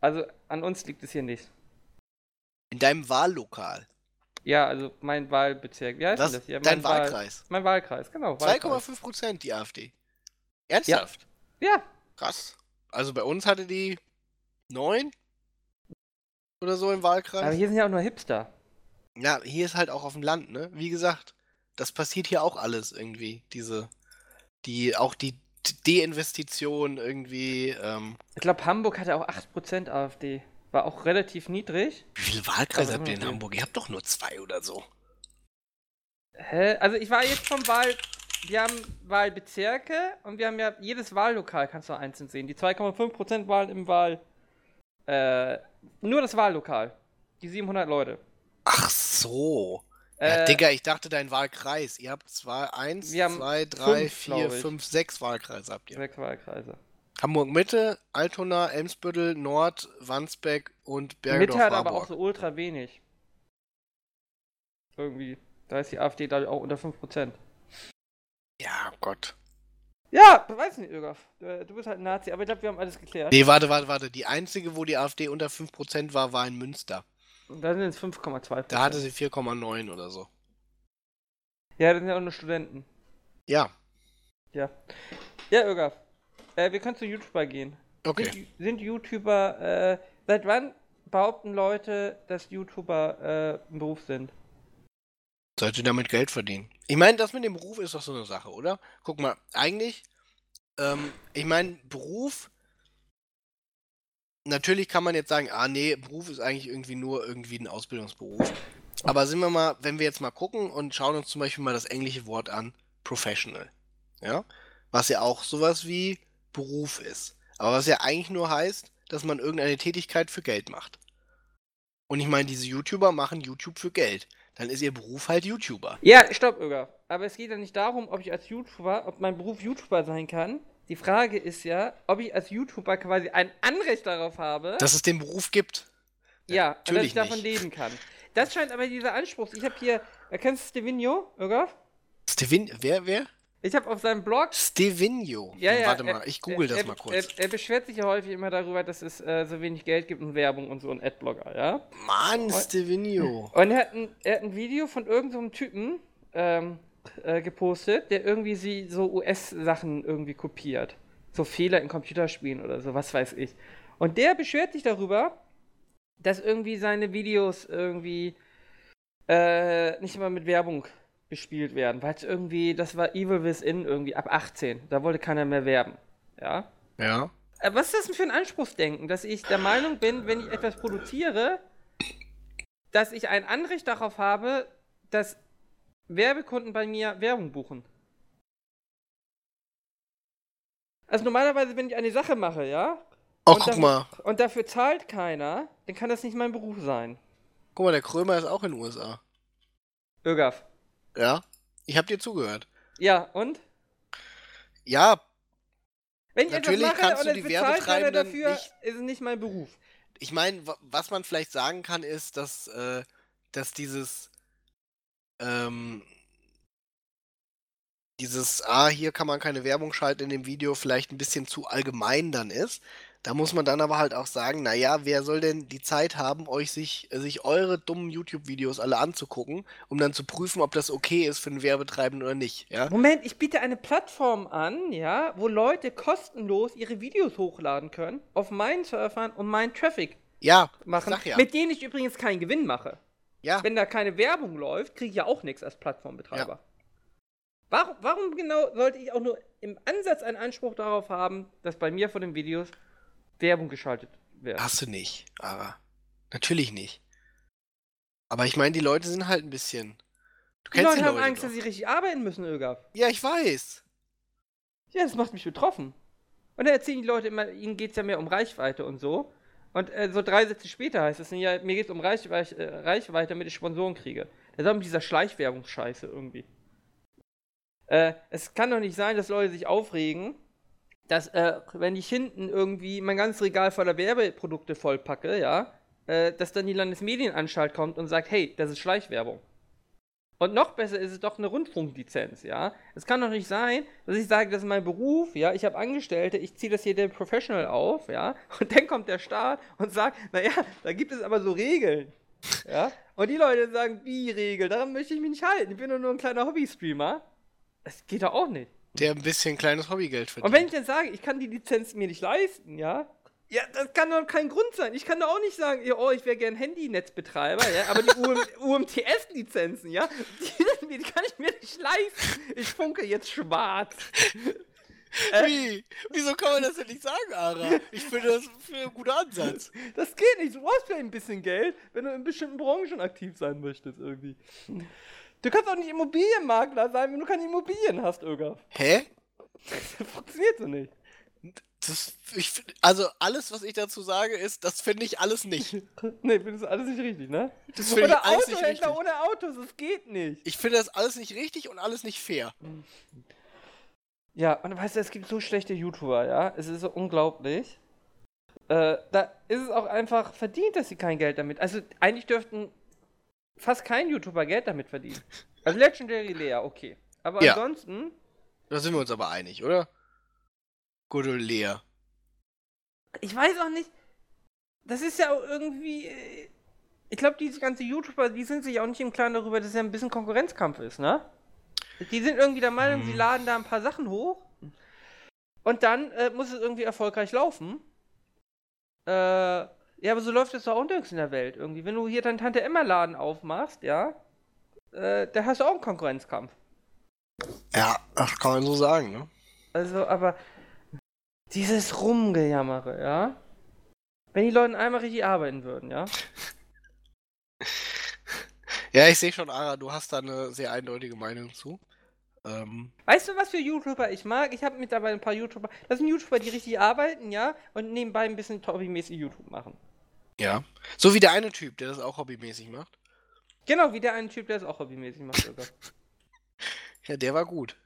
Also, an uns liegt es hier nicht.
In deinem Wahllokal.
Ja, also mein Wahlbezirk. Wie heißt
Das,
denn das hier?
dein
mein Wahl-
Wahlkreis.
Mein Wahlkreis, genau. Wahlkreis.
2,5 Prozent die AfD. Ernsthaft?
Ja,
Krass. Also bei uns hatte die 9 oder so im Wahlkreis.
aber hier sind ja auch nur Hipster.
Ja, hier ist halt auch auf dem Land, ne? Wie gesagt, das passiert hier auch alles irgendwie. Diese, die, auch die Deinvestition irgendwie. Ähm,
Ich glaube, Hamburg hatte auch 8% AfD. War auch relativ niedrig.
wie viele Wahlkreise
Aber
habt ihr in
immerhin.
Hamburg? Ihr habt doch nur zwei oder so.
Hä? Also ich war jetzt vom Wahl. Wir haben Wahlbezirke und wir haben ja jedes Wahllokal kannst du einzeln sehen. Die 2,5% waren im Wahl. Äh, nur das Wahllokal. Die 700 Leute.
Ach so.
Äh,
ja, Digga, ich dachte dein Wahlkreis. Ihr habt zwei, eins,
wir haben
zwei, drei,
fünf,
vier,
glaub ich.
fünf, sechs Wahlkreise habt ihr.
Sechs Wahlkreise.
Hamburg Mitte, Altona, Emsbüttel, Nord, Wandsbek und
Mitte hat aber
Bergedorf-Marburg.
auch so ultra wenig. Irgendwie. Da ist die AfD da auch unter 5%.
Ja, oh Gott.
Ja, weiß nicht, Irgaf. Äh, Du bist halt ein Nazi, aber ich glaube, wir haben alles geklärt.
Nee, warte, warte, warte. Die einzige, wo die AfD unter 5% war, war in Münster.
Und dann sind es 5,2%.
Da hatte sie 4,9 oder so.
Ja, das sind ja auch nur Studenten.
Ja,
Ja. Ja, Irgaf. Äh, wir können zu YouTuber gehen.
okay.
Sind, sind YouTuber, äh, seit wann behaupten Leute, dass YouTuber äh, ein Beruf sind?
Sollte damit Geld verdienen. Ich meine, das mit dem Beruf ist doch so eine Sache, oder? Guck mal, eigentlich, ähm, ich meine, Beruf. Natürlich kann man jetzt sagen, ah nee, Beruf ist eigentlich irgendwie nur irgendwie ein Ausbildungsberuf. Aber sind wir mal, wenn wir jetzt mal gucken und schauen uns zum Beispiel mal das englische Wort an, Professional. Ja? Was ja auch sowas wie Beruf ist. Aber was ja eigentlich nur heißt, dass man irgendeine Tätigkeit für Geld macht. Und ich meine, diese YouTuber machen YouTube für Geld. Dann ist ihr Beruf halt YouTuber.
Ja, stopp, Irgaf. Aber es geht ja nicht darum, ob ich als YouTuber, ob mein Beruf YouTuber sein kann. Die Frage ist ja, ob ich als YouTuber quasi ein Anrecht darauf habe.
Dass es den Beruf gibt.
Ja, und dass
äh, natürlich
ich davon
nicht.
leben kann. Das scheint aber dieser Anspruch. Ich habe hier, erkennst du Stevino, Irgaf?
Stevin, wer, wer?
Ich habe auf seinem Blog
Stevino.
Ja, ja,
Hm,
äh,
Warte
er-
mal, ich google
er,
das
er,
mal kurz.
Er, er beschwert sich ja häufig immer darüber, dass es äh, so wenig Geld gibt und Werbung und so und Adblocker, ja?
Mann,
äh,
Stevino.
Und er hat ein, er hat ein Video von irgendeinem so einem Typen ähm, äh, gepostet, der irgendwie sie so US-Sachen irgendwie kopiert. So Fehler in Computerspielen oder so, was weiß ich. Und der beschwert sich darüber, dass irgendwie seine Videos irgendwie äh, nicht immer mit Werbung bespielt werden, weil es irgendwie, das war Evil Within irgendwie ab 18, da wollte keiner mehr werben, ja?
Ja.
Äh, Was ist das denn für ein Anspruchsdenken, dass ich der Meinung bin, wenn ich etwas produziere, dass ich ein Anrecht darauf habe, dass Werbekunden bei mir Werbung buchen? Also normalerweise, wenn ich eine Sache mache, ja,
Oh,
Und
guck
dann-
mal.
und dafür zahlt keiner, dann kann das nicht mein Beruf sein.
Guck mal, der Krömer ist auch in den USA.
Ögaf.
Ja? Ich hab dir zugehört.
Ja, und?
Ja,
Wenn ich
Natürlich
etwas mache
kannst
und
du
es
die
bezahlt keiner
Werbetreibenden
dafür,
nicht-
ist es nicht mein Beruf.
ich meine, was man vielleicht sagen kann, ist, dass, äh, dass dieses, ähm, dieses, ah, hier kann man keine Werbung schalten in dem Video vielleicht ein bisschen zu allgemein dann ist. Da muss man dann aber halt auch sagen, naja, wer soll denn die Zeit haben, euch sich, sich eure dummen YouTube-Videos alle anzugucken, um dann zu prüfen, ob das okay ist für einen Werbetreibenden oder nicht, ja?
Moment, ich biete eine Plattform an, ja, wo Leute kostenlos ihre Videos hochladen können auf meinen Surfern und meinen Traffic
Ja,
machen,
sag ja.
mit denen ich übrigens keinen Gewinn mache.
Ja,
Wenn da keine Werbung läuft, kriege ich ja auch nichts als Plattformbetreiber. Warum, warum genau sollte ich auch nur im Ansatz einen Anspruch darauf haben, dass bei mir von den Videos Werbung geschaltet wird?
Hast du nicht, aber natürlich nicht. Aber ich meine, die Leute sind halt ein bisschen. Du
die
kennst
Leute haben Angst,
doch.
dass sie richtig arbeiten müssen, Ögaf.
Ja, ich weiß.
Ja, das macht mich betroffen. Und dann erzählen die Leute immer, ihnen geht es ja mehr um Reichweite und so. Und äh, so drei Sätze später heißt es, ja, mir geht es um Reichweite, äh, Reichweite, damit ich Sponsoren kriege. Das ist auch mit dieser Schleichwerbungsscheiße irgendwie. Äh, es kann doch nicht sein, dass Leute sich aufregen, dass, äh, wenn ich hinten irgendwie mein ganzes Regal voller Werbeprodukte vollpacke, ja, äh, dass dann die Landesmedienanstalt kommt und sagt, hey, das ist Schleichwerbung. Und noch besser ist es doch eine Rundfunklizenz, ja. Es kann doch nicht sein, dass ich sage, das ist mein Beruf, ja, ich habe Angestellte, ich ziehe das hier dem Professional auf, ja. Und dann kommt der Staat und sagt, naja, da gibt es aber so Regeln. Ja? Und die Leute sagen, die Regel, daran möchte ich mich nicht halten. Ich bin doch nur ein kleiner Hobby-Streamer. Das geht doch auch nicht.
Der ein bisschen kleines Hobbygeld verdient.
Und wenn ich dann sage, ich kann die Lizenz mir nicht leisten, ja? Ja, das kann doch kein Grund sein. Ich kann doch auch nicht sagen, ja, oh, ich wäre gern Handynetzbetreiber, ja, aber die UM UMTS-Lizenzen, ja, die, die kann ich mir nicht leisten. Ich funke jetzt schwarz. Äh?
Wie? Wieso kann man das denn nicht sagen, Ara? Ich finde das für einen guten Ansatz.
Das geht nicht. Du brauchst vielleicht ein bisschen Geld, wenn du in bestimmten Branchen aktiv sein möchtest, irgendwie. Du kannst auch nicht Immobilienmakler sein, wenn du keine Immobilien hast, Öger.
Hä?
Das funktioniert so nicht.
Das, ich, find- also alles, was ich dazu sage, ist, das finde ich alles nicht.
Nee, das ist alles nicht richtig, ne?
Das finde ich
Oder
alles nicht richtig.
Autohändler ohne Autos, das geht nicht.
Ich finde das alles nicht richtig und alles nicht fair.
Ja, und weißt du, es gibt so schlechte YouTuber, ja. Es ist so unglaublich. Äh, da ist es auch einfach verdient, dass sie kein Geld damit. Also eigentlich dürften fast kein YouTuber Geld damit verdienen. Also Legendary Lea, okay. Aber
Ja.
ansonsten,
Da sind wir uns aber einig, oder? Gute Lea.
ich weiß auch nicht. Das ist ja auch irgendwie. äh, Ich glaube, diese ganzen YouTuber, die sind sich auch nicht im Klaren darüber, dass es ja ein bisschen Konkurrenzkampf ist, ne? Die sind irgendwie der Meinung,
Hm.
sie laden da ein paar Sachen hoch. Und dann äh, muss es irgendwie erfolgreich laufen. Äh, ja, aber so läuft es doch auch nirgends in der Welt irgendwie. Wenn du hier deinen Tante Emma-Laden aufmachst, ja, äh, da hast du auch einen Konkurrenzkampf.
Ja, das kann man so sagen, ne?
Also, aber dieses Rumgejammere, ja? Wenn die Leute einmal richtig arbeiten würden, ja?
Ja, ich sehe schon, Ara, du hast da eine sehr eindeutige Meinung zu. Ähm,
Weißt du, was für YouTuber ich mag? Ich habe mittlerweile ein paar YouTuber. Das sind YouTuber, die richtig arbeiten, ja? Und nebenbei ein bisschen hobbymäßig YouTube machen.
ja. So wie der eine Typ, der das auch hobbymäßig macht.
Genau, wie der eine Typ, der es auch hobbymäßig macht sogar.
Ja, der war gut.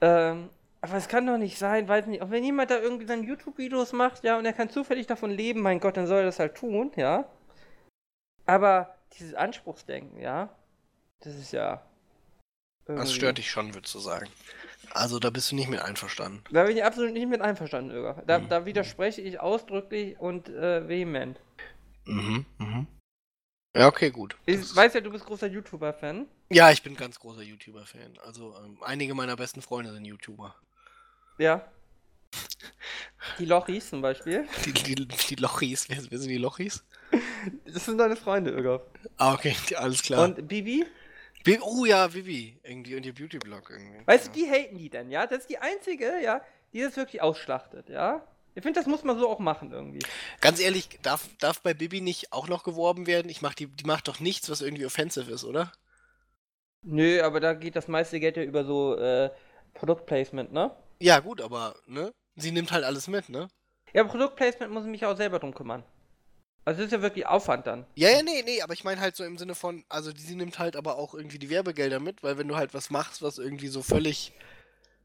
ähm, aber es kann doch nicht sein, weiß nicht. Auch wenn jemand da irgendwie seine YouTube-Videos macht, ja, und er kann zufällig davon leben, mein Gott, dann soll er das halt tun, ja? Aber dieses Anspruchsdenken, ja? Das ist ja.
Das stört dich schon, würdest du sagen. Also da bist du nicht mit einverstanden.
Da bin ich absolut nicht mit einverstanden, Öger. Da,
Mhm.
da widerspreche ich ausdrücklich und äh, vehement.
Mhm, mhm. Ja, okay, gut. Das
Ich
ist-
weiß ja, du bist großer YouTuber-Fan.
Ja, ich bin ein ganz großer YouTuber-Fan. Also ähm, einige meiner besten Freunde sind YouTuber.
Ja. Die Lochis zum Beispiel.
Die, die, die Lochis, wer, wer sind die Lochis?
Das sind deine Freunde, Öger.
Ah, okay, die- alles klar.
Und Bibi,
Bi- oh ja, Vivi, irgendwie und ihr Beauty-Blog irgendwie.
weißt
ja.
du, die haten die dann, ja? Das ist die einzige, ja, die das wirklich ausschlachtet, ja? Ich finde, das muss man so auch machen irgendwie.
Ganz ehrlich, darf, darf bei Bibi nicht auch noch geworben werden? Ich mach die, die macht doch nichts, was irgendwie offensive ist, oder?
Nö, aber da geht das meiste Geld ja über so äh, Produktplacement, ne?
Ja, gut, aber, ne? Sie nimmt halt alles mit, ne?
Ja, Produktplacement muss ich mich auch selber drum kümmern. Also das ist ja wirklich Aufwand dann.
Ja, ja, nee, nee, aber ich meine halt so im Sinne von, also die- sie nimmt halt aber auch irgendwie die Werbegelder mit, weil wenn du halt was machst, was irgendwie so völlig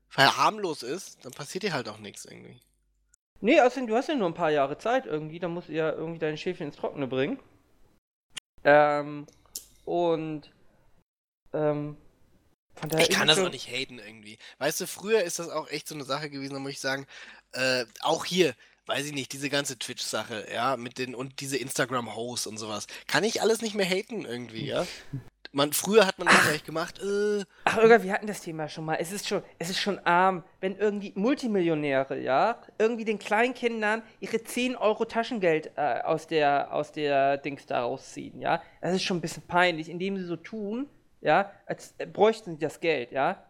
verharmlos ist, dann passiert dir halt auch nichts irgendwie.
Nee, außerdem, du hast ja nur ein paar Jahre Zeit irgendwie, da musst du ja irgendwie dein Schäfchen ins Trockene bringen. Ähm, und, ähm, von daher.
Ich kann das
ist es
auch
Äh, so-
nicht haten irgendwie. Weißt du, früher ist das auch echt so eine Sache gewesen, da muss ich sagen, äh, auch hier, weiß ich nicht, diese ganze Twitch-Sache, ja, mit den und diese Instagram-Hosts und sowas, kann ich alles nicht mehr haten irgendwie, ja. Man, früher hat man das vielleicht gemacht, äh,
Ach, Irga, wir hatten das Thema schon mal. Es ist schon, es ist schon arm, wenn irgendwie Multimillionäre, ja, irgendwie den Kleinkindern ihre 10 Euro Taschengeld äh, aus der, aus der Dings da rausziehen, ja. Das ist schon ein bisschen peinlich, indem sie so tun, ja, als äh, bräuchten sie das Geld, ja.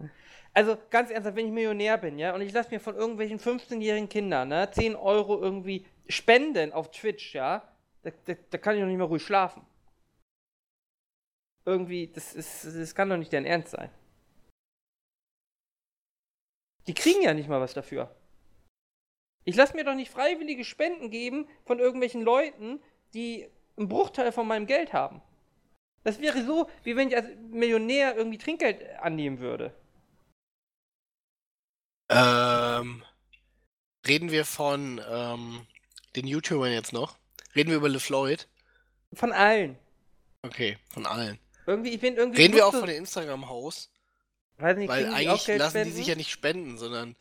Also ganz ernsthaft, wenn ich Millionär bin, ja, und ich lasse mir von irgendwelchen 15-jährigen Kindern, ne, 10 Euro irgendwie spenden auf Twitch, ja, da, da, da kann ich noch nicht mehr ruhig schlafen. Irgendwie, das ist, das kann doch nicht dein Ernst sein. Die kriegen ja nicht mal was dafür. Ich lasse mir doch nicht freiwillige Spenden geben von irgendwelchen Leuten, die einen Bruchteil von meinem Geld haben. Das wäre so, wie wenn ich als Millionär irgendwie Trinkgeld annehmen würde.
ähm, reden wir von, ähm, den YouTubern jetzt noch? Reden wir über LeFloid?
Von allen.
Okay, von allen.
Irgendwie, ich bin irgendwie.
Reden wir auch
Luxus-
von den Instagram-Hosts?
Weiß nicht,
Weil
kriegen die auch
eigentlich
Geld
lassen die
spenden?
sich ja nicht spenden, sondern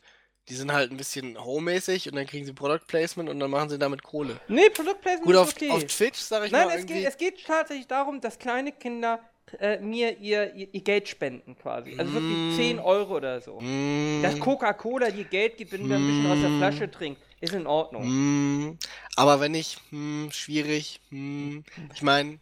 Die sind halt ein bisschen homemäßig und dann kriegen sie Product Placement und dann machen sie damit Kohle.
Nee, Product Placement
Gut,
ist
auf,
okay.
auf Twitch, sag ich
Nein,
mal.
es geht, es geht tatsächlich darum, dass kleine Kinder äh, mir ihr, ihr, ihr Geld spenden quasi. Also
Mm.
wirklich 10 Euro oder so.
Mm,
Dass Coca-Cola dir Geld gibt, wenn du ein bisschen aus der
Mm.
Flasche trinkst, ist in Ordnung.
mm, aber wenn ich, hm, schwierig, hm, ich meine,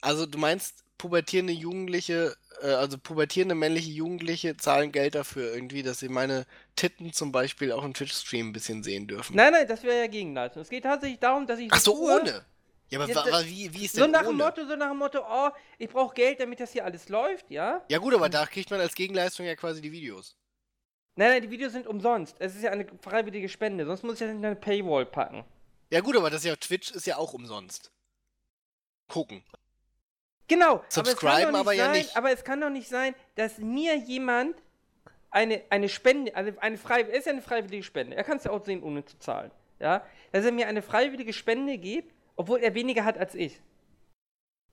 also du meinst, pubertierende Jugendliche, äh, also pubertierende männliche Jugendliche zahlen Geld dafür irgendwie, dass sie meine Titten zum Beispiel auch im Twitch-Stream ein bisschen sehen dürfen.
Nein, nein, das wäre ja Gegenleistung. Es geht tatsächlich darum, dass ich.
Ach so,
tue,
ohne. Ja, aber
Ja,
wa-
da-
wa- wie, wie ist
So
denn
nach dem
ohne?
Motto, so nach dem Motto, oh, ich brauche Geld, damit das hier alles läuft, ja?
Ja gut, aber da kriegt man als Gegenleistung ja quasi die Videos.
Nein, nein, die Videos sind umsonst. Es ist ja eine freiwillige Spende, sonst muss ich das in eine Paywall packen.
Ja gut, aber das ist ja Twitch ist ja auch umsonst. Gucken.
Genau.
Subscriben
aber, es kann doch
aber
nicht
ja
sein,
nicht.
Aber es kann doch nicht sein, dass mir jemand eine, eine Spende, also eine frei, ist ja eine freiwillige Spende. Er kann es ja auch sehen, ohne zu zahlen. Ja, dass er mir eine freiwillige Spende gibt, obwohl er weniger hat als ich.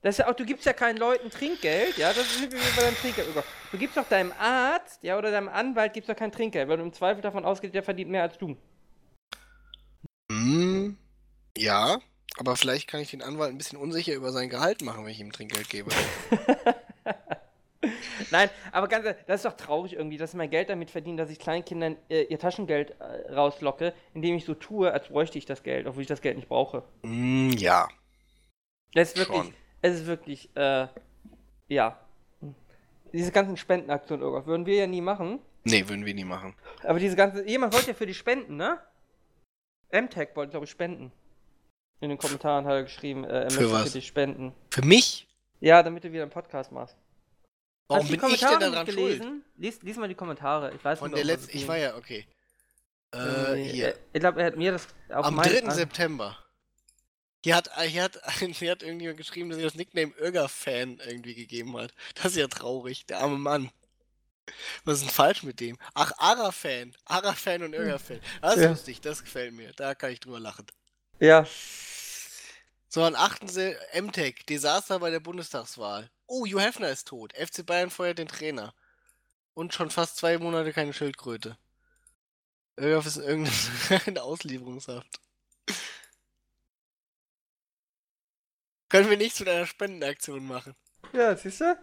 Das ist ja auch, du gibst ja keinen Leuten Trinkgeld, ja, das ist wie bei deinem Trinkgeld. Oh Gott. Du gibst doch deinem Arzt, ja, oder deinem Anwalt gibst doch kein Trinkgeld, weil du im Zweifel davon ausgehst, der verdient mehr als du.
Hm, ja, aber vielleicht kann ich den Anwalt ein bisschen unsicher über sein Gehalt machen, wenn ich ihm Trinkgeld gebe.
Nein, aber ganz ehrlich, das ist doch traurig irgendwie, dass ich mein Geld damit verdiene, dass ich Kleinkindern äh, ihr Taschengeld äh, rauslocke, indem ich so tue, als bräuchte ich das Geld, obwohl ich das Geld nicht brauche.
Hm, ja.
Das ist wirklich,
Schon.
es ist wirklich, äh, ja. Diese ganzen Spendenaktionen, irgendwas würden wir ja nie machen.
Nee, würden wir nie machen.
Aber diese ganze, jemand wollte ja für die spenden, ne? MTech wollte, glaube ich, spenden. In den Kommentaren hat er geschrieben, äh, er
Für
möchte
was?
für dich spenden.
Für mich?
Ja, damit du wieder einen Podcast machst.
Warum
Hast du die
bin ich denn
Kommentare
daran
nicht
schuld?
gelesen? Lies, lies mal die Kommentare. Ich weiß
Von
nicht,
der
ob das
letzten, ich
ging.
war ja, okay. Äh,
Irgendwie,
hier.
äh, Ich glaube, er hat mir das auf
Am
mein-
3.
ah,
September. Hier hat, hier, hat, hier hat irgendjemand geschrieben, dass er das Nickname Irger-Fan irgendwie gegeben hat. Das ist ja traurig, der arme Mann. Was ist denn falsch mit dem? Ach, Ara-Fan. Ara-Fan und Irger-Fan. Das ist
Hm. Ja.
lustig, das gefällt mir. Da kann ich drüber lachen.
Ja.
So, am 8. Se- MTech, Desaster bei der Bundestagswahl. Oh, Hugh Hefner ist tot. FC Bayern feuert den Trainer. Und schon fast zwei Monate keine Schildkröte. Irgendwas ist irgendein Auslieferungshaft. Können wir nichts mit einer Spendenaktion machen?
Ja, siehst du?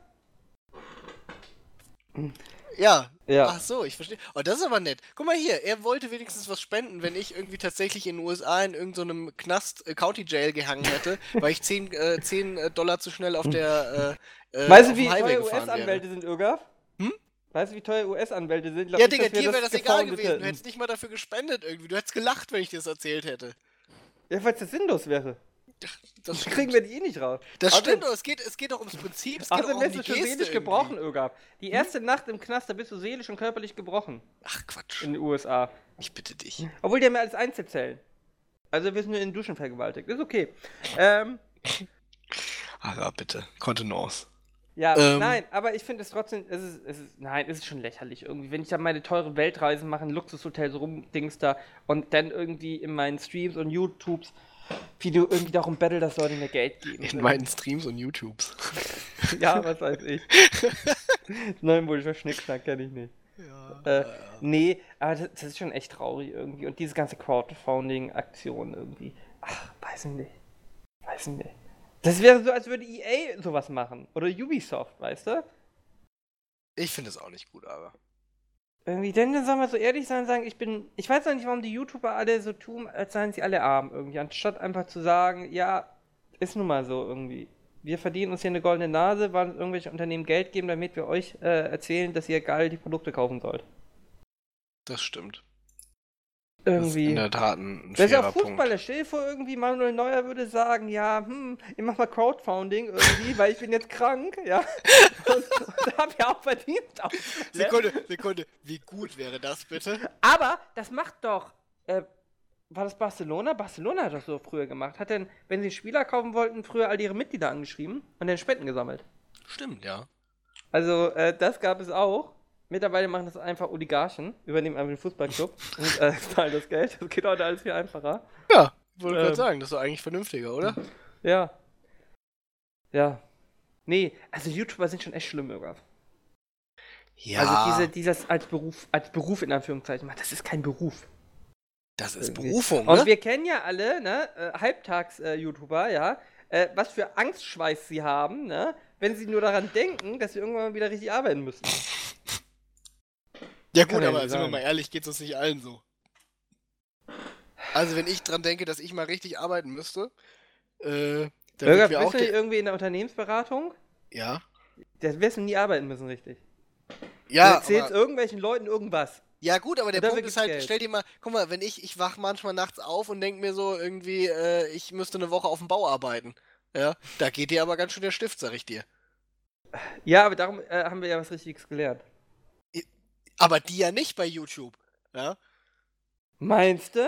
Ja.
Ja.
Ach so, ich verstehe. Oh, das ist aber nett. Guck mal hier, er wollte wenigstens was spenden, wenn ich irgendwie tatsächlich in den USA in irgendeinem Knast äh, County Jail gehangen hätte, weil ich 10, äh, 10 äh, Dollar zu schnell auf der äh, äh,
weißt du,
auf dem
wie
Highway
teuer
gefahren wäre.
US-Anwälte sind, Irgaf?
Hm?
Weißt du, wie teuer US-Anwälte sind? Glaub
Ja,
nicht,
Digga,
dass wir
dir wäre das egal
gefoundet
gewesen. Du
hätten.
hättest nicht mal dafür gespendet irgendwie. Du hättest gelacht, wenn ich dir das erzählt hätte.
Ja, falls das sinnlos wäre.
Das
Kriegen wir die eh nicht raus.
Das
Außerdem-
stimmt doch, es geht, es geht doch ums Prinzip, es geht doch
Außerdem
auch um
lässt
die
du schon
Geste
seelisch
irgendwie. Hm?
gebrochen, Irgaf. Die erste Nacht im Knast, da bist du seelisch und körperlich gebrochen.
Ach Quatsch,
In den USA.
ich bitte dich.
Obwohl, die haben ja alles Einzelzellen. Also, wir sind nur in Duschen vergewaltigt. Ist okay. Ähm.
Ach ja, bitte, Kontenance.
Ja,
Ähm.
nein, aber ich finde es trotzdem, es ist, es ist, nein, es ist schon lächerlich irgendwie. Wenn ich da meine teuren Weltreisen mache, ein Luxushotel so rumdings da und dann irgendwie in meinen Streams und YouTubes Video irgendwie darum battle, dass Leute mir Geld geben.
In meinen Streams und YouTubes.
ja, was weiß ich. Neumodischer Schnickschnack kenne ich nicht.
Ähm.
Äh, nee, aber das, das ist schon echt traurig irgendwie. Und diese ganze Crowdfunding-Aktion irgendwie. Ach, weiß ich nicht. Weiß ich nicht. Das wäre so, als würde EA sowas machen. Oder Ubisoft, weißt du?
Ich finde es auch nicht gut, aber.
Irgendwie, denn dann soll man so ehrlich sein und sagen, ich bin. Ich weiß auch nicht, warum die YouTuber alle so tun, als seien sie alle arm irgendwie. Anstatt einfach zu sagen, ja, ist nun mal so irgendwie. Wir verdienen uns hier eine goldene Nase, weil uns irgendwelche Unternehmen Geld geben, damit wir euch äh, erzählen, dass ihr geil die Produkte kaufen sollt.
Das stimmt. Das ist in
Irgendwie.
der Tat ein, ein
Das ist ja
fairer
auch
Punkt.
Fußballer. Stell dir vor, irgendwie Manuel Neuer würde sagen, ja, hm, ich mach mal Crowdfunding irgendwie, weil ich bin jetzt krank, ja. Und, und hab ja auch verdient. Auch, ne?
Sekunde, Sekunde. Wie gut wäre das bitte?
Aber das macht doch. Äh, war das Barcelona? Barcelona hat das so früher gemacht. Hat denn, wenn sie einen Spieler kaufen wollten, früher all ihre Mitglieder angeschrieben und dann Spenden gesammelt.
Stimmt, ja.
Also, äh, das gab es auch. Mittlerweile machen das einfach Oligarchen, übernehmen einfach den Fußballclub und äh, zahlen das Geld. Das geht heute alles viel einfacher.
Ja, wollte gerade
Ähm.
sagen, das ist doch eigentlich vernünftiger, oder?
Ja. Ja. Nee, also YouTuber sind schon echt schlimm, Irgaf.
Ja,
Also diese, dieses als Beruf, als Beruf in Anführungszeichen, das ist kein Beruf.
das ist Berufung,
Und
ne?
wir kennen ja alle, ne, äh, Halbtags-YouTuber, ja, äh, was für Angstschweiß sie haben, ne, wenn sie nur daran denken, dass sie irgendwann mal wieder richtig arbeiten müssen.
Ja
kann
gut,
ja
aber
nicht
sind wir
sein.
mal ehrlich, geht es nicht allen so. Also wenn ich dran denke, dass ich mal richtig arbeiten müsste, äh, dann
Bürger,
würden wir
bist
auch...
du nicht
de-
irgendwie in der Unternehmensberatung?
Ja,
Das wirst du nie arbeiten müssen, richtig. du
ja,
erzählst
aber,
irgendwelchen Leuten irgendwas.
ja gut, aber der
dafür
Punkt
gibt's
ist halt,
Geld.
stell dir mal, guck mal, wenn ich, ich wach manchmal nachts auf und denk mir so irgendwie, äh, ich müsste eine Woche auf dem Bau arbeiten. Ja, da geht dir aber ganz schön der Stift, sag ich dir.
Ja, aber darum äh, haben wir ja was Richtiges gelernt.
Aber die ja nicht bei YouTube. Ja,
Meinst du?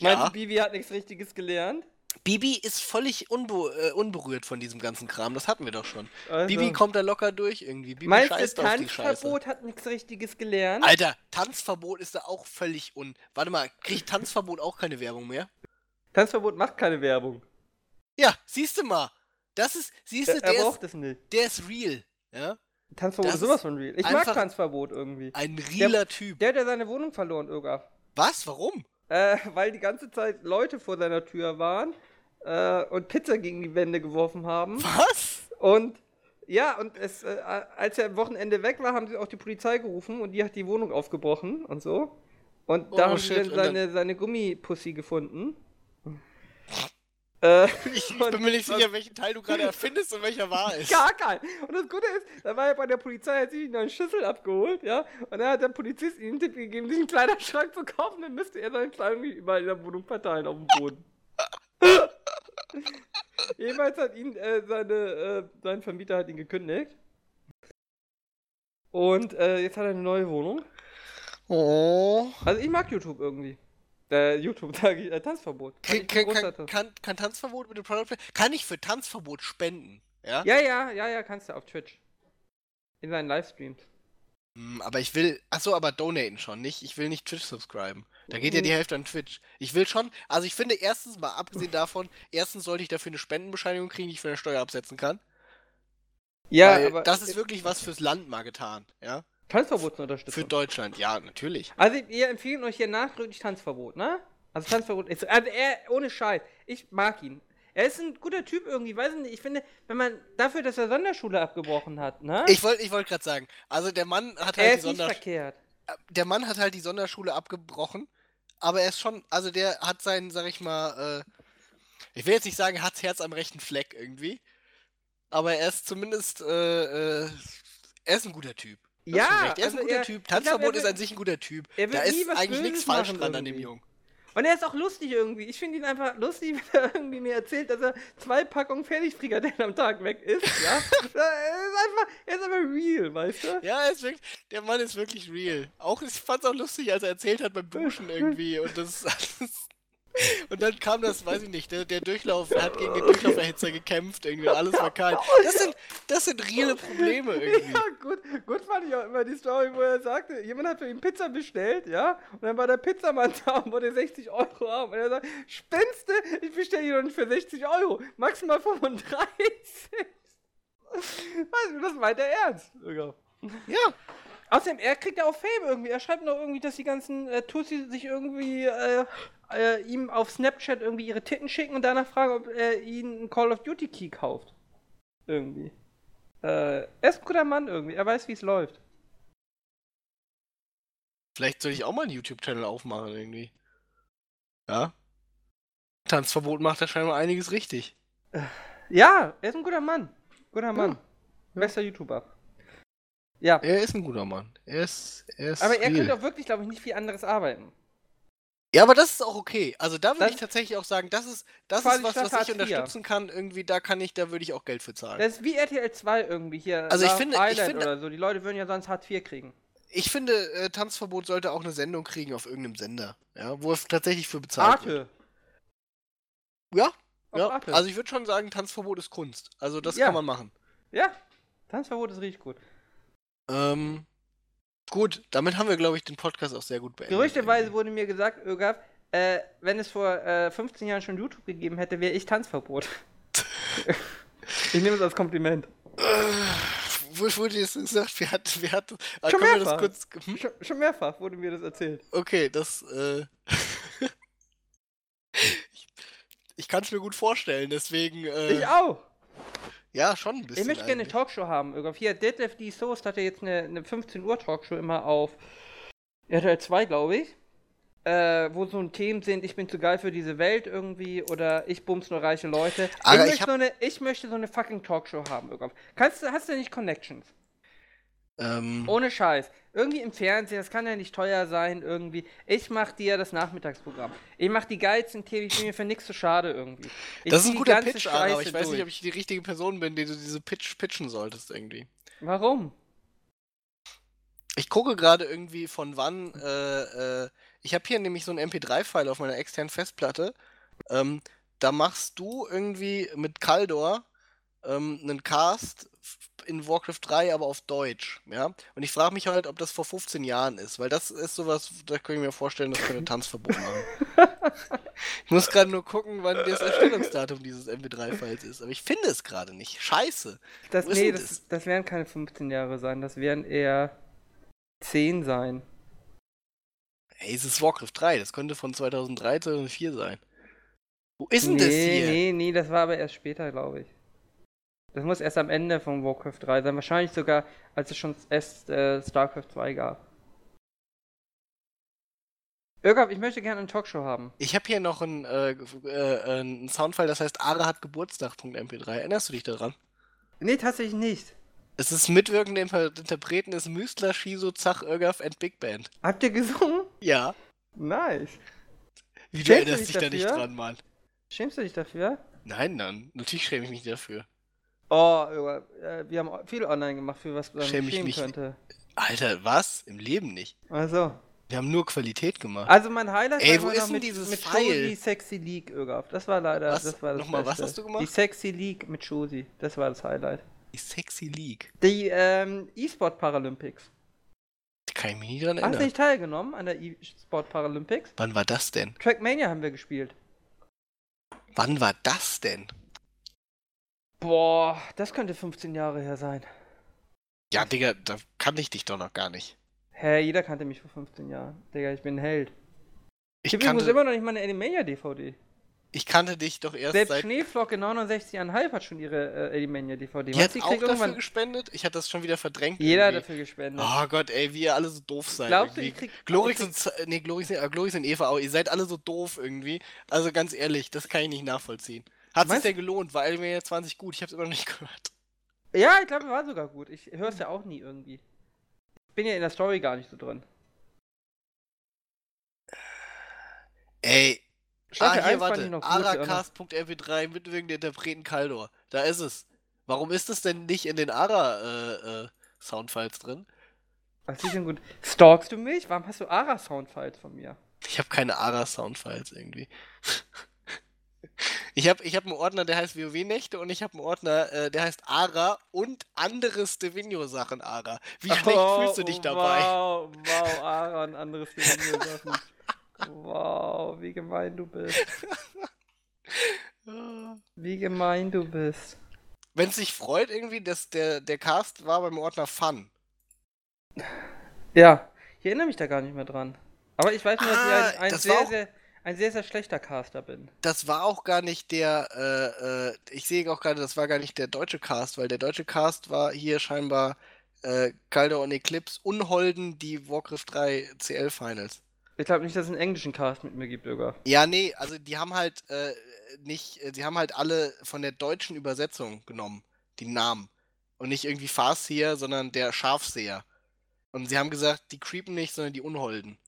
Meinst
ja.
du, Bibi hat nichts Richtiges gelernt?
Bibi ist völlig unbe äh, unberührt von diesem ganzen Kram, das hatten wir doch schon.
Also.
Bibi kommt da locker durch irgendwie. Bibi
Meinst du,
scheißt auf die Scheiße.
Tanzverbot hat nichts Richtiges gelernt?
Alter, Tanzverbot ist da auch völlig un. Warte mal, kriegt Tanzverbot auch keine Werbung mehr?
Tanzverbot macht keine Werbung.
Ja, siehst du mal. Das ist, siehst du,
Er,
der,
er
ist,
braucht es nicht.
der ist real. Ja?
Tanzverbot
Das
ist sowas von real. Ich mag
einfach-
Tanzverbot irgendwie.
Ein realer Typ.
Der hat ja seine Wohnung verloren, Irgaf.
Was? Warum?
Äh, weil die ganze Zeit Leute vor seiner Tür waren äh, und Pizza gegen die Wände geworfen haben.
Was?
Und ja, und es, äh, als er am Wochenende weg war, haben sie auch die Polizei gerufen und die hat die Wohnung aufgebrochen und so. Und da
Oh,
haben
shit,
sie
und
dann seine, seine Gummipussy gefunden. äh,
Ich, ich
Und-
bin mir nicht sicher, welchen Teil du gerade erfindest und welcher wahr ist.
gar kein. Und das Gute ist, da war er bei der Polizei, hat sich die neuen Schüssel abgeholt, ja. Und dann hat der Polizist ihm einen Tipp gegeben, sich einen Kleiderschrank zu kaufen, dann müsste er seine Kleidung nicht überall in der Wohnung verteilen auf dem Boden. Jedenfalls hat ihn äh, seine, äh, sein Vermieter hat ihn gekündigt. Und äh, jetzt hat er eine neue Wohnung.
Oh.
Also ich mag YouTube irgendwie. Äh, YouTube, sage ich, äh, Tanzverbot.
Kann,
Kann ich ein
kann,
großer
kann,
Tanz-
kann, kann Tanzverbot mit dem Product Placement- Kann ich für Tanzverbot spenden? Ja?
Ja, ja, ja, ja, kannst du auf Twitch. In seinen Livestreams.
Hm, Aber ich will. Achso, aber donaten schon, nicht? Ich will nicht Twitch subscriben. Da geht ja die
Mhm.
Hälfte an Twitch. Ich will schon. Also, ich finde, erstens mal abgesehen davon, erstens sollte ich dafür eine Spendenbescheinigung kriegen, die ich von der Steuer absetzen kann.
Ja,
weil
aber
das ist wirklich was fürs Land mal getan. Ja?
Tanzverbot zu
Für
unterstützen.
Deutschland. Ja, natürlich.
Also wir empfehlen euch hier nachdrücklich Tanzverbot, ne? Also Tanzverbot ist, also er, ohne Scheiß, ich mag ihn. Er ist ein guter Typ irgendwie, weiß ich nicht, ich finde, wenn man, dafür, dass er Sonderschule abgebrochen hat, ne?
Ich wollte ich wollt gerade sagen, also der Mann hat halt
er
die
ist nicht
Sonderschule.
verkehrt.
der Mann hat halt die Sonderschule abgebrochen, aber er ist schon, also der hat sein, sag ich mal, äh, ich will jetzt nicht sagen, hat's Herz am rechten Fleck irgendwie, aber er ist zumindest, äh, äh, er ist ein guter Typ. Du hast schon
Ja,
recht, er ist
also
ein guter
er- ich
Typ.
glaub,
Tanzverbot
er will-
ist an sich ein guter Typ.
er will
Da
nie
ist
was
eigentlich nichts
Böses
falsch
machen
dran an dem
irgendwie.
Jungen.
Und er ist auch lustig irgendwie. Ich finde ihn einfach lustig, wenn er irgendwie mir erzählt, dass er zwei Packungen Fertigfrikadellen am Tag weg ist, ja? er, ist einfach, er ist einfach real, weißt du?
Ja, er ist wirklich, der Mann ist wirklich real. Auch, ich fand's auch lustig, als er erzählt hat beim Duschen irgendwie und das, Und dann kam das, weiß ich nicht, der, der Durchlauf, er hat gegen den Durchlauferhitzer gekämpft irgendwie, alles war kalt. Das sind, das sind reale Probleme irgendwie.
Ja, gut, gut fand ich auch immer die Story, wo er sagte, jemand hat für ihn Pizza bestellt, ja, und dann war der Pizzamann da und wollte 60 Euro haben. Und er sagt, spinnste, ich bestelle hier doch nicht für 60 Euro, maximal 35. Also, das meint er ernst. Digga.
Ja,
Außerdem, er kriegt ja auch Fame irgendwie. Er schreibt noch irgendwie, dass die ganzen äh, Tussi sich irgendwie äh, äh, ihm auf Snapchat irgendwie ihre Titten schicken und danach fragen, ob er ihnen einen Call of Duty Key kauft. Irgendwie. Äh, er ist ein guter Mann irgendwie. Er weiß, wie es läuft.
vielleicht soll ich auch mal einen YouTube-Channel aufmachen irgendwie. Ja. Tanzverbot macht da scheinbar einiges richtig.
Ja, er ist ein guter Mann. Guter Mann. Bester YouTuber. Ja.
Er ist ein guter Mann. Er ist, er ist
Aber er
real.
könnte auch wirklich, glaube ich, nicht viel anderes arbeiten.
Ja, aber das ist auch okay. Also da würde
Das-
ich tatsächlich auch sagen, das ist, das
Quasi
ist was,
statt
was ich
Hartz IV.
unterstützen kann. Irgendwie, da kann ich, da würde ich auch Geld für zahlen.
Das ist wie RTL 2 irgendwie hier.
Also ich
Love
finde- ich
Island
finde-
oder so. Die Leute würden ja sonst Hartz IV kriegen.
Ich finde, äh, Tanzverbot sollte auch eine Sendung kriegen auf irgendeinem Sender, ja, wo er f- tatsächlich für bezahlt wird.
Arte.
Ja,
Auf
ja.
Arte.
Also ich würde schon sagen, Tanzverbot ist Kunst. Also das
Ja.
kann man machen.
Ja. Tanzverbot ist richtig gut.
Ähm, gut, damit haben wir, glaube ich, den Podcast auch sehr gut beendet.
Gerüchteweise
irgendwie.
wurde mir gesagt, Ögaf, äh, wenn es vor äh, 15 Jahren schon YouTube gegeben hätte, wäre ich Tanzverbot. ich nehme es als Kompliment.
Wo wurde das gesagt? Wer hat, wer hat, ah,
Schon
können wir das
mehrfach.
kurz, hm?
Schon, schon mehrfach wurde mir das erzählt.
Okay, das, äh, ich, ich kann es mir gut vorstellen, deswegen, äh,
Ich auch.
ja, schon ein bisschen.
Ich möchte gerne eine
eigentlich.
Talkshow haben. Irgendwie. Hier, Detlef D. Soest hatte jetzt eine, eine 15 Uhr Talkshow immer auf RTL 2, glaube ich. Äh, wo so ein Themen sind, ich bin zu geil für diese Welt irgendwie oder ich bums nur reiche Leute.
Aber ich
ich, möchte
hab-
so eine, ich möchte so eine fucking Talkshow haben. Irgendwie. Kannst, du- hast du nicht Connections?
ähm,
Ohne Scheiß. Irgendwie im Fernsehen, das kann ja nicht teuer sein, irgendwie. Ich mach dir das Nachmittagsprogramm. Ich mach die geilsten Themen, ich bin mir für nichts zu schade irgendwie. Ich
das ist
zieh
ein
die
guter
ganze
Pitch, Arne, aber
Scheiße
ich weiß nicht,
durch.
ob ich die richtige Person bin, die du diese Pitch pitchen solltest irgendwie.
Warum?
Ich gucke gerade irgendwie von wann, äh, äh, ich habe hier nämlich so einen MP3-File auf meiner externen Festplatte. Ähm, da machst du irgendwie mit Kaldor ähm, einen Cast f- in Warcraft 3, aber auf Deutsch, ja? Und ich frage mich halt, ob das vor 15 Jahren ist, weil das ist sowas, da kann ich mir vorstellen, das könnte Tanzverbot machen. ich muss gerade nur gucken, wann das Erstellungsdatum dieses MP3-Files ist, aber ich finde es gerade nicht. Scheiße.
Das,
Wo ist
nee,
denn
das, das werden keine 15 Jahre sein, das werden eher 10 sein.
Ey, es ist Warcraft 3, das könnte von 2003, 2004 sein. Wo ist denn
nee,
das hier?
nee, nee, das war aber erst später, glaube ich. Das muss erst am Ende von Warcraft 3 sein, wahrscheinlich sogar, als es schon erst äh, StarCraft 2 gab. Irgab, ich möchte gerne eine Talkshow haben.
Ich habe hier noch einen, äh, äh, einen Soundfile, das heißt Ara hat Geburtstag.mp3. Erinnerst du dich daran?
Nee, tatsächlich nicht.
Es ist mitwirkende Imper- Interpreten ist Müsler, Shiso, Zach, Irgaf and Big Band.
Habt ihr gesungen?
Ja.
Nice.
Wie du
Schämst du
erinnerst
dich
dich da nicht
dafür?
dran, Mann?
Schämst du dich dafür?
Nein, nein. Natürlich schäme ich mich dafür.
Oh, Irgab, äh, wir haben viel online gemacht, für was man
Schäm
schämen
ich mich.
könnte.
Alter, was? Im Leben nicht.
Also.
Wir haben nur Qualität gemacht.
Also mein Highlight
Ey,
war
wo
immer
ist
noch
denn
mit,
dieses
mit
Pfeil?
Josie Sexy League Ögaf. Das war leider
Was?
das war das
Nochmal, was
Beste.
hast du gemacht?
Die Sexy League mit Josie. Das war das Highlight.
Die Sexy League.
Die ähm, E-Sport Paralympics.
Da kann ich mich nie dran
Hast du
erinnern.
nicht teilgenommen an der E-Sport Paralympics?
Wann war das denn?
Trackmania haben wir gespielt.
Wann war das denn?
Boah, das könnte 15 Jahre her sein.
Ja, Digga, da kannte ich dich doch noch gar nicht.
Hä, jeder kannte mich vor 15 Jahren. Digga, ich bin ein Held. Ich,
Ich
hab übrigens
kannte,
immer noch nicht meine Animania DVD.
ich kannte dich doch erst
Selbst
seit
Schneeflocke 69,5 hat schon ihre äh, Animania DVD.
Die
Was,
hat
die
auch
kriegt
dafür
irgendwann
gespendet? Ich hatte das schon wieder verdrängt.
jeder hat
irgendwie.
dafür gespendet.
Oh Gott, ey, wie ihr alle so doof seid.
Glaubst du,
irgendwie.
ich krieg-
Glorix
ich
und, Z- nee, Glorix, äh, Glorix und Eva, auch, ihr seid alle so doof irgendwie. Also ganz ehrlich, das kann ich nicht nachvollziehen. Hat sich
Meinst-
denn gelohnt? War Alien 20 gut? Ich hab's immer noch nicht gehört.
Ja, ich glaube, war sogar gut. Ich höre es ja auch nie irgendwie. Ich bin ja in der Story gar nicht so drin.
Ey.
Staffel
ah, hier,
1 fand ich
warte.
noch gut,
Aracast.mp3 mit wegen der Interpreten Kaldor. Da ist es. Warum ist es denn nicht in den Ara äh, äh, Soundfiles drin?
Was ist denn gut? Stalkst du mich? Warum hast du Ara-Soundfiles von mir?
Ich habe keine ARA-Soundfiles irgendwie. Ich habe ich hab einen Ordner, der heißt WoW-Nächte und ich habe einen Ordner, äh, der heißt ARA und andere Stevenio-Sachen ARA. Wie schlecht
Oh
fühlst du dich dabei?
Wow, wow, Ara und anderes Gelände Sachen. Wow, wie gemein du bist. Wie gemein du bist.
Wenn es dich freut irgendwie, dass der, der Cast war beim Ordner Fun.
Ja, ich erinnere mich da gar nicht mehr dran. Aber ich weiß nur, dass
Ah,
ich ein, ein,
das war
sehr,
auch-
sehr, ein sehr, sehr schlechter Caster bin.
Das war auch gar nicht der, äh, äh, ich sehe auch gerade, das war gar nicht der deutsche Cast, weil der deutsche Cast war hier scheinbar äh, Calder und Eclipse Unholden, die Warcraft 3 CL Finals.
Ich glaube nicht, dass es einen englischen Cast mit mir gibt, Öger.
Ja, nee, also die haben halt äh, nicht, äh, die haben halt alle von der deutschen Übersetzung genommen, die Namen. Und nicht irgendwie Farseher, sondern der Scharfseher. Und sie haben gesagt, die creepen nicht, sondern die Unholden.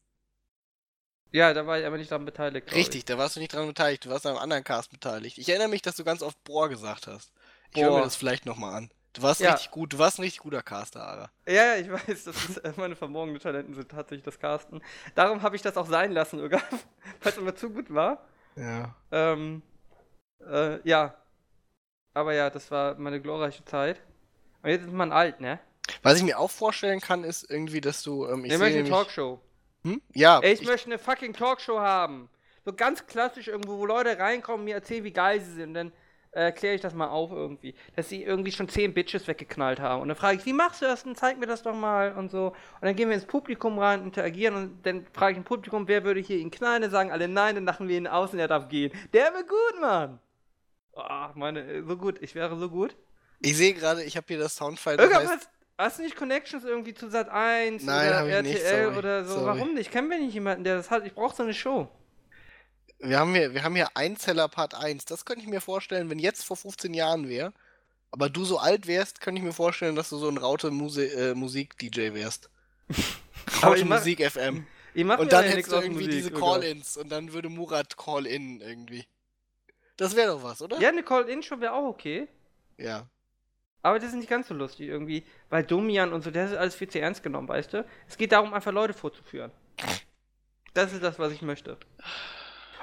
Ja, da war ich aber nicht daran beteiligt. glaub ich.
Richtig, da warst du nicht dran beteiligt, du warst an einem anderen Cast beteiligt. Ich erinnere mich, dass du ganz oft Bohr gesagt hast. Ich höre mir
Boah.
das vielleicht nochmal an. Du warst
Ja.
richtig gut, du warst ein richtig guter Caster, Ara.
Ja, ja, ich weiß, das ist, äh, meine verborgenen Talenten sind tatsächlich das Casten. Darum habe ich das auch sein lassen, sogar, weil es aber zu gut war.
Ja.
Ähm, äh, ja. Aber ja, das war meine glorreiche Zeit. Und jetzt ist man alt, ne?
Was ich mir auch vorstellen kann, ist irgendwie, dass du, ähm, ich
Ich,
sehe
möchte eine
nämlich,
Talkshow.
hm? Ja,
Ey, ich,
ich-
möchte eine fucking Talkshow haben. So ganz klassisch irgendwo, wo Leute reinkommen und mir erzählen, wie geil sie sind. Und dann äh, kläre ich das mal auf irgendwie. Dass sie irgendwie schon zehn Bitches weggeknallt haben. Und dann frage ich, wie machst du das denn? Zeig mir das doch mal und so. Und dann gehen wir ins Publikum rein, interagieren und dann frage ich im Publikum, wer würde hier ihn knallen? Dann sagen alle nein, dann lachen wir ihn aus und er darf gehen. Der wird gut, Mann! Ach, meine, so gut. Ich wäre so gut.
Ich sehe gerade, ich habe hier das Soundfile. das heißt-
Irgendwas, hast du nicht Connections irgendwie zu Sat 1
Nein, hab
oder
ich
RTL
nicht, sorry,
oder so?
sorry.
Warum nicht? Kennen wir nicht jemanden, der das hat? Ich brauche so eine Show.
wir, haben hier, wir haben hier Einzeller Part 1. Das könnte ich mir vorstellen, wenn jetzt vor 15 Jahren wäre. Aber du so alt wärst, könnte ich mir vorstellen, dass du so ein Raute Muse äh, Musik-DJ wärst.
Aber
Raute
ich mach-
Musik FM.
Ich mach mir
Und dann
ja
hättest
nichts
du
aus
irgendwie
Musik,
diese
oh Gott.
Call-Ins und dann würde Murat Call-In irgendwie. Das wäre doch was, oder?
Ja, eine Call-In-Show wäre auch okay.
Ja.
Aber das ist nicht ganz so lustig irgendwie, weil Domian und so, das ist alles viel zu ernst genommen, weißt du? Es geht darum, einfach Leute vorzuführen. Das ist das, was ich möchte.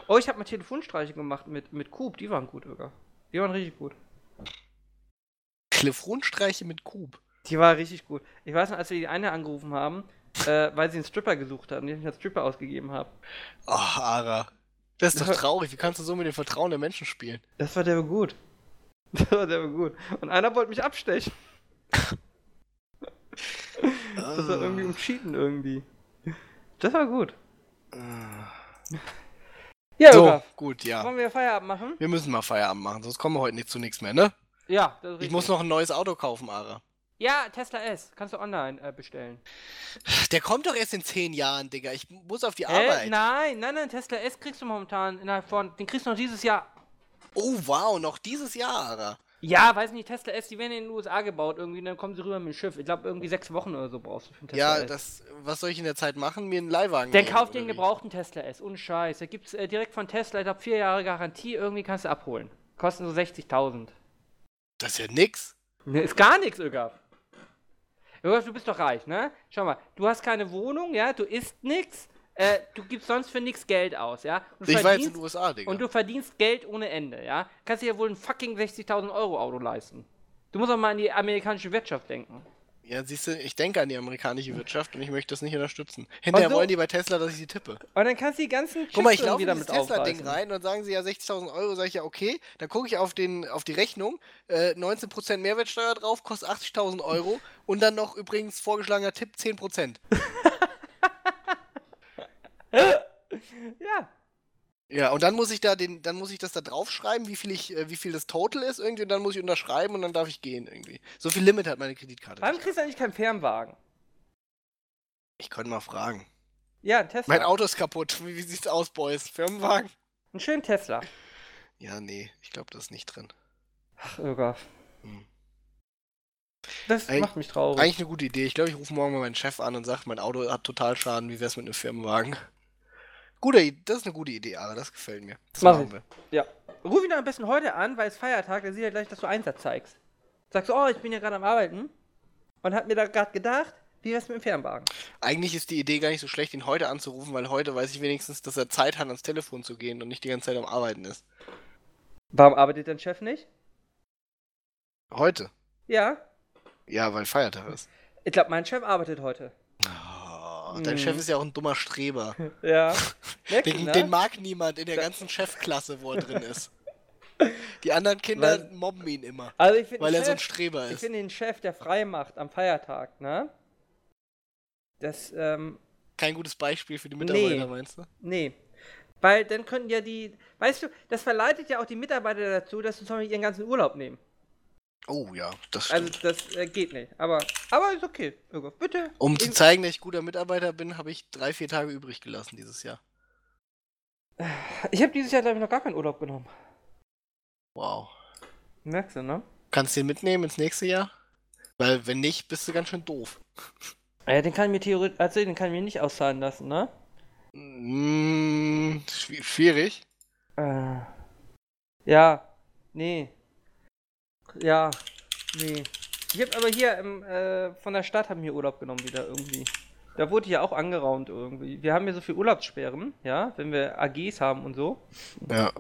Oh, ich habe mal Telefonstreiche gemacht mit, mit Coop, die waren gut, Irga. Die waren richtig gut.
Telefonstreiche mit Kub.
Die war richtig gut. Ich weiß noch, als wir die eine angerufen haben, äh, weil sie einen Stripper gesucht haben, den ich als Stripper ausgegeben habe.
Oh, Ara. Das ist doch traurig. Wie kannst du so mit dem Vertrauen der Menschen spielen?
Das war der war gut. Das war der war gut. Und einer wollte mich abstechen. Das war irgendwie um Cheaten irgendwie. Das war gut. Ja,
Ah. So,
Irga,
gut, ja.
wollen wir Feierabend machen?
Wir müssen mal Feierabend machen, sonst kommen wir heute nicht zu nichts mehr, ne?
Ja, das ist
Ich muss noch ein neues Auto kaufen, Ara.
Ja, Tesla S. Kannst du online äh, bestellen.
Der kommt doch erst in zehn Jahren, Digga. Ich muss auf die
Äh,
Arbeit.
nein, nein, nein, Tesla S kriegst du momentan innerhalb von. Den kriegst du noch dieses Jahr.
Oh, wow, noch dieses Jahr, Ara.
Ja, weiß nicht, Tesla S, die werden in den USA gebaut irgendwie, und dann kommen sie rüber mit dem Schiff. Ich glaube, irgendwie sechs Wochen oder so brauchst du für einen Tesla
Ja,
S.
das, was soll ich in der Zeit machen? Mir einen Leihwagen
Dann
holen,
kauf dir
oder
einen
wie?
gebrauchten Tesla S, ohne Scheiß. Da gibt's äh, direkt von Tesla, ich glaube, vier Jahre Garantie, irgendwie kannst du abholen. Kosten so 60.000.
Das ist ja nix.
Ne, ist gar nichts, Ögaf. Ögaf, du bist doch reich, ne? Schau mal, du hast keine Wohnung, ja, du isst nichts, äh, du gibst sonst für nichts Geld aus, ja? Und du
Ich war jetzt in
verdienst-
den USA, Digga.
Und du verdienst Geld ohne Ende, ja? Kannst dir ja wohl ein fucking 60.000 Euro Auto leisten. Du musst auch mal an die amerikanische Wirtschaft denken.
Ja, siehst du, ich denke an die amerikanische Wirtschaft und ich möchte das nicht unterstützen. Hinterher
so-
wollen die bei Tesla, dass ich sie tippe.
Und dann kannst du die ganzen
Guck mal,
Chips
ich laufe
irgendwie
in dieses
damit
Tesla-Ding
aufreißen.
rein und dann sagen sie ja 60.000 Euro, sage ich ja okay. Dann gucke ich auf, den, auf die Rechnung, äh, 19% Mehrwertsteuer drauf, kostet 80.000 Euro und dann noch übrigens vorgeschlagener Tipp 10%.
Ja,
Ja, und dann muss ich da den, dann muss ich das da draufschreiben, wie viel ich, äh, wie viel das Total ist irgendwie und dann muss ich unterschreiben und dann darf ich gehen irgendwie. So viel Limit hat meine Kreditkarte.
warum kriegst du eigentlich keinen Fernwagen?
Ich könnte mal fragen.
Ja, ein Tesla.
Mein Auto ist kaputt. Wie, wie sieht's aus, Boys? Firmenwagen?
Einen schönen Tesla.
Ja, nee, ich glaube, das ist nicht drin.
Ach, Irga.
Hm.
Das
Eig-
macht mich traurig.
Eigentlich eine gute Idee. Ich glaube, ich rufe morgen mal meinen Chef an und sage, mein Auto hat total Schaden. Wie wär's mit einem Firmenwagen? Gute, I- das ist eine gute Idee, Ara. Das gefällt mir. Das
Mach ich.
wir.
Ja. Ruf ihn doch am besten heute an, weil es Feiertag, dann sieht er gleich, dass du Einsatz zeigst. Sagst du, oh, ich bin ja gerade am Arbeiten und hab mir da gerade gedacht, wie wär's mit dem Fernwagen?
Eigentlich ist die Idee gar nicht so schlecht, ihn heute anzurufen, weil heute weiß ich wenigstens, dass er Zeit hat, ans Telefon zu gehen und nicht die ganze Zeit am Arbeiten ist.
Warum arbeitet dein Chef nicht?
Heute?
Ja.
Ja, weil Feiertag ist.
Ich glaube, mein Chef arbeitet heute.
Oh, dein
Hm.
Chef ist ja auch ein dummer Streber.
Ja. Merkst du,
Den,
ne?
den mag niemand in der ganzen Chefklasse, wo er drin ist. Die anderen Kinder
Weil-
mobben ihn immer,
also ich finde
weil er so
den,
ein Streber
ich
ist.
find den Chef, der frei macht am Feiertag, ne? Das, ähm,
Kein gutes Beispiel für die Mitarbeiter,
Nee.
meinst du?
Nee. Weil dann könnten ja die, weißt du, das verleitet ja auch die Mitarbeiter dazu, dass sie zum Beispiel ihren ganzen Urlaub nehmen.
Oh ja, das stimmt.
Also das äh, geht nicht. Aber, aber ist okay. Irgendwo. Bitte.
Um zu
Irgend-
zeigen, dass ich guter Mitarbeiter bin, habe ich drei, vier Tage übrig gelassen dieses Jahr.
Ich habe dieses Jahr, glaube ich, noch gar keinen Urlaub genommen.
Wow.
Merkst du, ne?
Kannst du den mitnehmen ins nächste Jahr? Weil wenn nicht, bist du ganz schön doof.
Ja, den kann ich mir theoretisch, also den kann ich mir nicht auszahlen lassen, ne?
Mm, schwi- schwierig.
Äh. Ja. Nee. Ja. Nee. Ich habe aber hier im, äh, von der Stadt haben wir Urlaub genommen wieder irgendwie. Da wurde ich ja auch angeraunt irgendwie. Wir haben ja so viel Urlaubssperren, ja, wenn wir AGs haben und so.
Ja.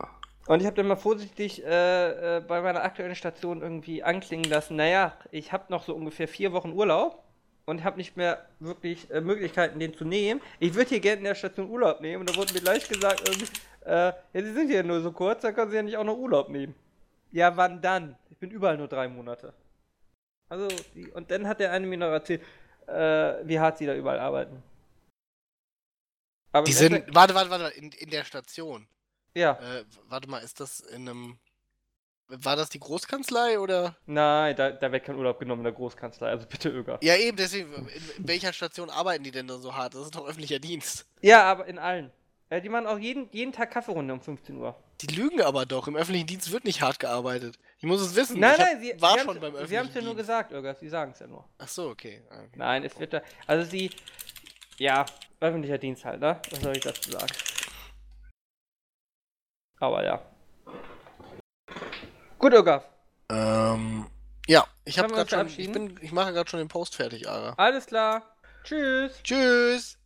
Und ich habe dann mal vorsichtig äh, äh, bei meiner aktuellen Station irgendwie anklingen lassen, naja, ich habe noch so ungefähr vier Wochen Urlaub und habe nicht mehr wirklich äh, Möglichkeiten, den zu nehmen. Ich würde hier gerne in der Station Urlaub nehmen. Und da wurde mir gleich gesagt, irgendwie, äh, ja, Sie sind hier nur so kurz, dann können Sie ja nicht auch noch Urlaub nehmen. Ja, wann dann? Ich bin überall nur drei Monate. Also, die, und dann hat der eine mir noch erzählt, äh, wie hart sie da überall arbeiten. Aber
Die
im
sind.
Endeffekt-
Warte, warte, warte, in, in der Station.
Ja,
Äh, warte mal, ist das in einem. War das die Großkanzlei oder?
nein, da, da wird kein Urlaub genommen in der Großkanzlei, also bitte Öger.
Ja, eben, deswegen. In, in welcher Station arbeiten die denn da so hart? Das ist doch öffentlicher Dienst.
Ja, aber in allen. Ja, die machen auch jeden, jeden Tag Kaffeerunde um 15 Uhr.
Die lügen aber doch. Im öffentlichen Dienst wird nicht hart gearbeitet. Ich muss es wissen.
Nein,
ich hab-
nein, sie,
war schon
sie haben's-
beim öffentlichen
Sie haben es ja nur
Dienst.
gesagt, Irgas, sie sagen es ja nur.
Ach so, okay. Ah, okay.
Nein, es wird da. Also sie. Ja, öffentlicher Dienst halt, ne? Was soll ich dazu sagen? Aber ja. Gut, Irgaf.
Ähm, ja, ich
Sollen
habe
wir
gerade
uns
schon, ich
verabschieden?
bin, ich mache gerade schon den Post fertig, Ara.
Alles klar. Tschüss.
Tschüss.